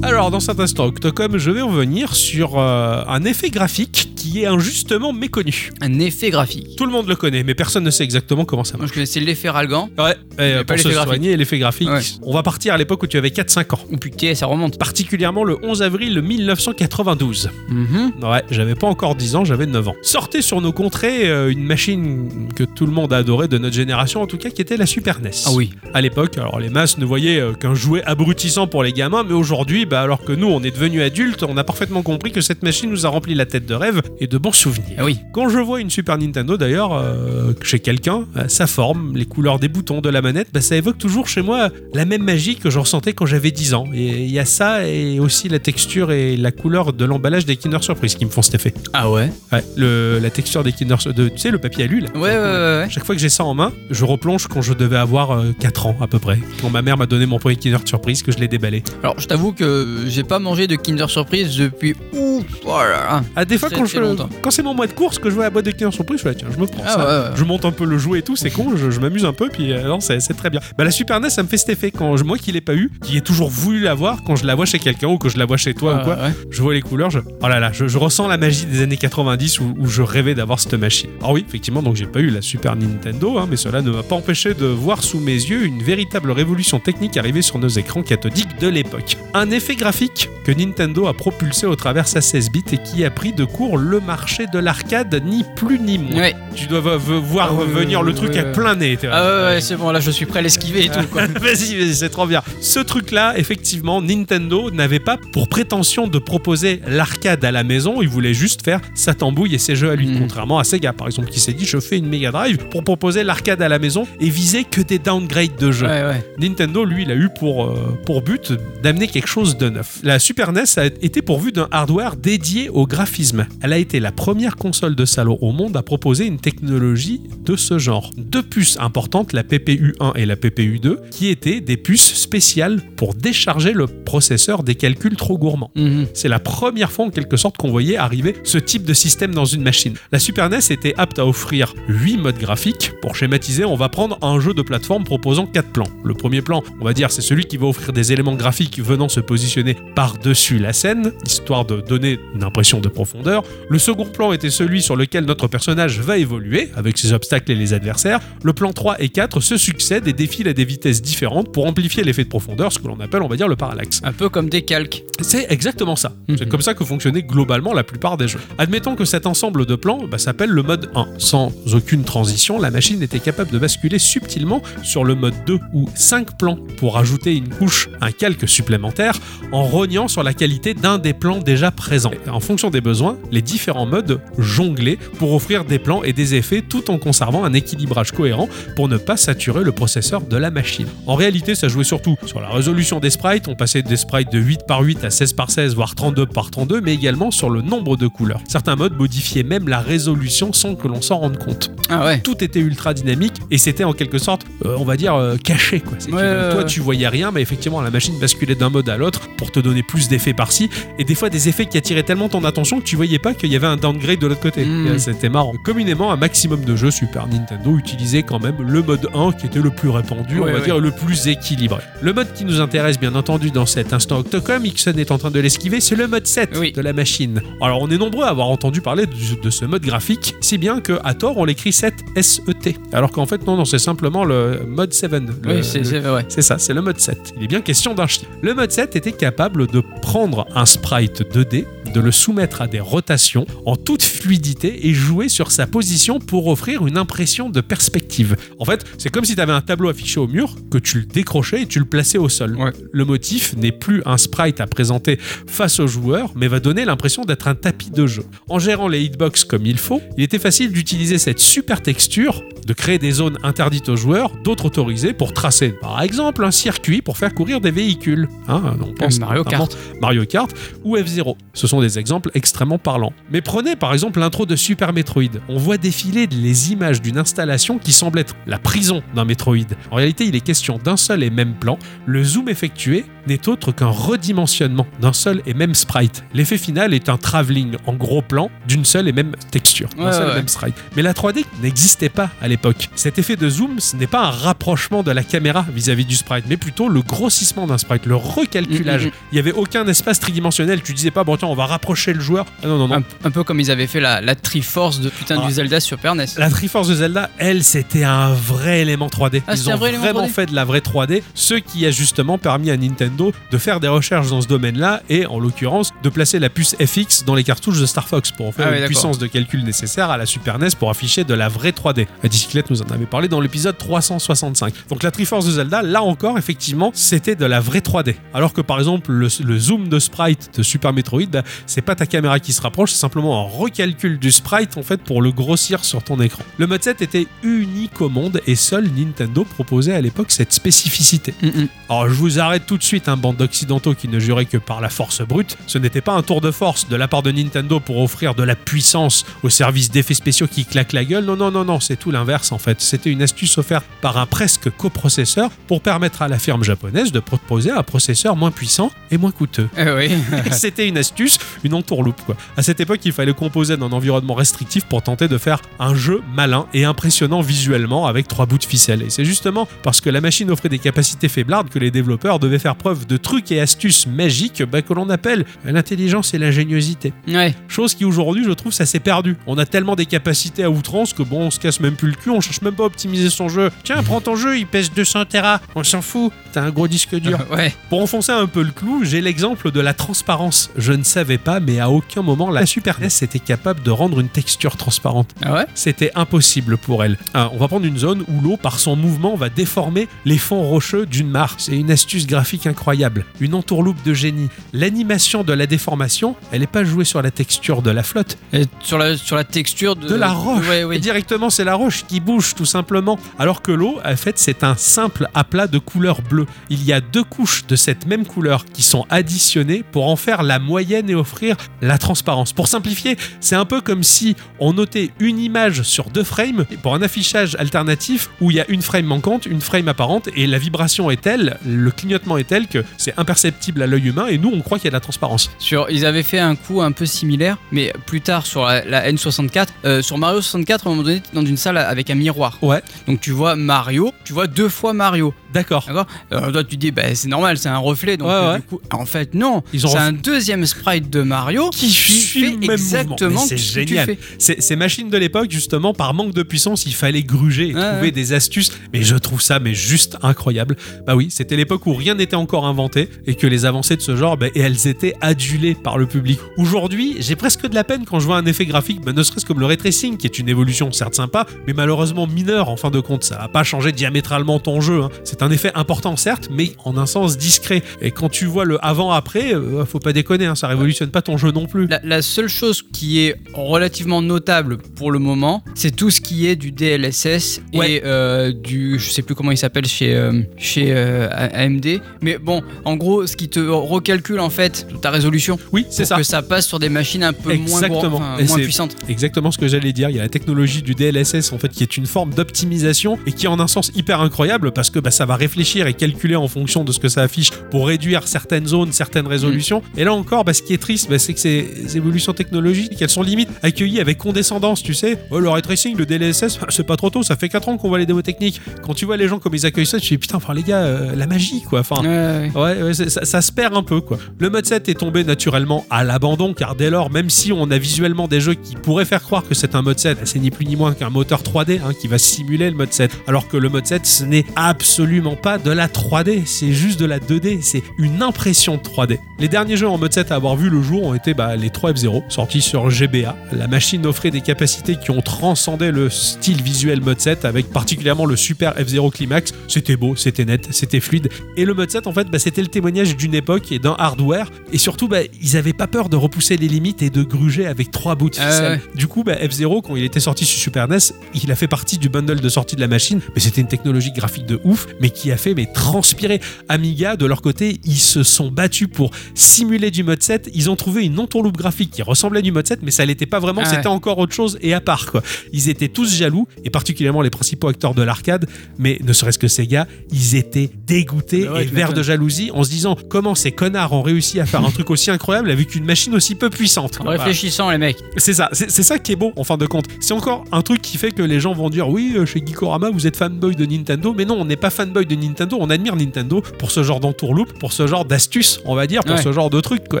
Speaker 1: Alors, dans cet instant Octocom, je vais revenir sur euh, un effet graphique qui est injustement méconnu.
Speaker 2: Un effet graphique.
Speaker 1: Tout le monde le connaît, mais personne ne sait exactement comment ça marche.
Speaker 2: Moi, je connaissais l'effet Ralgan.
Speaker 1: Ouais, et, euh,
Speaker 2: pas
Speaker 1: pour se
Speaker 2: l'effet graphique.
Speaker 1: soigner, l'effet graphique.
Speaker 2: Ouais.
Speaker 1: On va partir à l'époque où tu avais 4-5 ans.
Speaker 2: Ou putain, ça remonte.
Speaker 1: particulièrement le 11 avril 1992.
Speaker 2: Mhm.
Speaker 1: Ouais, j'avais pas encore 10 ans, j'avais 9 ans. Sortait sur nos contrées euh, une machine que tout le monde adorait de notre génération en tout cas qui était la Super NES.
Speaker 2: Ah oui.
Speaker 1: À l'époque, alors les masses ne voyaient euh, qu'un jouet abrutissant pour les gamins, mais aujourd'hui, bah, alors que nous on est devenus adultes, on a parfaitement compris que cette machine nous a rempli la tête de rêves et de bons souvenirs.
Speaker 2: Ah oui.
Speaker 1: Quand je vois une Super Nintendo d'ailleurs euh, chez quelqu'un, euh, sa forme, les couleurs des boutons de la manette, bah, ça évoque toujours chez moi la même magie que je ressentais quand j'avais 10 ans. Et il y a ça et aussi la texture et la couleur de l'emballage des Kinder Surprise qui me font cet effet.
Speaker 2: Ah ouais
Speaker 1: Ouais, le, la texture des Kinder Sur- de, tu sais le papier à l'huile.
Speaker 2: Ouais, ouais, ouais. ouais.
Speaker 1: Chaque fois que j'ai ça en main, je replonge quand je devais avoir euh, 4 ans à peu près. Quand ma mère m'a donné mon premier Kinder Surprise que je l'ai déballé.
Speaker 2: Alors, je t'avoue que j'ai pas mangé de Kinder Surprise depuis. Ouh oh là là.
Speaker 1: À Ah, des fois
Speaker 2: Très,
Speaker 1: quand,
Speaker 2: très
Speaker 1: je-
Speaker 2: longtemps.
Speaker 1: quand c'est mon mois de course que je vois la boîte de Kinder Surprise, je fais, tiens, je me prends
Speaker 2: Ah
Speaker 1: ça.
Speaker 2: ouais, ouais.
Speaker 1: Je monte un peu le jouet et tout, c'est con, je, je m'amuse un peu, puis euh, non, c'est c'est très bien. Bah, la Super NES, ça me fait cet effet. Quand je, moi qui l'ai pas eu, qui ai toujours voulu l'avoir, quand je la vois chez quelqu'un ou que je la vois chez toi
Speaker 2: Ah
Speaker 1: ou quoi,
Speaker 2: ouais.
Speaker 1: je vois les couleurs, je, oh là là, je, je ressens la magie des années 90 où, où je rêvais d'avoir cette machine. Alors oui, effectivement, donc j'ai pas eu la Super Nintendo, hein, mais cela ne m'a pas empêché de voir sous mes yeux une véritable révolution technique arriver sur nos écrans cathodiques de l'époque. Un effet graphique que Nintendo a propulsé au travers sa 16 bits et qui a pris de court le marché de l'arcade, ni plus ni moins.
Speaker 2: Ouais.
Speaker 1: Tu dois vo- vo- voir
Speaker 2: Ah oui,
Speaker 1: revenir le
Speaker 2: oui,
Speaker 1: truc
Speaker 2: oui,
Speaker 1: à
Speaker 2: oui.
Speaker 1: plein nez. t'es là.
Speaker 2: Ah ouais, ouais, c'est bon, là, je suis prêt à l'esquiver et tout, quoi.
Speaker 1: Vas-y, vas-y, c'est trop bien. Ce truc-là, effectivement, Nintendo n'avait pas pour prétention de proposer l'arcade à la maison. Il voulait juste faire sa tambouille et ses jeux à lui.
Speaker 2: Mm.
Speaker 1: Contrairement à Sega, par exemple, qui s'est dit je fais une Mega Drive pour proposer l'arcade à la maison et viser que des downgrades de jeux.
Speaker 2: Ouais, ouais.
Speaker 1: Nintendo, lui, il a eu pour, euh, pour but d'amener quelque chose de neuf. La Super NES a été pourvue d'un hardware dédié au graphisme. Elle a été la première console de salon au monde à proposer une technologie de ce genre. Deux puces importantes, la PPU1 et la PPU2, qui étaient des puces spéciales pour décharger le processeur des calculs trop gourmands.
Speaker 2: Mhm.
Speaker 1: C'est la première fois en quelque sorte qu'on voyait arriver ce type de système dans une machine. La Super NES était apte à offrir 8 modes graphiques. Pour schématiser, on va prendre un jeu de plateforme proposant 4 plans. Le premier plan, on va dire, c'est celui qui va offrir des éléments graphiques venant se positionner par-dessus la scène, histoire de donner une impression de profondeur. Le second plan était celui sur lequel notre personnage va évoluer, avec ses obstacles et les adversaires. Le plan 3 et 4 se succèdent et défilent à des vitesses différentes pour amplifier l'effet de profondeur, ce que l'on appelle, on va dire, le parallaxe.
Speaker 2: Un peu comme des calques.
Speaker 1: C'est exactement ça. C'est
Speaker 2: Mhm.
Speaker 1: comme ça que fonctionnait globalement la plupart des jeux. Admettons que cet ensemble de plans bah, s'appelle le mode 1. Sans aucune transition, la machine était capable de basculer subtilement sur le mode 2 ou 5 plans pour ajouter une couche, un calque supplémentaire, en rognant sur la qualité d'un des plans déjà présents. En fonction des besoins, les différents modes jonglaient pour offrir des plans et des effets tout en conservant un équilibrage cohérent pour ne pas saturer le processeur de la machine. En réalité, ça jouait surtout sur la résolution des sprites, on passait des sprites de 8 par 8 à 16 par 16 voire 32 par 32, mais également sur le nombre de couleurs. Certains modes modifiaient même la résolution sans que l'on s'en rende compte.
Speaker 2: Ah ouais.
Speaker 1: Tout était ultra dynamique et c'était en quelque sorte, euh, on va dire, euh, caché. Quoi. C'est que,
Speaker 2: Ouais,
Speaker 1: euh,
Speaker 2: ouais,
Speaker 1: toi,
Speaker 2: ouais.
Speaker 1: tu voyais rien, mais effectivement, la machine basculait d'un mode à l'autre pour te donner plus d'effets par-ci et des fois des effets qui attiraient tellement ton attention que tu voyais pas qu'il y avait un downgrade de l'autre côté.
Speaker 2: Mm.
Speaker 1: Et, euh, C'était marrant. Communément, un maximum de jeux Super Nintendo utilisait quand même le mode 1 qui était le plus répandu, on
Speaker 2: Ouais,
Speaker 1: va
Speaker 2: ouais.
Speaker 1: dire le plus équilibré. Le mode qui nous intéresse bien entendu dans cet instant Octocom, Ixon est en train de l'esquiver, c'est le mode 7
Speaker 2: Oui.
Speaker 1: de la machine. Alors on est nombreux à avoir entendu parler de, de ce mode graphique, si bien que à tort on l'écrit 7 SET. Alors qu'en fait non, non, c'est simplement le mode 7. le-
Speaker 2: oui, c'est
Speaker 1: le-
Speaker 2: c'est- ouais.
Speaker 1: c'est ça, c'est le mode 7. Il est bien question d'un chien. Le mode 7 était capable de prendre un sprite 2D, de le soumettre à des rotations en toute fluidité et jouer sur sa position pour offrir une impression de perspective. En fait, c'est comme si tu avais un tableau affiché au mur, que tu le décrochais et tu le plaçais au sol.
Speaker 2: Ouais.
Speaker 1: Le motif n'est plus un sprite à présenter face au joueur, mais va donner l'impression d'être un tapis de jeu. En gérant les hitbox comme il faut, il était facile d'utiliser cette super texture, de créer des zones interdites aux joueurs, d'autres autorisées pour tracer, par exemple, un circuit pour faire courir des véhicules. Hein, on pense
Speaker 2: Comme Mario
Speaker 1: notamment Mario Kart ou F-Zero. Ce sont des exemples extrêmement parlants. Mais prenez par exemple l'intro de Super Metroid. On voit défiler les images d'une installation qui semble être la prison d'un Metroid. En réalité, il est question d'un seul et même plan. Le zoom effectué n'est autre qu'un redimensionnement d'un seul et même sprite. L'effet final est un travelling en gros plan d'une seule et même texture, d'un
Speaker 2: Ouais,
Speaker 1: seul et
Speaker 2: ouais.
Speaker 1: même sprite. Mais la 3D n'existait pas à l'époque. Cet effet de zoom, ce n'est pas un rapprochement de la caméra vis-à-vis du sprite, mais plutôt le grossissement d'un sprite, le recalculage.
Speaker 2: Mm, mm, mm.
Speaker 1: Il n'y avait aucun espace tridimensionnel. Tu disais pas, bon, tiens, on va rapprocher le joueur. Ah, non, non, non.
Speaker 2: Un, un peu comme ils avaient fait la, la Triforce de putain
Speaker 1: Ah.
Speaker 2: du Zelda sur Super NES.
Speaker 1: La Triforce de Zelda, elle, c'était un vrai élément 3D.
Speaker 2: Ah,
Speaker 1: Ils
Speaker 2: c'était
Speaker 1: ont
Speaker 2: un vrai élément
Speaker 1: vraiment
Speaker 2: 3D.
Speaker 1: fait de la vraie 3D, ce qui a justement permis à Nintendo de faire des recherches dans ce domaine-là et, en l'occurrence, de placer la puce FX dans les cartouches de Star Fox pour en faire
Speaker 2: Ah ouais,
Speaker 1: une
Speaker 2: d'accord.
Speaker 1: puissance de calcul nécessaire à la Super NES pour afficher de la vraie 3D. La bicyclette nous en avait parlé dans l'épisode 365. Donc la Triforce de Zelda, là encore, effectivement, c'était de la vraie 3D. Alors que par exemple, le, le zoom de sprite de Super Metroid, bah, c'est pas ta caméra qui se rapproche, c'est simplement un recalcul du sprite en fait pour le grossir sur ton écran. Le mode 7 était unique au monde et seul Nintendo proposait à l'époque cette spécificité.
Speaker 2: Mm, mm.
Speaker 1: Alors je vous arrête tout de suite, un bande d'occidentaux qui ne jurait que par la force brute. Ce n'était pas un tour de force de la part de Nintendo pour offrir de la puissance au service d'effets spéciaux qui claquent la gueule. Non, non, non, non, c'est tout l'inverse en fait. C'était une astuce offerte par un presque coprocesseur pour permettre à la firme japonaise de proposer un processeur moins puissant et moins coûteux.
Speaker 2: Eh oui.
Speaker 1: C'était une astuce, une entourloupe quoi. À cette époque, il fallait composer d'un environnement restrictif pour tenter de faire un jeu malin et impressionnant visuellement avec trois bouts de ficelle. Et c'est justement parce que la machine offrait des capacités faiblardes que les développeurs devaient faire preuve de trucs et astuces magiques bah, que l'on appelle l'intelligence et l'ingéniosité.
Speaker 2: ouais.
Speaker 1: Chose qui aujourd'hui, je trouve, ça s'est perdu. On a tellement des capacités à outrance que bon, on se casse même plus le cul, on cherche même pas à optimiser son jeu. Tiens, prends ton jeu, il pèse 200 Tera, on s'en fout, t'as un gros disque dur.
Speaker 2: Ouais.
Speaker 1: Pour enfoncer un peu le clou, j'ai l'exemple de la transparence. Je ne savais pas, mais à aucun moment la Super NES était capable de rendre une texture transparente.
Speaker 2: Ah ouais.
Speaker 1: C'était impossible pour elle. Ah, on va prendre une zone où l'eau, par son mouvement, va déformer les fonds rocheux d'une mare. C'est une astuce graphique incroyable, une entourloupe de génie. L'animation de la déformation, elle n'est pas jouée sur la texture de la flotte,
Speaker 2: Et sur la sur la texture de,
Speaker 1: de la roche.
Speaker 2: Ouais, ouais.
Speaker 1: Et directement, c'est la roche qui bouge, tout simplement. Alors que l'eau, en fait, c'est un simple aplat de couleur bleue. Il y a deux couches de cette même couleur qui sont additionnées pour en faire la moyenne et offrir la transparence. Pour simplifier, c'est un peu comme si on notait une image sur deux frames pour un affichage alternatif où il y a une frame manquante, une frame apparente, et la vibration est telle, le clignotement est tel que c'est imperceptible à l'œil humain, et nous, on croit qu'il y a de la transparence.
Speaker 2: Sur, ils avaient fait un coup un peu similaire, mais plus tard sur la, la N64. euh, sur Mario 64, à un moment donné, t'es dans une salle avec un miroir.
Speaker 1: Ouais.
Speaker 2: Donc tu vois Mario, tu vois deux fois Mario.
Speaker 1: D'accord.
Speaker 2: D'accord Alors toi, tu dis, bah, c'est normal, c'est un reflet. Donc,
Speaker 1: Ouais,
Speaker 2: euh,
Speaker 1: ouais.
Speaker 2: du coup, en fait, non.
Speaker 1: Ils ont
Speaker 2: C'est
Speaker 1: ref-
Speaker 2: un deuxième sprite de Mario
Speaker 1: Qui suit le
Speaker 2: fait
Speaker 1: même mouvement.
Speaker 2: exactement ce
Speaker 1: Mais c'est
Speaker 2: que tu
Speaker 1: génial.
Speaker 2: fais.
Speaker 1: Ces, ces machines de l'époque, justement, par manque de puissance, il fallait gruger et
Speaker 2: Ouais,
Speaker 1: trouver
Speaker 2: ouais.
Speaker 1: des astuces. Mais je trouve ça mais juste incroyable. Bah oui, c'était l'époque où rien n'était encore inventé et que les avancées de ce genre, bah, et elles étaient adulées par le public. Aujourd'hui, j'ai presque de la peine quand je vois un effet graphique, bah, ne serait-ce comme le ray tracing, qui est une évolution certes sympa, mais malheureusement mineure en fin de compte. Ça va pas changer diamétralement ton jeu. hein. C'est un effet important certes, mais en un sens discret. Et quand tu vois le avant-après, euh, faut pas déconner, hein, ça révolutionne pas ton jeu non plus.
Speaker 2: La, la seule chose qui est relativement notable pour le moment, c'est tout ce qui est du DLSS
Speaker 1: Ouais.
Speaker 2: et euh, du, je sais plus comment il s'appelle chez euh, chez euh, A- AMD, mais bon, en gros, ce qui te recalcule en fait ta résolution
Speaker 1: Oui, c'est
Speaker 2: pour
Speaker 1: ça.
Speaker 2: que ça passe sur des machines un peu moins
Speaker 1: Exactement.
Speaker 2: gros- enfin,
Speaker 1: Et
Speaker 2: moins
Speaker 1: c'est-
Speaker 2: puissantes.
Speaker 1: Exactement ce que j'allais dire. Il y a la technologie du DLSS en fait qui est une forme d'optimisation et qui est en un sens hyper incroyable parce que bah, ça va réfléchir et calculer en fonction de ce que ça affiche pour réduire certaines zones, certaines résolutions. Et là encore, bah, ce qui est triste, bah, c'est que ces évolutions technologiques, elles sont limite accueillies avec condescendance. Tu sais, oh, le ray tracing, le DLSS, c'est pas trop tôt. Ça fait 4 ans qu'on voit les démos techniques. Quand tu vois les gens comme ils accueillent ça, tu te dis putain, enfin les gars, euh, la magie quoi. Enfin,
Speaker 2: Ouais, ouais.
Speaker 1: Ouais, ouais, c'est- ça, ça se perd un peu quoi. Le mode 7 est tombé naturellement à l'abandon car dès lors, même si on a visuellement des jeux qui pourraient faire croire que c'est un mode 7, c'est ni plus ni moins qu'un moteur 3D hein, qui va simuler le mode 7. Alors que le mode 7, ce n'est absolument pas de la 3D, c'est juste de la 2D, c'est une impression de 3D. Les derniers jeux en mode 7 à avoir vu le jour ont été bah, les 3F0, sortis sur GBA. La machine offrait des capacités qui ont transcendé le style visuel mode 7 avec particulièrement le super F0 Climax. C'était beau, c'était net, c'était fluide et le mode 7, en fait, bah, c'était le témoignage d'une époque et d'un hardware. Et surtout, bah, ils avaient pas peur de repousser les limites et de gruger avec trois bouts de
Speaker 2: Ah
Speaker 1: ficelle. Du coup, bah, F0, quand il était sorti sur Super NES, il a fait partie du bundle de sortie de la machine. Mais c'était une technologie graphique de ouf, mais qui a fait mais transpirer. Amiga, de leur côté, ils se sont battus pour simuler du mode 7. Ils ont trouvé une entourloupe graphique qui ressemblait à du mode 7, mais ça l'était pas vraiment.
Speaker 2: Ah
Speaker 1: c'était
Speaker 2: ouais.
Speaker 1: encore autre chose et à part. Quoi. Ils étaient tous jaloux, et particulièrement les principaux acteurs de l'arcade. Mais ne serait-ce que ces gars, ils étaient dégoûtés
Speaker 2: Bah ouais,
Speaker 1: et
Speaker 2: tu
Speaker 1: verts de
Speaker 2: m'étonnes.
Speaker 1: jalousie en se disant comment ces connards ont réussi à faire un truc aussi incroyable avec une machine aussi peu puissante.
Speaker 2: En
Speaker 1: quoi. Bah,
Speaker 2: réfléchissant, les mecs.
Speaker 1: c'est ça, c'est c'est ça qui est beau en fin de compte. C'est encore un truc qui fait que les gens vont dire oui, euh, chez Geekorama, vous êtes fanboy de Nintendo, mais non, on n'est pas fanboy de Nintendo, on admire Nintendo pour ce genre d'entourloupe, pour ce genre d'astuce, on va dire, pour
Speaker 2: Ouais.
Speaker 1: ce genre de truc. quoi.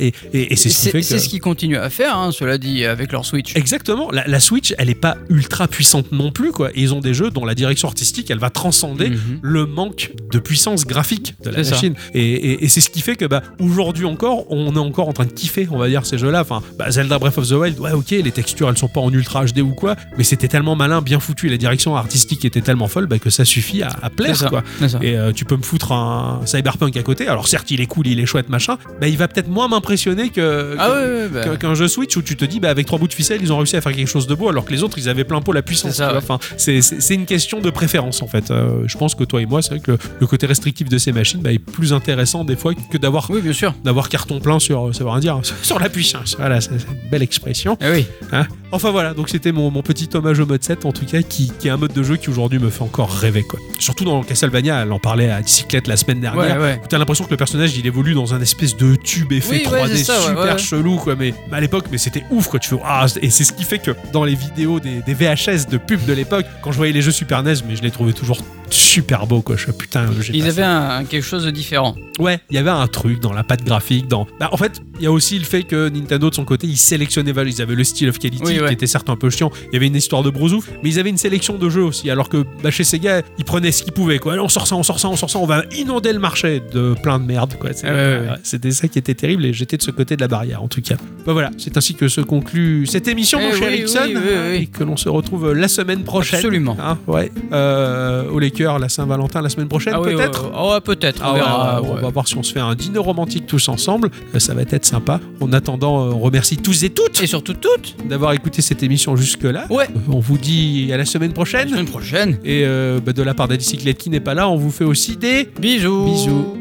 Speaker 1: Et, et- et c'est ce qui fait que.
Speaker 2: c'est ce qu'ils continuent à faire, hein, cela dit, avec leur Switch.
Speaker 1: Exactement, la, la Switch, elle n'est pas ultra puissante non plus, quoi. Et ils ont des jeux dont la direction artistique, elle va transcender
Speaker 2: Mhm.
Speaker 1: le manque de puissance graphique de la
Speaker 2: C'est ça.
Speaker 1: machine. Et, et- et c'est ce qui fait que bah, aujourd'hui encore, on est encore en train de kiffer, on va dire, ces jeux-là. Enfin, bah, Zelda Breath of the Wild, ouais, ok, les textures, elles sont pas en ultra HD ou quoi, mais c'était tellement malin, bien foutu, et la direction artistique était tellement folle bah, que ça suffit à, à
Speaker 2: C'est
Speaker 1: plaire,
Speaker 2: ça,
Speaker 1: quoi.
Speaker 2: c'est ça.
Speaker 1: Et euh, tu peux me foutre un Cyberpunk à côté. Alors certes, il est cool, il est chouette, machin, mais il va peut-être moins m'impressionner que.
Speaker 2: Ah
Speaker 1: que-
Speaker 2: ouais, ouais, ouais, bah,
Speaker 1: euh, que- qu'un jeu Switch où tu te dis bah avec trois bouts de ficelle ils ont réussi à faire quelque chose de beau alors que les autres ils avaient plein pot la puissance
Speaker 2: C'est ça,
Speaker 1: tu vois. enfin c'est- c'est c'est une question de préférence en fait Euh, je pense que toi et moi c'est vrai que le, le côté restrictif de ces machines bah, est plus intéressant des fois que d'avoir
Speaker 2: Oui, bien sûr.
Speaker 1: d'avoir carton plein sur euh, savoir dire sur la puissance voilà c'est c'est une belle expression
Speaker 2: Eh oui.
Speaker 1: hein. enfin voilà donc c'était mon, mon petit hommage au mode 7 en tout cas qui, qui est un mode de jeu qui aujourd'hui me fait encore rêver quoi surtout dans Castlevania elle en parlait à bicyclette la semaine dernière
Speaker 2: Ouais, ouais.
Speaker 1: où T'as l'impression que le personnage il évolue dans un espèce de tube effet
Speaker 2: Oui, ouais,
Speaker 1: 3D
Speaker 2: c'est ça, ouais,
Speaker 1: super
Speaker 2: ouais.
Speaker 1: chelou quoi. Mais à l'époque, mais c'était ouf quoi. Tu fais ah et c'est ce qui fait que dans les vidéos des, des VHS de pub de l'époque, quand je voyais les jeux Super NES, mais je les trouvais toujours super beaux quoi. Je fais, putain, Ah, j'ai
Speaker 2: Ils
Speaker 1: pas
Speaker 2: avaient un- un quelque chose de différent.
Speaker 1: Ouais, il y avait un truc dans la patte graphique, dans. Bah, en fait, il y a aussi le fait que Nintendo de son côté, ils sélectionnaient, val- ils avaient le style of quality
Speaker 2: Oui, ouais.
Speaker 1: qui était certes un peu chiant. Il y avait une histoire de brousouf, mais ils avaient une sélection de jeux aussi. Alors que bah, chez Sega, ils prenaient ce qu'ils pouvaient. Quoi, Allez, on sort ça, on sort ça, on sort ça, on va inonder le marché de plein de merde. Quoi, C'est-
Speaker 2: Ouais, ouais, ouais.
Speaker 1: c'était ça qui était terrible et j'étais de ce côté de la barrière en tout cas. Bah voilà, c'est ainsi que se conclut cette émission,
Speaker 2: Eh
Speaker 1: mon cher
Speaker 2: oui,
Speaker 1: Ixon,
Speaker 2: oui, oui, oui.
Speaker 1: et que l'on se retrouve la semaine prochaine.
Speaker 2: Absolument.
Speaker 1: Hein, ouais. Euh, au Laker, la Saint-Valentin la semaine prochaine
Speaker 2: Ah oui,
Speaker 1: peut-être.
Speaker 2: ouais, ouais. Ah ouais, peut-être.
Speaker 1: Ah
Speaker 2: on
Speaker 1: ouais,
Speaker 2: verra,
Speaker 1: ouais,
Speaker 2: ouais.
Speaker 1: On va voir si on se fait un dîner romantique tous ensemble. Euh, Ça va être sympa. En attendant, euh, on remercie tous et toutes
Speaker 2: Et surtout toutes.
Speaker 1: d'avoir écouté cette émission jusque-là.
Speaker 2: Ouais.
Speaker 1: Euh, On vous dit à la semaine
Speaker 2: À la
Speaker 1: prochaine.
Speaker 2: semaine prochaine.
Speaker 1: Et euh, bah, de la part d'Adicyclette qui n'est pas là, on vous fait aussi des...
Speaker 2: Bisous.
Speaker 1: Bisous.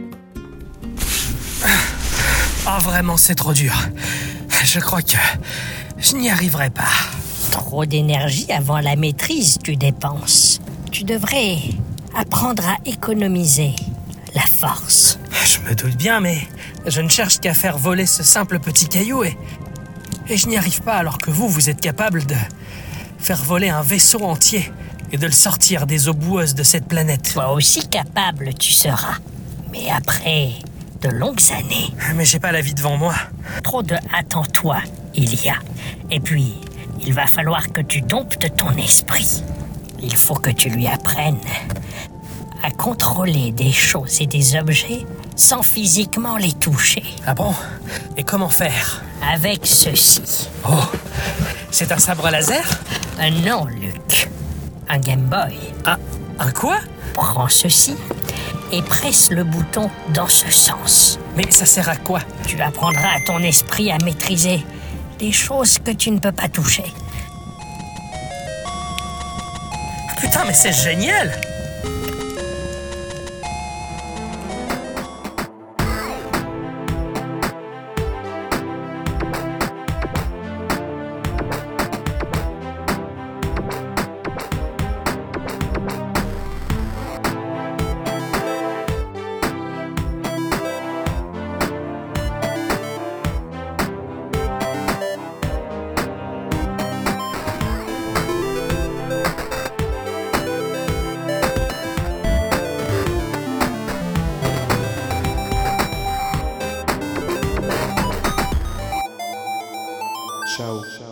Speaker 8: Oh, vraiment, c'est trop dur. Je crois que je n'y arriverai pas.
Speaker 9: Trop d'énergie avant la maîtrise, tu dépenses. Tu devrais apprendre à économiser la force.
Speaker 8: Je me doute bien, mais je ne cherche qu'à faire voler ce simple petit caillou et. Et je n'y arrive pas alors que vous, vous êtes capable de faire voler un vaisseau entier, et de le sortir des eaux boueuses de cette planète.
Speaker 9: Toi aussi capable tu seras. Mais après de longues années,
Speaker 8: Mais j'ai pas la vie devant moi.
Speaker 9: trop de hâte en toi il y a. Et puis, il va falloir que tu domptes ton esprit. Il faut que tu lui apprennes à contrôler des choses et des objets sans physiquement les toucher.
Speaker 8: Ah bon Et comment faire
Speaker 9: Avec ceci.
Speaker 8: Oh C'est un sabre laser
Speaker 9: Un Euh, non, Luc. Un Game Boy.
Speaker 8: Un. Ah, Un quoi
Speaker 9: Prends ceci et presse le bouton dans ce sens.
Speaker 8: Mais ça sert à quoi
Speaker 9: Tu apprendras à ton esprit à maîtriser des choses que tu ne peux pas toucher.
Speaker 8: Putain, mais c'est génial
Speaker 7: Ciao.